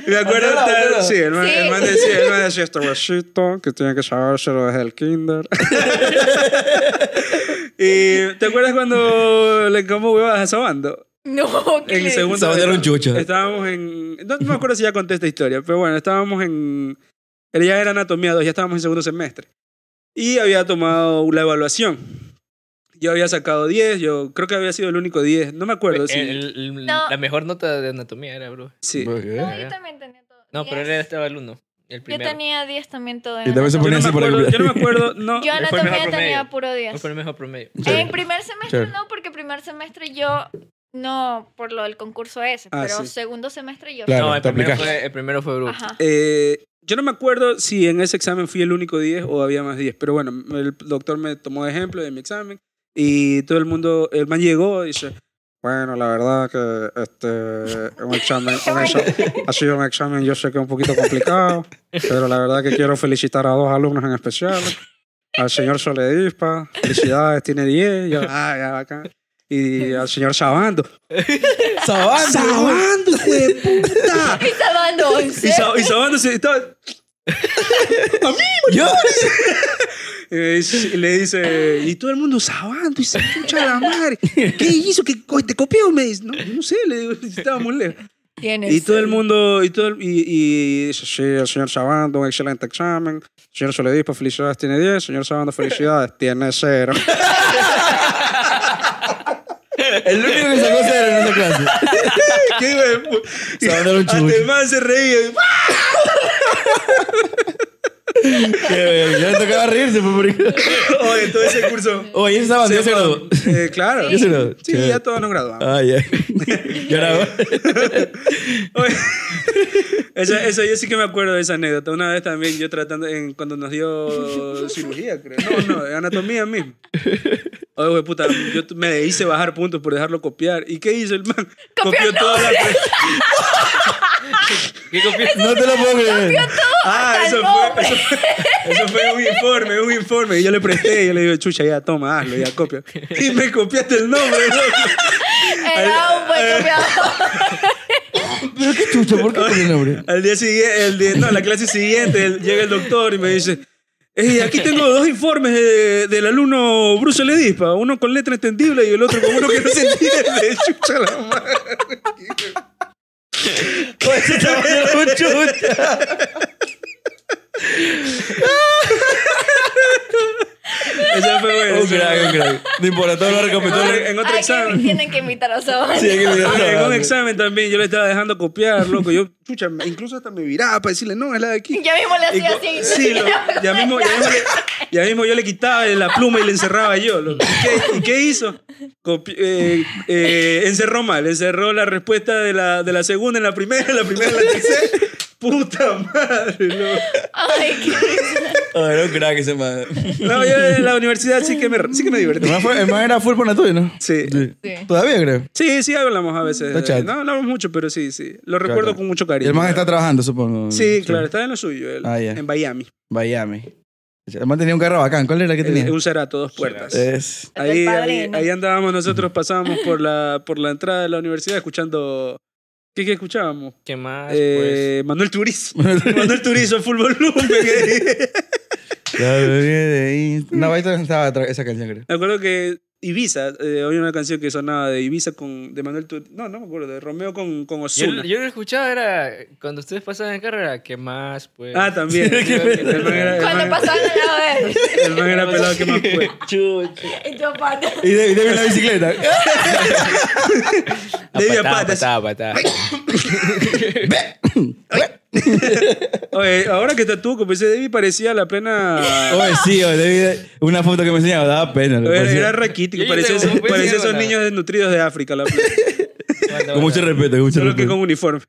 G: Me acuerdo, tal- sí, el man,
H: Sí.
G: el man decía, el man decía, este huesito que tiene que sabérselo desde el kinder. y, ¿te acuerdas cuando le como huevas a Sabando?
H: No,
G: En
H: le-
G: segundo.
E: Sabando era un chucho.
G: Estábamos en, no, no me acuerdo si ya conté esta historia, pero bueno, estábamos en, él ya era anatomía 2, ya estábamos en segundo semestre. Y había tomado la evaluación. Yo había sacado 10, yo creo que había sido el único 10, no me acuerdo. si-
F: El- el-
H: No.
F: La mejor nota de anatomía era, bro.
G: sí.
H: No, yo también tenía todo.
F: No, pero él
H: Diez.
F: estaba el uno. El
H: Yo
F: primero.
H: tenía 10 también todo. en
E: Y también se
G: Yo
E: ponía
H: anatomía.
E: así
G: no, me
E: por
G: acuerdo, yo no me
E: el
G: acuerdo, no.
H: Yo
F: Fue el
H: anatomía
F: mejor
H: tenía
F: promedio.
H: puro
F: No
H: 10.
F: fue el mejor promedio.
E: Chévere.
H: En primer semestre
E: Chévere.
H: no, porque primer semestre yo no por lo del concurso ese,
G: Ah,
H: pero
G: sí.
H: segundo semestre yo.
E: Claro,
F: no, el
E: te
F: primero,
E: aplicaste.
F: fue, el primero fue Bruce.
H: Ajá.
G: Eh, yo no me acuerdo si en ese examen fui el único 10 o había más 10, pero bueno, el doctor me tomó de ejemplo de mi examen y todo el mundo, el man llegó y dice, bueno, la verdad que este, un examen, un exa- ha sido un examen yo sé que un poquito complicado, pero la verdad que quiero felicitar a dos alumnos en especial, al señor Soledispa, felicidades, tiene 10, yo, ah, ya, bacán. Y al señor Sabando.
E: Sabando.
G: ¡Sabando, hijo de puta!
H: Y salvando
G: Eh, Y,
H: 11.
G: Sa- y Sabando se estaba
F: Yo.
G: Eh, y le dice, y todo el mundo sabando, y se escucha la madre. ¿Qué hizo? ¿Qué co- te copió? Me dice, no, no sé, le digo, estaba muy lejos.
H: Tienes
G: Y todo el mundo, y todo el- y, y dice, sí, el señor Sabando, un excelente examen. Señor Soledispo, felicidades, tiene 10. Señor Sabando, felicidades, tiene 0.
E: El único que sacó cero en esa clase.
G: ¿Qué hijo de pu- Ah,
E: Se va a dar un chubucho.
G: Además se reía.
E: Qué verga, Ya le tocaba reírse, pues, porque...
G: Oye, todo ese curso.
E: Oye, ese estaba
G: Sí,
E: yo Ah, se graduó.
G: eh, claro.
E: Yo se graduó.
G: Sí,
E: Chévere.
G: ya todos nos graduamos.
E: Ah, ya. Yo era...
G: Oye, esa, esa yo sí que me acuerdo de esa anécdota. Una vez también yo tratando, en, cuando nos dio cirugía, creo. No, no, anatomía mismo. Oye, güey, puta, yo t- me hice bajar puntos por dejarlo copiar. ¿Y qué hizo el man? Copió todas las... pre-
F: ¿Qué copió?
E: No te lo puedo creer.
G: Ah, eso fue, eso, fue, eso fue un informe, un informe. Y yo le presté y yo le digo, chucha, ya, toma, hazlo, ya, copia. Y me copiaste el nombre, loco.
H: Era un
G: eh,
H: buen copiador.
E: Pero qué chucha, ¿por qué pone el nombre?
G: Al día siguiente, el día, no, la clase siguiente, el- llega el doctor y me dice, "Eh, aquí tengo dos informes de- del alumno Bruce Ledispa, uno con letra entendible y el otro con uno que no se entiende. Chucha la madre.
E: Ese también era un chucha.
G: Esa fue buena.
E: Un
G: esa
E: crack, un
G: fue buena.
E: crack. No importa, todo lo
G: En
E: recapituló.
G: otro, en otro
H: Ay, que
G: examen.
H: tienen que imitar a Saban.
E: Sí, hay que
G: Oye, en un
E: mirar.
G: examen también yo le estaba dejando copiar, loco. Yo, chucha, me- incluso hasta me viraba para decirle, no, es la de aquí.
H: Ya mismo le
G: Y
H: hacía
G: co-
H: así.
G: sí, lo- ya, mismo, ya, mismo le, ya mismo yo le quitaba la pluma y le encerraba yo. loco. ¿Y qué, y qué hizo? Copi- eh, eh, encerró mal, encerró la respuesta de la, de la segunda en la primera, en la primera en la tercera. Puta madre, loco.
H: Ay, qué
E: Ah, Era un crack ese man.
G: No, yo en la universidad sí que me, sí que me divertí.
E: El man fue- el man era full ponatuyo, ¿no?
G: Sí.
H: Sí.
E: Todavía creo.
G: Sí, sí hablamos a veces.
E: Está chato.
G: No hablamos mucho, pero sí, sí. Lo recuerdo
E: Claro.
G: con mucho
E: Y
G: cariño.
E: el man está trabajando, supongo.
G: Sí, claro, está en lo suyo, él,
E: Ah, ya.
G: en Miami.
E: Miami. El man tenía un carro bacán. ¿Cuál era el que tenía? Eh,
G: Un Cerato, dos puertas.
E: Es.
H: El del
G: Ahí, ahí,
H: padrino.
G: ahí andábamos nosotros, pasábamos por la, por la entrada de la universidad escuchando... ¿Qué, qué escuchábamos?
F: ¿Qué más? pues?
G: Eh, Manuel Turizo.
E: Manuel Turizo.
G: Manuel Turizo, full volumen. eh.
E: La bebé de ahí. No, ahí todavía estaba atrás esa canción, creo.
G: me acuerdo que Ibiza, eh, había una canción que sonaba de Ibiza con... De Manuel Turizo. No, no me acuerdo, de Romeo con, con
F: Yo,
G: Ozuna.
F: yo lo escuchaba, era cuando ustedes pasaban en carro, era ¿qué más? Pues.
G: Ah, también. el man era, el
H: Cuando
G: man-
H: pasaban al lado de él.
G: el man era pelado que más fue.
H: Y yo, pata.
E: Y David en la bicicleta.
G: David
F: a
G: Apatas.
F: patada, a patada.
G: Oye, ahora que está tú, como ese David parecía la plena...
E: Oye, sí, oye, David. Una foto que me enseñaba daba pena. lo
G: Era,
E: parecía-
G: era raquítico,
F: Yo
G: parecía,
F: tengo un
G: parecía esos
F: vecino,
G: niños desnutridos de África, la plena.
E: Con mucho respeto, con mucho
G: Solo que
E: respeto.
G: con uniforme.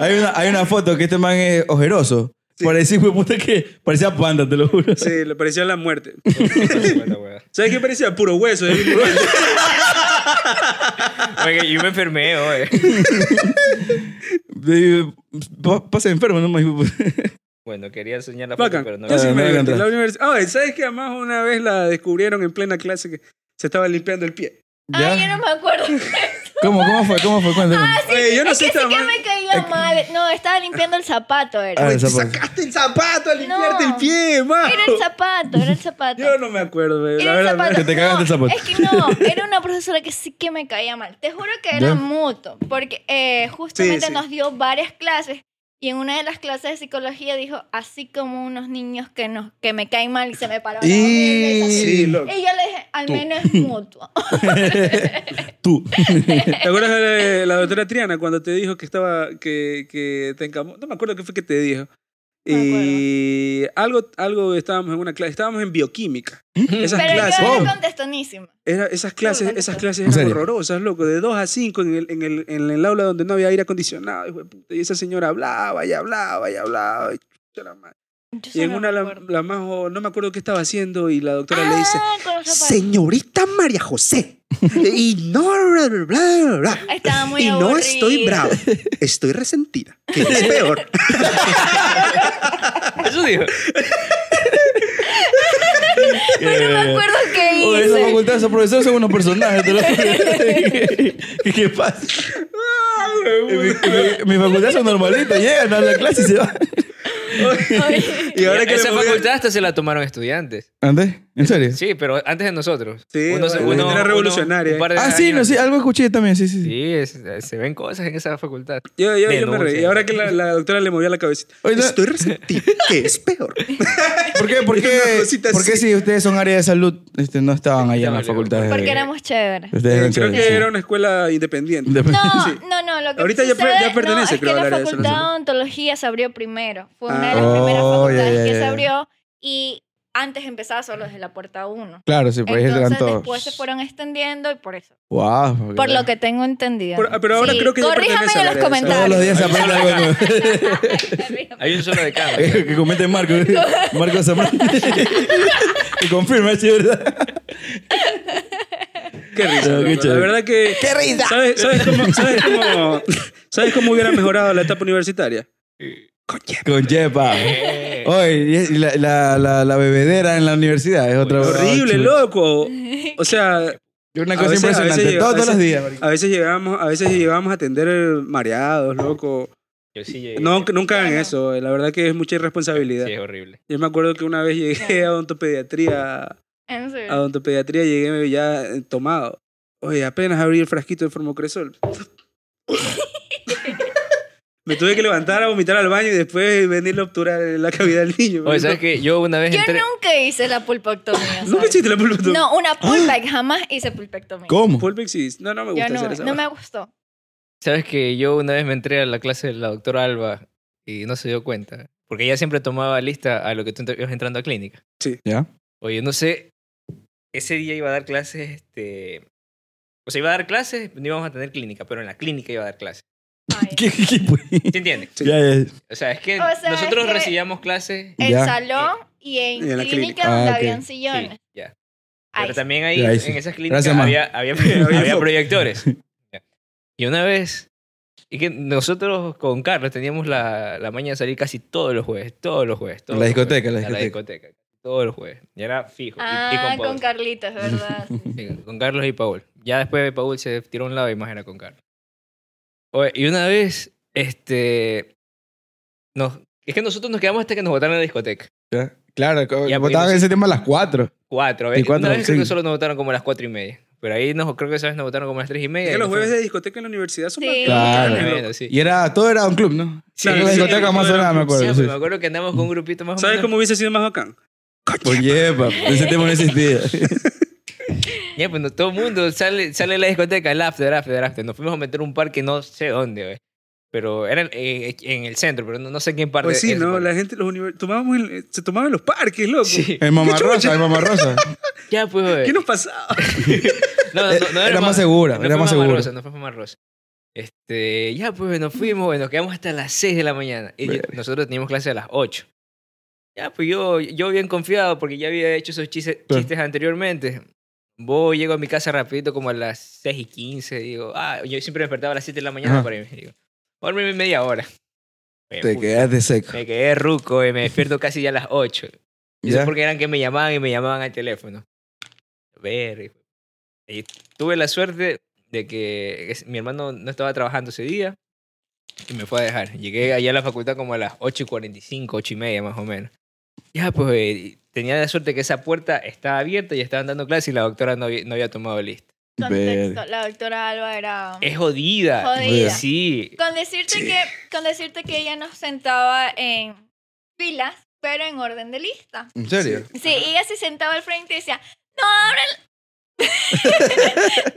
E: Hay una, hay una foto que este man es ojeroso. Parecía, hijo de puta, que parecía panda, te lo juro.
G: Sí, le parecía la muerte.
F: respeto.
G: ¿Sabes qué parecía? Puro hueso. David Lewis.
F: Oiga, yo me enfermé, oye.
E: David, pa- Pasa enfermo, no más. hijo de puta.
F: Bueno, quería enseñar la foto,
G: Bacán.
F: pero no.
G: Yo sí
E: Ah,
G: me
E: no
G: divertí.
E: encontré.
G: La universidad. Ah, ¿sabes qué? Además, una vez la descubrieron en plena clase que se estaba limpiando el pie.
E: ¿Ya?
H: Ay, yo no me acuerdo.
E: ¿Cómo, ¿Cómo fue? ¿Cómo fue? Cuéntame.
G: Oye, yo no
H: Es
G: sé
H: que sí
G: esta
H: que
G: madre-
H: me caía mal. No, estaba limpiando el zapato,
E: Ah,
H: era.
E: el
G: Te
E: zapato.
G: sacaste el zapato al limpiarte
H: No.
G: el pie, majo.
H: Era el zapato, era el zapato.
G: Ah. Yo no me acuerdo, güey.
H: Era
G: La
H: el
G: verdad.
H: zapato.
E: Que te
H: No,
E: cagaste el zapato.
H: Es que no, era una profesora que sí que me caía mal. Te juro que era
E: Ya.
H: mutuo, porque eh, justamente
G: sí.
H: nos dio varias clases y en una de las clases de psicología dijo, así como unos niños que, nos, que me caen mal y se me paró. la
E: Y-
H: oreja y se-
G: Sí, loco.
H: Y yo le dije, al menos es mutuo.
E: Tú.
G: ¿Te acuerdas de la doctora Triana cuando te dijo que estaba, que, que te encamó? No me acuerdo qué fue que te dijo.
H: Me acuerdo.
G: Y algo, algo estábamos en una clase, estábamos en bioquímica. Esas
H: Pero
G: clases. Oh.
H: yo
E: Wow.
H: era contestonísima.
G: Era- esas clases,
H: Claro,
G: esas
H: claro.
G: clases
E: ¿En
G: eran
E: serio?
G: horrorosas, loco. De 2 a 5 en el, en, el, en el aula donde no había aire acondicionado. hijo de puta. Y esa señora hablaba y hablaba y hablaba. Y, chucha la madre.
H: Yo
G: Y en
H: solo
G: una
H: me
G: la,
H: acuerdo.
G: la más, jo- no me acuerdo qué estaba haciendo y la doctora le dice,
H: Ah, con los zapatos.
G: señorita María José. y no, bla, bla, bla, bla.
H: Estaba muy
G: y no estoy
H: aburrida.
G: bravo, estoy resentida. Que es peor.
F: Eso dijo.
H: Pero me acuerdo que
E: Oye, Eh, esa
H: hice.
E: facultad, esos profesores son unos personajes, te lo juro. ¿Qué, qué pasa?
G: Ah,
E: Eh, Mi, mi- mi facultad son normalitos, llegan a la clase y se van.
F: Y ahora que Esa facultad hasta se la tomaron estudiantes.
E: ¿Antes? ¿En serio?
F: Sí, pero antes de nosotros.
G: Sí, vale, era revolucionaria.
F: un par de
E: Ah, sí, no,
F: años.
E: sí, algo escuché también, sí, sí. sí.
F: Sí, es- eh, se ven cosas en esa facultad.
G: Yo, yo, yo me
F: Denuncia.
G: reí. Ahora que la, la doctora le movía la cabecita.
E: Oiga.
G: Estoy resentido. ¿Qué es peor?
E: ¿Por qué, por qué,
G: Una cosita
E: por qué
G: así.
E: si ustedes son área de salud este, no estaban allá en la
F: Vale,
E: facultad? de-
H: Porque éramos chéveres.
E: Ustedes
G: Eh,
E: eran
G: creo
E: chéveres,
G: que
E: sí.
G: era una escuela independiente.
E: Depende.
H: No,
G: Sí.
H: no, no. Lo que
G: Ahorita ya per-
H: sucede-
G: ya pertenece,
H: no, es
G: creo, al
H: que la
G: área de salud.
H: facultad de odontología se abrió primero. Fue una de
G: Ah.
H: las primeras
E: Oh,
H: facultades
E: ya, ya,
H: que se
E: ya.
H: abrió y antes empezaba solo desde la puerta 1.
E: Claro, sí, pues ahí eran
H: Entonces
E: todos.
H: después se fueron extendiendo y por eso.
E: Wow. porque-
H: Por lo que tengo entendido.
G: Por- pero ahora creo que ya
H: Corríjame
G: pertenece
H: en
G: al
H: los
G: área de salud.
H: comentarios.
E: Todos los días se aprende algo nuevo.
H: Corríjame.
F: Hay un solo de cada.
E: que comente Marco. Marco Zambrano. que confirma, sí, ¿verdad?
G: Qué risa.
E: No, qué
G: loco. la
E: chévere.
G: verdad que.
E: ¡Qué risa!
G: ¿Sabes, sabes cómo, sabes, cómo, ¿Sabes cómo hubiera mejorado la etapa universitaria?
E: Con Jepa.
F: Eh,
G: Oh.
E: Oye, y la, la, la, la bebedera en la universidad es otra
G: Horrible,
E: otra-
G: loco. O sea,
E: Oh, Una
G: A
E: cosa
G: veces- a veces
E: impresionante.
G: llega-
E: todos,
G: a
E: todos los
G: veces-
E: días. marico.
G: a veces llegábamos, a veces llegábamos a atender mareados, loco.
F: Yo sí llegué.
G: No, nunca hagan eso. La verdad que es mucha irresponsabilidad.
F: Sí, es horrible.
G: Yo me acuerdo que una vez llegué a odontopediatría
H: En
G: a
H: serio.
G: odontopediatría llegué ya eh, tomado. Oye, apenas abrí el frasquito de formocresol. Me tuve que levantar a vomitar al baño y después venir a obturar la cavidad del niño.
F: Oye, ¿sabes qué? Yo una vez
H: Yo
F: entré...
H: nunca hice la pulpectomía.
G: No me
H: ¿sabes?
G: hiciste la pulpa.
H: No, una pulpa jamás hice pulpectomía.
E: ¿Cómo?
G: Pulpa existe. No, no me
H: Yo
G: gusta
H: no,
G: hacer esa.
H: no
G: vaina.
H: me gustó.
F: ¿Sabes que yo una vez me entré a la clase de la doctora Alba y no se dio cuenta? Porque ella siempre tomaba lista a lo que tú entr- ibas entrando a clínica.
E: ¿Ya?
F: Oye, no sé, ese día iba a dar clases, este... O sea, iba a dar clases, no íbamos a tener clínica, pero en la clínica iba a dar clases.
H: Ay.
E: ¿Qué, qué, qué, pues?
F: ¿Se entiende?
G: Sí.
E: Ya, ya.
F: O sea, es que
H: O sea,
F: nosotros
H: es que-
F: recibíamos clases...
H: El
E: Ya.
H: salón y en,
G: Y en la
H: clínica,
G: clínica.
H: donde
E: Ah, ok.
H: habían
F: Sí,
H: sillones.
F: ya.
H: Ahí
F: Pero también ahí,
E: Ya, ahí sí.
F: en esas clínicas,
E: Gracias, ma.
F: había, había,
G: Había
F: había
G: foco.
F: proyectores. Ya. Y una vez, y que nosotros con Carlos teníamos la, la maña de salir casi todos los jueves, todos los jueves. todos
E: La
F: los jueves,
E: discoteca, la
F: a discoteca, Todos los jueves. Y era fijo. y- y,
H: Ah,
F: con,
H: con
F: Paul.
H: Carlitos, ¿verdad?
F: Sí, con Carlos y Paul. Ya después Paul se tiró a un lado y más era con Carlos. Oye, y una vez, este... Nos, es que nosotros nos quedamos hasta que nos botaron en la discoteca.
E: Ya. Claro,
F: Ya,
E: votaban
F: porque no
E: en
F: sé-
E: ese tiempo a las 4.
F: Cuatro, ¿ves?
E: Sí, cuatro,
F: Una vez creo que
E: sí.
F: solo nos votaron como a las cuatro y media. Pero ahí nos, creo que esa vez nos votaron como a las tres y media.
G: Es que
F: y
G: los
F: nos
G: jueves
F: fuimos.
G: de discoteca en la universidad son
H: Sí.
G: bacanes,
E: Claro.
G: loco.
F: Tremendo, sí.
E: Y era, todo era un club, ¿no?
F: Sí,
E: era la
F: sí,
E: discoteca
G: sí,
E: más
G: todo era
E: sonada,
G: un
E: me
G: club,
E: acuerdo.
F: Siempre,
E: sí.
F: me acuerdo que andamos con un grupito más o
G: ¿Sabes
F: menos.
G: cómo hubiese sido más bacán?
E: Oye, pa, ese tiempo no existía.
F: Ya, pues no, todo el mundo sale, sale de la discoteca, el after, after, after. Nos fuimos a meter un parque no sé dónde, güey. Pero era eh, en el centro, pero no, no sé en qué parte.
G: Pues sí,
F: es,
G: ¿no?
F: güey.
G: La gente, los univers- tomábamos en- eh, se tomaban en los parques, loco.
F: Sí.
E: El mamá rosa, el mamá rosa.
F: Ya, pues, güey.
G: ¿Qué nos pasaba?
F: No, no, no, no
E: Eh, Era más segura,
F: no
E: era
F: fue
E: más
F: Mamá
E: segura.
F: Rosa, no fue más rosa. Este, ya, pues, güey, nos fuimos, güey, nos quedamos hasta las 6 de la mañana. Y
E: Verga.
F: nosotros teníamos clase a las 8. Ya, pues yo, yo bien confiado porque ya había hecho esos chistes,
E: Claro.
F: chistes anteriormente. Voy, llego a mi casa rapidito como a las 6 y 15. Digo, ah, yo siempre me despertaba a las 7 de la mañana
E: Ajá.
F: para irme. Digo, voy a dormirme media hora. Oye,
E: Te
F: puta,
E: quedaste seco.
F: Me quedé ruco y me despierto casi ya a las 8. Y eso
E: ¿Ya?
F: porque eran que me llamaban y me llamaban al teléfono. Ver. hijo. Y tuve la suerte de que es- mi hermano no estaba trabajando ese día y me fue a dejar. Llegué allá a la facultad como a las 8 y 45, 8 y media más o menos. Ya, pues eh, y tenía la suerte que esa puerta estaba abierta y estaban dando clases y la doctora no había, no había tomado lista.
E: Verga.
H: Contexto, la doctora Alba era...
F: Es jodida.
H: Jodida.
F: Sí.
H: Con decirte, que, con decirte que ella nos sentaba en filas, pero en orden de lista.
E: ¿En serio?
H: Sí, y ella se sentaba al frente y decía, no abren...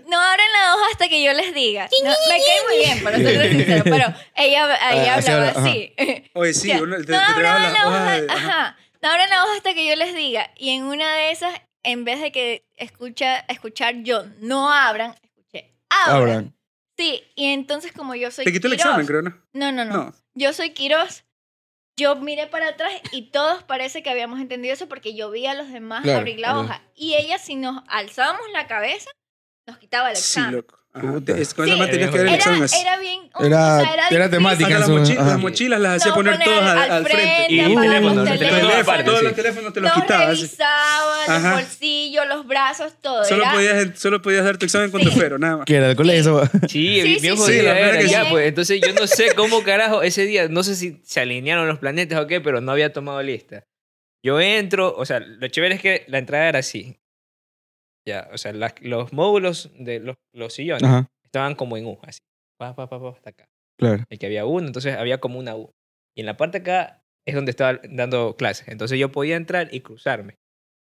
H: no abren la hoja hasta que yo les diga. No, me cae muy bien, para ser sincero, pero ella, ella
E: Ah, o sea,
H: hablaba
E: ajá.
H: así.
G: Oye, sí,
H: Ya.
G: uno- te, te
H: no
G: entregaban
H: abran
G: las
H: la
G: hojas
H: hoja,
G: de- ajá.
H: ajá. No abran la hoja hasta que yo les diga. Y en una de esas, en vez de que escucha, escuchar yo, no abran, escuché, abran.
E: Abran.
H: Sí, y entonces como yo soy
G: Te quitó el
H: Quirós-
G: examen, creo, ¿no?
H: No, no, no,
G: No.
H: Yo soy Quirós. Yo miré para atrás y todos parece que habíamos entendido eso porque yo vi a los demás
E: Claro,
H: abrir la
E: claro.
H: hoja. Y ella, si nos alzábamos la cabeza, nos quitaba el
G: Sí,
H: examen.
G: loco. Ajá, te- es- Con esas
H: Sí.
G: más tenías que dar
H: Era,
G: exámenes.
H: era bien. o
E: Era-
H: sea,
E: era
H: difícil
E: temática.
G: Hasta las,
E: Ajá.
G: mochi- las mochilas las hacía
H: No
G: poner,
H: poner
G: todas al,
H: al
G: al frente.
H: frente,
F: Y
H: abajo,
F: teléfono,
H: teléfono,
F: teléfono
H: todas
F: aparte,
G: todos
F: sí.
G: los teléfonos te los
H: Los
G: quitabas.
H: revisaba,
G: Ajá.
H: los bolsillos, los brazos, todo.
G: Solo
H: era-
G: podías, solo podías dar tu examen con tu
H: Sí.
G: fuero, nada más.
E: ¿Qué era el colegio?
F: Sí,
H: Sí,
F: bien
H: sí,
G: sí.
F: jodida
G: Sí, la
F: era,
G: verdad que
F: ya,
H: sí.
F: pues. Entonces yo no sé cómo carajo ese día, no sé si se alinearon los planetas o qué, pero no había tomado lista. Yo entro, o sea, lo chévere es que la entrada era así. Ya, o sea, las- los módulos de los, los sillones
E: Ajá,
F: estaban como en U, así. Pa, pa, pa, pa, hasta acá.
E: claro.
F: El que había uno, entonces había como una U. Y en la parte de acá es donde estaba dando clases. Entonces yo podía entrar y cruzarme.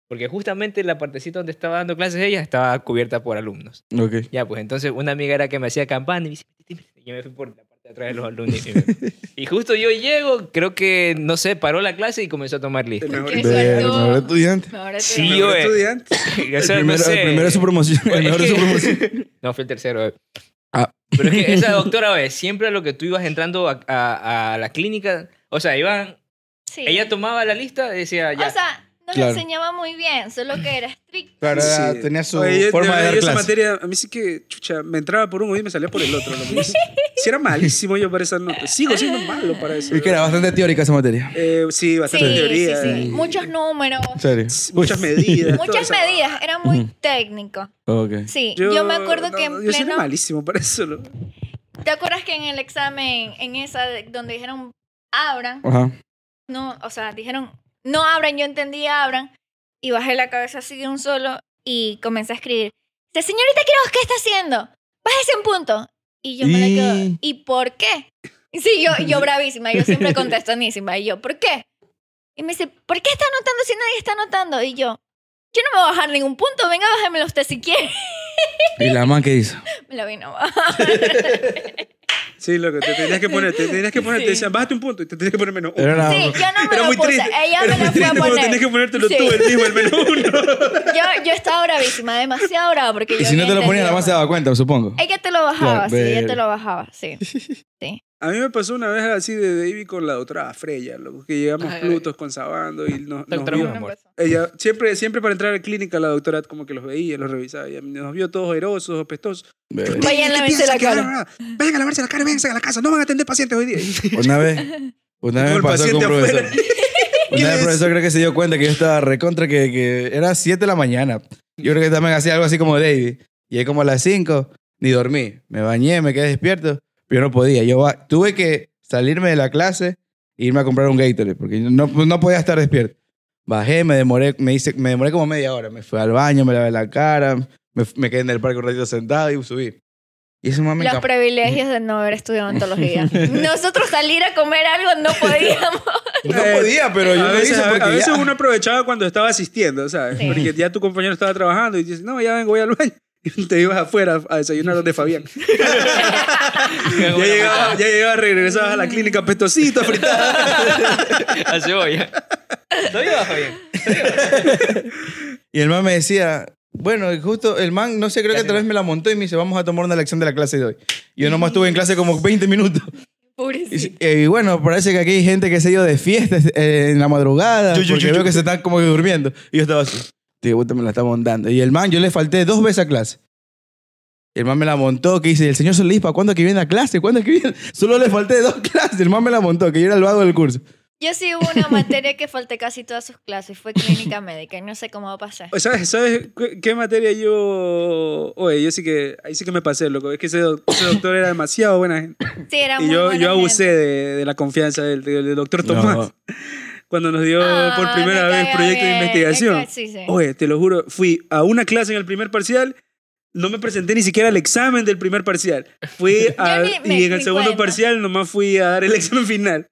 F: Porque justamente la partecita donde estaba dando clases ella estaba cubierta por alumnos.
E: Ok.
F: Ya, pues entonces una amiga era que me hacía campana y me dice, "Vete, vete". Y yo me fui por la parte de atrás de los alumnos. y me- Y justo yo llego, creo que, no sé, paró la clase y comenzó a tomar lista.
G: El mejor,
H: Qué
G: el
E: Ver,
H: suerte.
E: mejor estudiante.
H: Ahora te-
F: Sí,
G: mejor
F: yo, eh.
G: estudiante.
F: O
E: El
F: sea, no
E: primero,
F: sé. Pues
E: el primero de su promoción. El mejor de su promoción. Ah.
F: No, fue el tercero. eh. Pero es que esa doctora, ve, siempre a lo que tú ibas entrando a, a- a la clínica, o sea, iban,
H: sí.
F: ella tomaba la lista y decía, ya.
H: O sea, nos
E: Claro.
H: enseñaba muy bien, solo que era estricto.
E: Claro, era-
G: Sí.
E: tenía su
G: Oye, yo-
E: forma
G: yo-
E: de dar
G: yo esa
E: clase.
G: materia, a mí sí que, chucha, me entraba por un oído y me salía por el otro. Si era malísimo yo para esa nota. Sigo siendo malo para eso.
E: Es que era bastante teórica esa materia.
G: Eh, sí,
H: Sí,
G: bastante
H: sí,
G: teoría.
H: sí.
G: y
H: Muchos números,
E: ¿En serio?
G: Muchas
E: Uy.
G: medidas. toda
H: muchas
G: esa-
H: medidas. Era muy
E: Ujú.
H: técnico.
E: Ok.
H: Sí, yo, me acuerdo
G: no,
H: que en
G: Yo sí era
H: pleno.
G: malísimo para eso. ¿no?
H: ¿Te acuerdas que en el examen, en esa de- donde dijeron abran,
E: Ajá.
H: no, o sea, dijeron no abran, yo entendí abran, y bajé la cabeza así de un solo y comencé a escribir. Dice, señorita Quiroz, ¿qué está haciendo? Bájese un punto. Y yo me la quedo.
E: Y-
H: ¿Y por qué? Y Sí, yo, yo bravísima, yo siempre contestonísima. Y yo, ¿por qué? Y me dice, ¿por qué está anotando si nadie está anotando? Y yo, yo no me voy a bajar ningún punto, venga, bájemelo usted si quiere.
E: ¿Y la man qué hizo?
H: Me lo vino a bajar.
G: Sí, loco, te tenías que poner, te tenías que poner,
H: Sí.
G: te decían, bájate un punto y te tenías que poner menos uno.
E: Era una-
H: Sí, yo no me
G: Ah, Era
H: lo
G: muy
H: puse.
G: triste.
H: Ella
G: Era muy
H: me lo fue a
G: triste cuando tenías
H: poner.
G: que ponértelo
H: Sí.
G: tú, ¿eh? el mismo, el menos uno.
H: Yo, yo estaba bravísima, demasiado brava porque
E: Y
H: yo
E: si no
H: había
E: te lo ponías, la
H: entendido
E: man se daba cuenta, supongo.
H: mal. Ella te lo bajaba,
E: Claro,
H: sí, ella te
E: verga.
H: lo bajaba, sí.
G: A mí me pasó una vez así de David con la otra Freya, loco, que llegamos
F: Ay,
G: Plutos con Sabando y nos, nos
F: Doctora
G: vio-
F: Amor.
G: Ella siempre, siempre para entrar a la clínica la doctora como que los veía, los revisaba y nos vio todos erosos, apestosos.
E: Ve.
H: Vayan a lavarse la cara.
G: Vengan a lavarse la cara, vengan a la casa, no van a atender pacientes hoy día.
E: Una vez, una vez
G: Con el
E: me pasó con
G: paciente
E: un profesor.
G: afuera.
E: Una vez
G: es?
E: el profesor creo que se dio cuenta que yo estaba recontra, que, que era 7 de la mañana. Yo creo que también hacía algo así como David. Llegué como a las 5, ni dormí. Me bañé, me quedé despierto, pero yo no podía. Yo va- tuve que salirme de la clase e irme a comprar un Gatorade, porque no, no podía estar despierto. Bajé, me demoré, me, hice, me demoré como media hora. Me fui al baño, me lavé la cara, me, me quedé en el parque un ratito sentado y subí. Y ese mami
H: Los privilegios de no haber estudiado ontología. Nosotros salir a comer algo no podíamos.
E: No podía, pero yo
G: a
E: lo
G: veces,
E: hice
G: a-
E: porque
G: a veces
E: ya.
G: uno aprovechaba cuando estaba asistiendo, ¿sabes?
H: Sí.
G: Porque ya tu compañero estaba trabajando y dices, no, ya vengo, voy al baño. Y te ibas afuera a desayunar donde Fabián. ya llegabas, ya llegabas, regresabas a la clínica pestosito, fritada.
F: A cebolla. No iba bien.
E: Y el man me decía, bueno, y justo el man, no sé, creo que
F: Casi
E: tal vez me la montó y me dice, vamos a tomar una lección de la clase de hoy. Y yo nomás estuve en clase como 20 minutos. Y,
H: Pobrecito.
E: y bueno, parece que aquí hay gente que se ha ido de fiestas eh, en la madrugada,
G: Yo, yo,
E: porque
G: yo,
E: veo
G: yo.
E: que se están como que durmiendo. Y yo estaba así, tío, puta, me la está montando. Y el man, yo le falté dos veces a clase. Y El man me la montó, que dice, el señor Solís, ¿para cuándo es que viene a clase? ¿Cuándo es que viene? Solo le falté dos clases. El man me la montó, que yo era el vago del curso.
H: Yo sí hubo una materia que falté casi todas sus clases, fue clínica médica y no sé cómo va a pasar.
G: ¿Sabes, ¿Sabes qué- qué materia yo... Oye, yo sí que... Ahí sí que me pasé, loco. Es que ese, doc- ese doctor era demasiado buena gente.
H: Sí, era
G: Y
H: muy
G: yo,
H: buena
G: yo abusé
H: gente.
G: de, de la confianza del, del- del doctor Tomás.
E: No.
G: Cuando nos dio
H: Ah,
G: por
H: me
G: primera vez
H: caía
G: proyecto de
H: bien.
G: investigación.
H: Es que- sí, sí.
G: Oye, te lo juro, fui a una clase en el primer parcial, no me presenté ni siquiera al examen del primer parcial. Fui a,
H: ni me
G: y en el
H: di
G: segundo
H: cuenta.
G: parcial nomás fui a dar el examen final.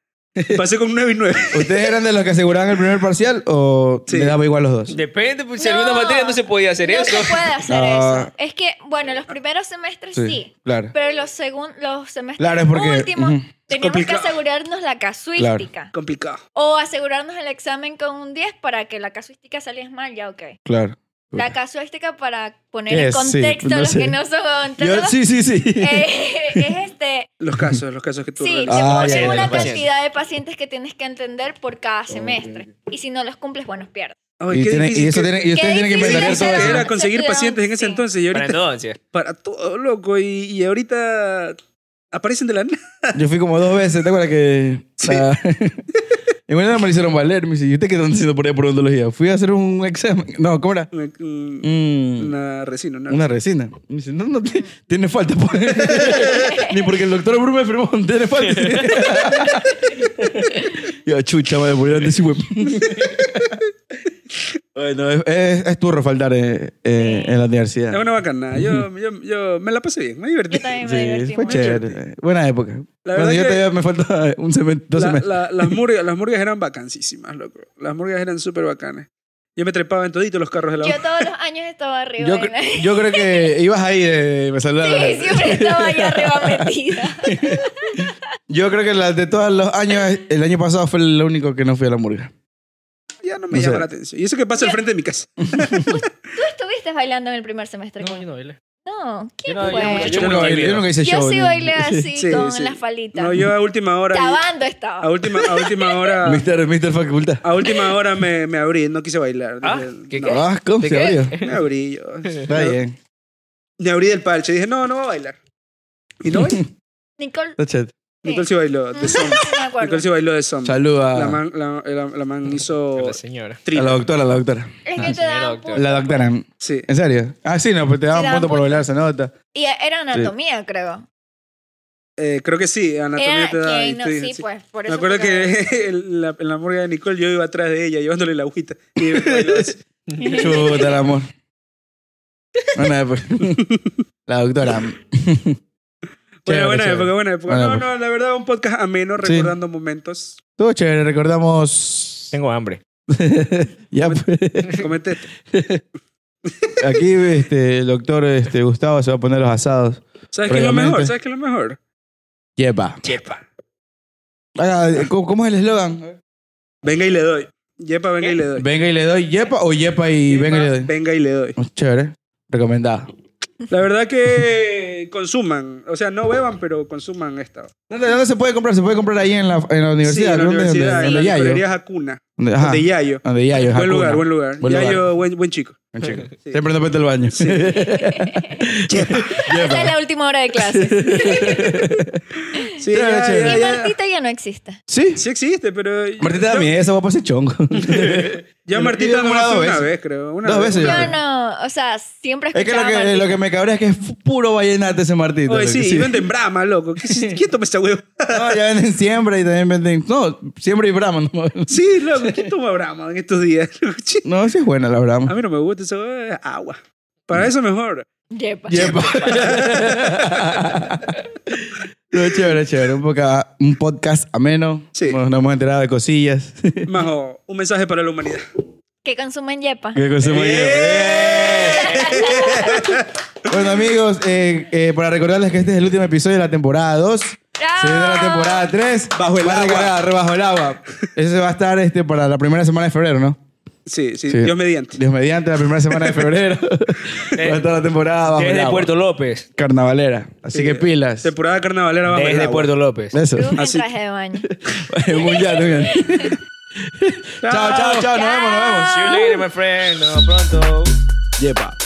G: Pasé con 9 y 9.
E: ¿Ustedes eran de los que aseguraban el primer parcial o
G: Sí.
E: le daba igual los dos?
F: Depende, pues si
H: No.
F: alguna materia no se podía hacer
H: no
F: eso.
H: se puede hacer
E: Ah.
H: eso. Es que, bueno, los primeros semestres sí,
E: Claro.
H: Pero los, segun, los semestres
E: Claro, es porque.
H: últimos
E: ujú.
H: teníamos
G: Complicado.
H: que asegurarnos la casuística.
G: Complicado.
H: O asegurarnos el examen con un 10 para que la casuística saliese mal, ya ok.
E: Claro. Pues,
H: La casuística para poner
E: ¿Qué
H: en
E: es? Sí,
H: contexto
E: no
H: a los
E: sé.
H: que no son
E: Yo,
H: odontólogos
E: sí, sí, sí.
H: eh, es este...
G: Los casos, los casos que tú
H: Sí, te
G: realizas.
E: Ah, ya,
H: ponen
E: ya,
H: una
E: los
F: pacientes.
H: cantidad de pacientes que tienes que entender por cada semestre. Y si no los cumples, bueno, pierdes.
G: Ay,
E: Y,
G: qué
E: tienen- y
G: difícil
E: eso
G: que-
E: tienen- y
H: Qué
E: ustedes tienen que
H: difícil
E: inventar
H: es
E: todo
H: ser
E: eso.
G: era conseguir
H: anfitrión,
G: pacientes en ese
H: sí.
G: entonces y
F: Para
G: ahorita
F: entonces.
G: para todo loco y, y ahorita aparecen de la nada.
E: Yo fui como dos veces, ¿te acuerdas que...?
G: Sí.
E: la- Y bueno, me lo hicieron valer. Me dice, ¿y usted qué están haciendo por ahí por odontología? Fui a hacer un examen. No, ¿cómo era?
G: Mm,
E: Mm,
G: Una resina, una-
E: una resina. Me dice, no, no, ti- tiene falta. pues. Ni porque el doctor Brume firmó, tiene falta. Yo, chucha, madre, por ir antes y güey. Bueno, es, es, es turro faltar eh, eh, en la universidad.
G: Es una bacana. Yo, yo, yo me la pasé bien, me divertí.
H: Yo también me
E: Sí,
H: divertí
E: fue
H: mucho.
E: chévere. Buena época.
G: La verdad
E: Cuando yo
G: que-
E: todavía me falta un semestre, dos
G: La-
E: semestres.
G: la- las, murgas, las murgas eran bacanísimas, loco. Las murgas eran súper bacanas. Yo me trepaba en toditos los carros de la
H: Yo todos los años estaba arriba.
E: Yo,
H: en la-
E: cre- yo creo que ibas ahí, eh, me saludaron.
H: Sí, siempre estaba allá arriba metida.
E: Yo creo que la de todos los años, el año pasado fue el único que no fui a la murga.
G: Ya no me
E: No
G: llama
E: sé.
G: la atención. Y eso que pasa al
H: Yo-
G: frente de mi casa.
H: Tú estuviste bailando en el primer semestre
F: No, yo
H: conmigo.
F: no bailé.
H: No, ¿qué
F: Yo no- yo
H: fue?
F: no-
E: Yo,
F: muy
E: no bailé,
F: tímido.
E: yo nunca hice
H: Yo
E: show.
H: sí
E: ¿no?
H: bailé así,
G: Sí,
H: con
G: sí.
H: las palitas.
G: No, yo a última hora.
H: Clavando estaba.
G: A última, a última hora.
E: Mister, Mister Facultad.
G: A última hora me, me abrí, no quise bailar.
F: Ah,
G: Dije,
F: ¿qué-
G: no,
F: qué?
E: Ah, ¿cómo
F: ¿De
E: se
F: qué?
E: abrió?
G: Me abrí yo.
E: Está
G: Me-
E: bien.
G: Me abrí del parche. Dije, no, no voy a bailar. Y no bailé.
H: Nicole,
E: Está chévere.
G: Nicole sí bailó
H: no
G: de Som.
H: me acuerdo.
G: Nicole sí bailó de Som.
E: Saluda
G: La
E: a
G: man, la, la, la man hizo
F: La señora.
E: la
G: trino.
E: doctora, a la doctora.
H: Es
E: Ah,
H: que te daban
F: señora
H: puntos.
E: La doctora, ¿en
G: Sí.
E: serio? Ah, sí, no, pues te daban
H: daban
E: punto por
H: punto.
E: bailar esa nota.
H: Y era anatomía, creo.
G: Eh, creo que sí, anatomía
H: Era
G: te da. y
H: quien, no,
G: tú dices,
H: sí,
G: sí.
H: pues. Por
G: Me
H: eso
G: acuerdo
H: fue
G: que en la, en la murga de Nicole yo iba atrás de ella llevándole la agüita. Y bailaba así.
E: Chuta, el amor. Buena época. La doctora.
G: Bueno,
E: Chévere,
G: buena
E: chévere.
G: época, buena época.
E: Buena
G: no,
E: época.
G: no, la verdad, un podcast ameno,
E: Sí.
G: recordando momentos.
E: Todo chévere, recordamos.
F: Tengo hambre.
E: ya, pues.
G: Comenté esto.
E: Aquí este, el doctor este, Gustavo se va a poner los asados.
G: ¿Sabes qué es lo
E: Obviamente.
G: mejor? ¿Sabes qué es lo mejor?
E: Yepa.
F: Chepa.
E: Ah, ¿cómo, cómo es el eslogan?
G: Venga y le doy. Yepa, venga y le doy.
E: Venga y le doy yepa o yepa y venga y le doy.
G: Venga y le doy.
E: Oh, Chévere. Recomendado.
G: La verdad que consuman. O sea, no beban, pero consuman esta.
E: ¿Dónde, dónde se puede comprar? Se puede comprar ahí en la, en la
G: Sí,
E: universidad.
G: en la
E: ¿Dónde?
G: universidad, en
E: Donde-
G: la
E: donde Yayo.
G: librería Hakuna.
E: Donde, ajá,
G: De Yayo.
E: donde Yayo.
G: Buen
E: Hakuna.
G: lugar, buen lugar.
E: Buen
G: Yayo, buen, buen chico.
E: Buen chico.
G: Sí.
E: Siempre nos mete el baño.
G: Sí.
H: Esa es la última hora de clase.
G: Sí,
E: Chévere,
G: ya,
E: chévere.
G: ya,
H: Y
G: ya.
H: Martita ya no existe.
E: Sí.
G: Sí existe, pero...
E: Martita da
G: yo-
E: miedo, esa guapa se chongo.
G: Yo a
E: Yo
G: Martita
E: he
G: no
E: enamorado
G: fui
E: dos
G: una
E: veces.
G: vez, creo. Una
E: Dos
G: vez.
E: veces Sí,
H: Yo
E: sí.
H: no, o sea, siempre
E: es que lo
H: escuchaba
E: que, lo que me cabrea es que es puro vallenato ese Martita.
G: Oye,
E: loco.
G: sí, venden Brahma, loco. ¿Qué- ¿Quién toma esta hueva?
E: No, ya venden siempre y también venden. No, siempre y Brahma. No,
G: Sí, loco, ¿quién toma Brahma en estos días? Chi-
E: no sí es buena la
G: A
E: Brahma.
G: mí no me gusta esa hueva, es agua. Para eso mejor.
H: Yepa.
E: Yepa. No, chévere, chévere. Un, poca- un podcast ameno.
G: Sí.
E: Nos, nos hemos enterado de cosillas.
G: Majo, un mensaje para la humanidad.
H: Que consumen yepa.
E: Que consumo
G: Eh.
E: yo. Bueno, amigos, eh, eh, para recordarles que este es el último episodio de la temporada 2. Se viene la temporada 3.
G: Bajo el agua.
E: bajo el agua. Eso se va a estar este, para la primera semana de febrero, ¿no?
G: Sí, sí,
E: Sí.
G: Dios mediante.
E: Dios mediante, la primera semana de febrero. va a estar la temporada bajo el
F: Desde
E: agua.
F: Puerto López.
E: Carnavalera. Así que pilas.
G: Temporada carnavalera bajo el
F: Desde
G: agua.
F: Puerto López.
E: Eso.
H: Bruja en
G: Así-
H: traje de baño.
E: Muy bien, muy bien. Chao, chao, chao. Nos vemos, nos vemos.
H: Ah.
F: See you later, my friend. Nos vemos pronto.
E: Yepa.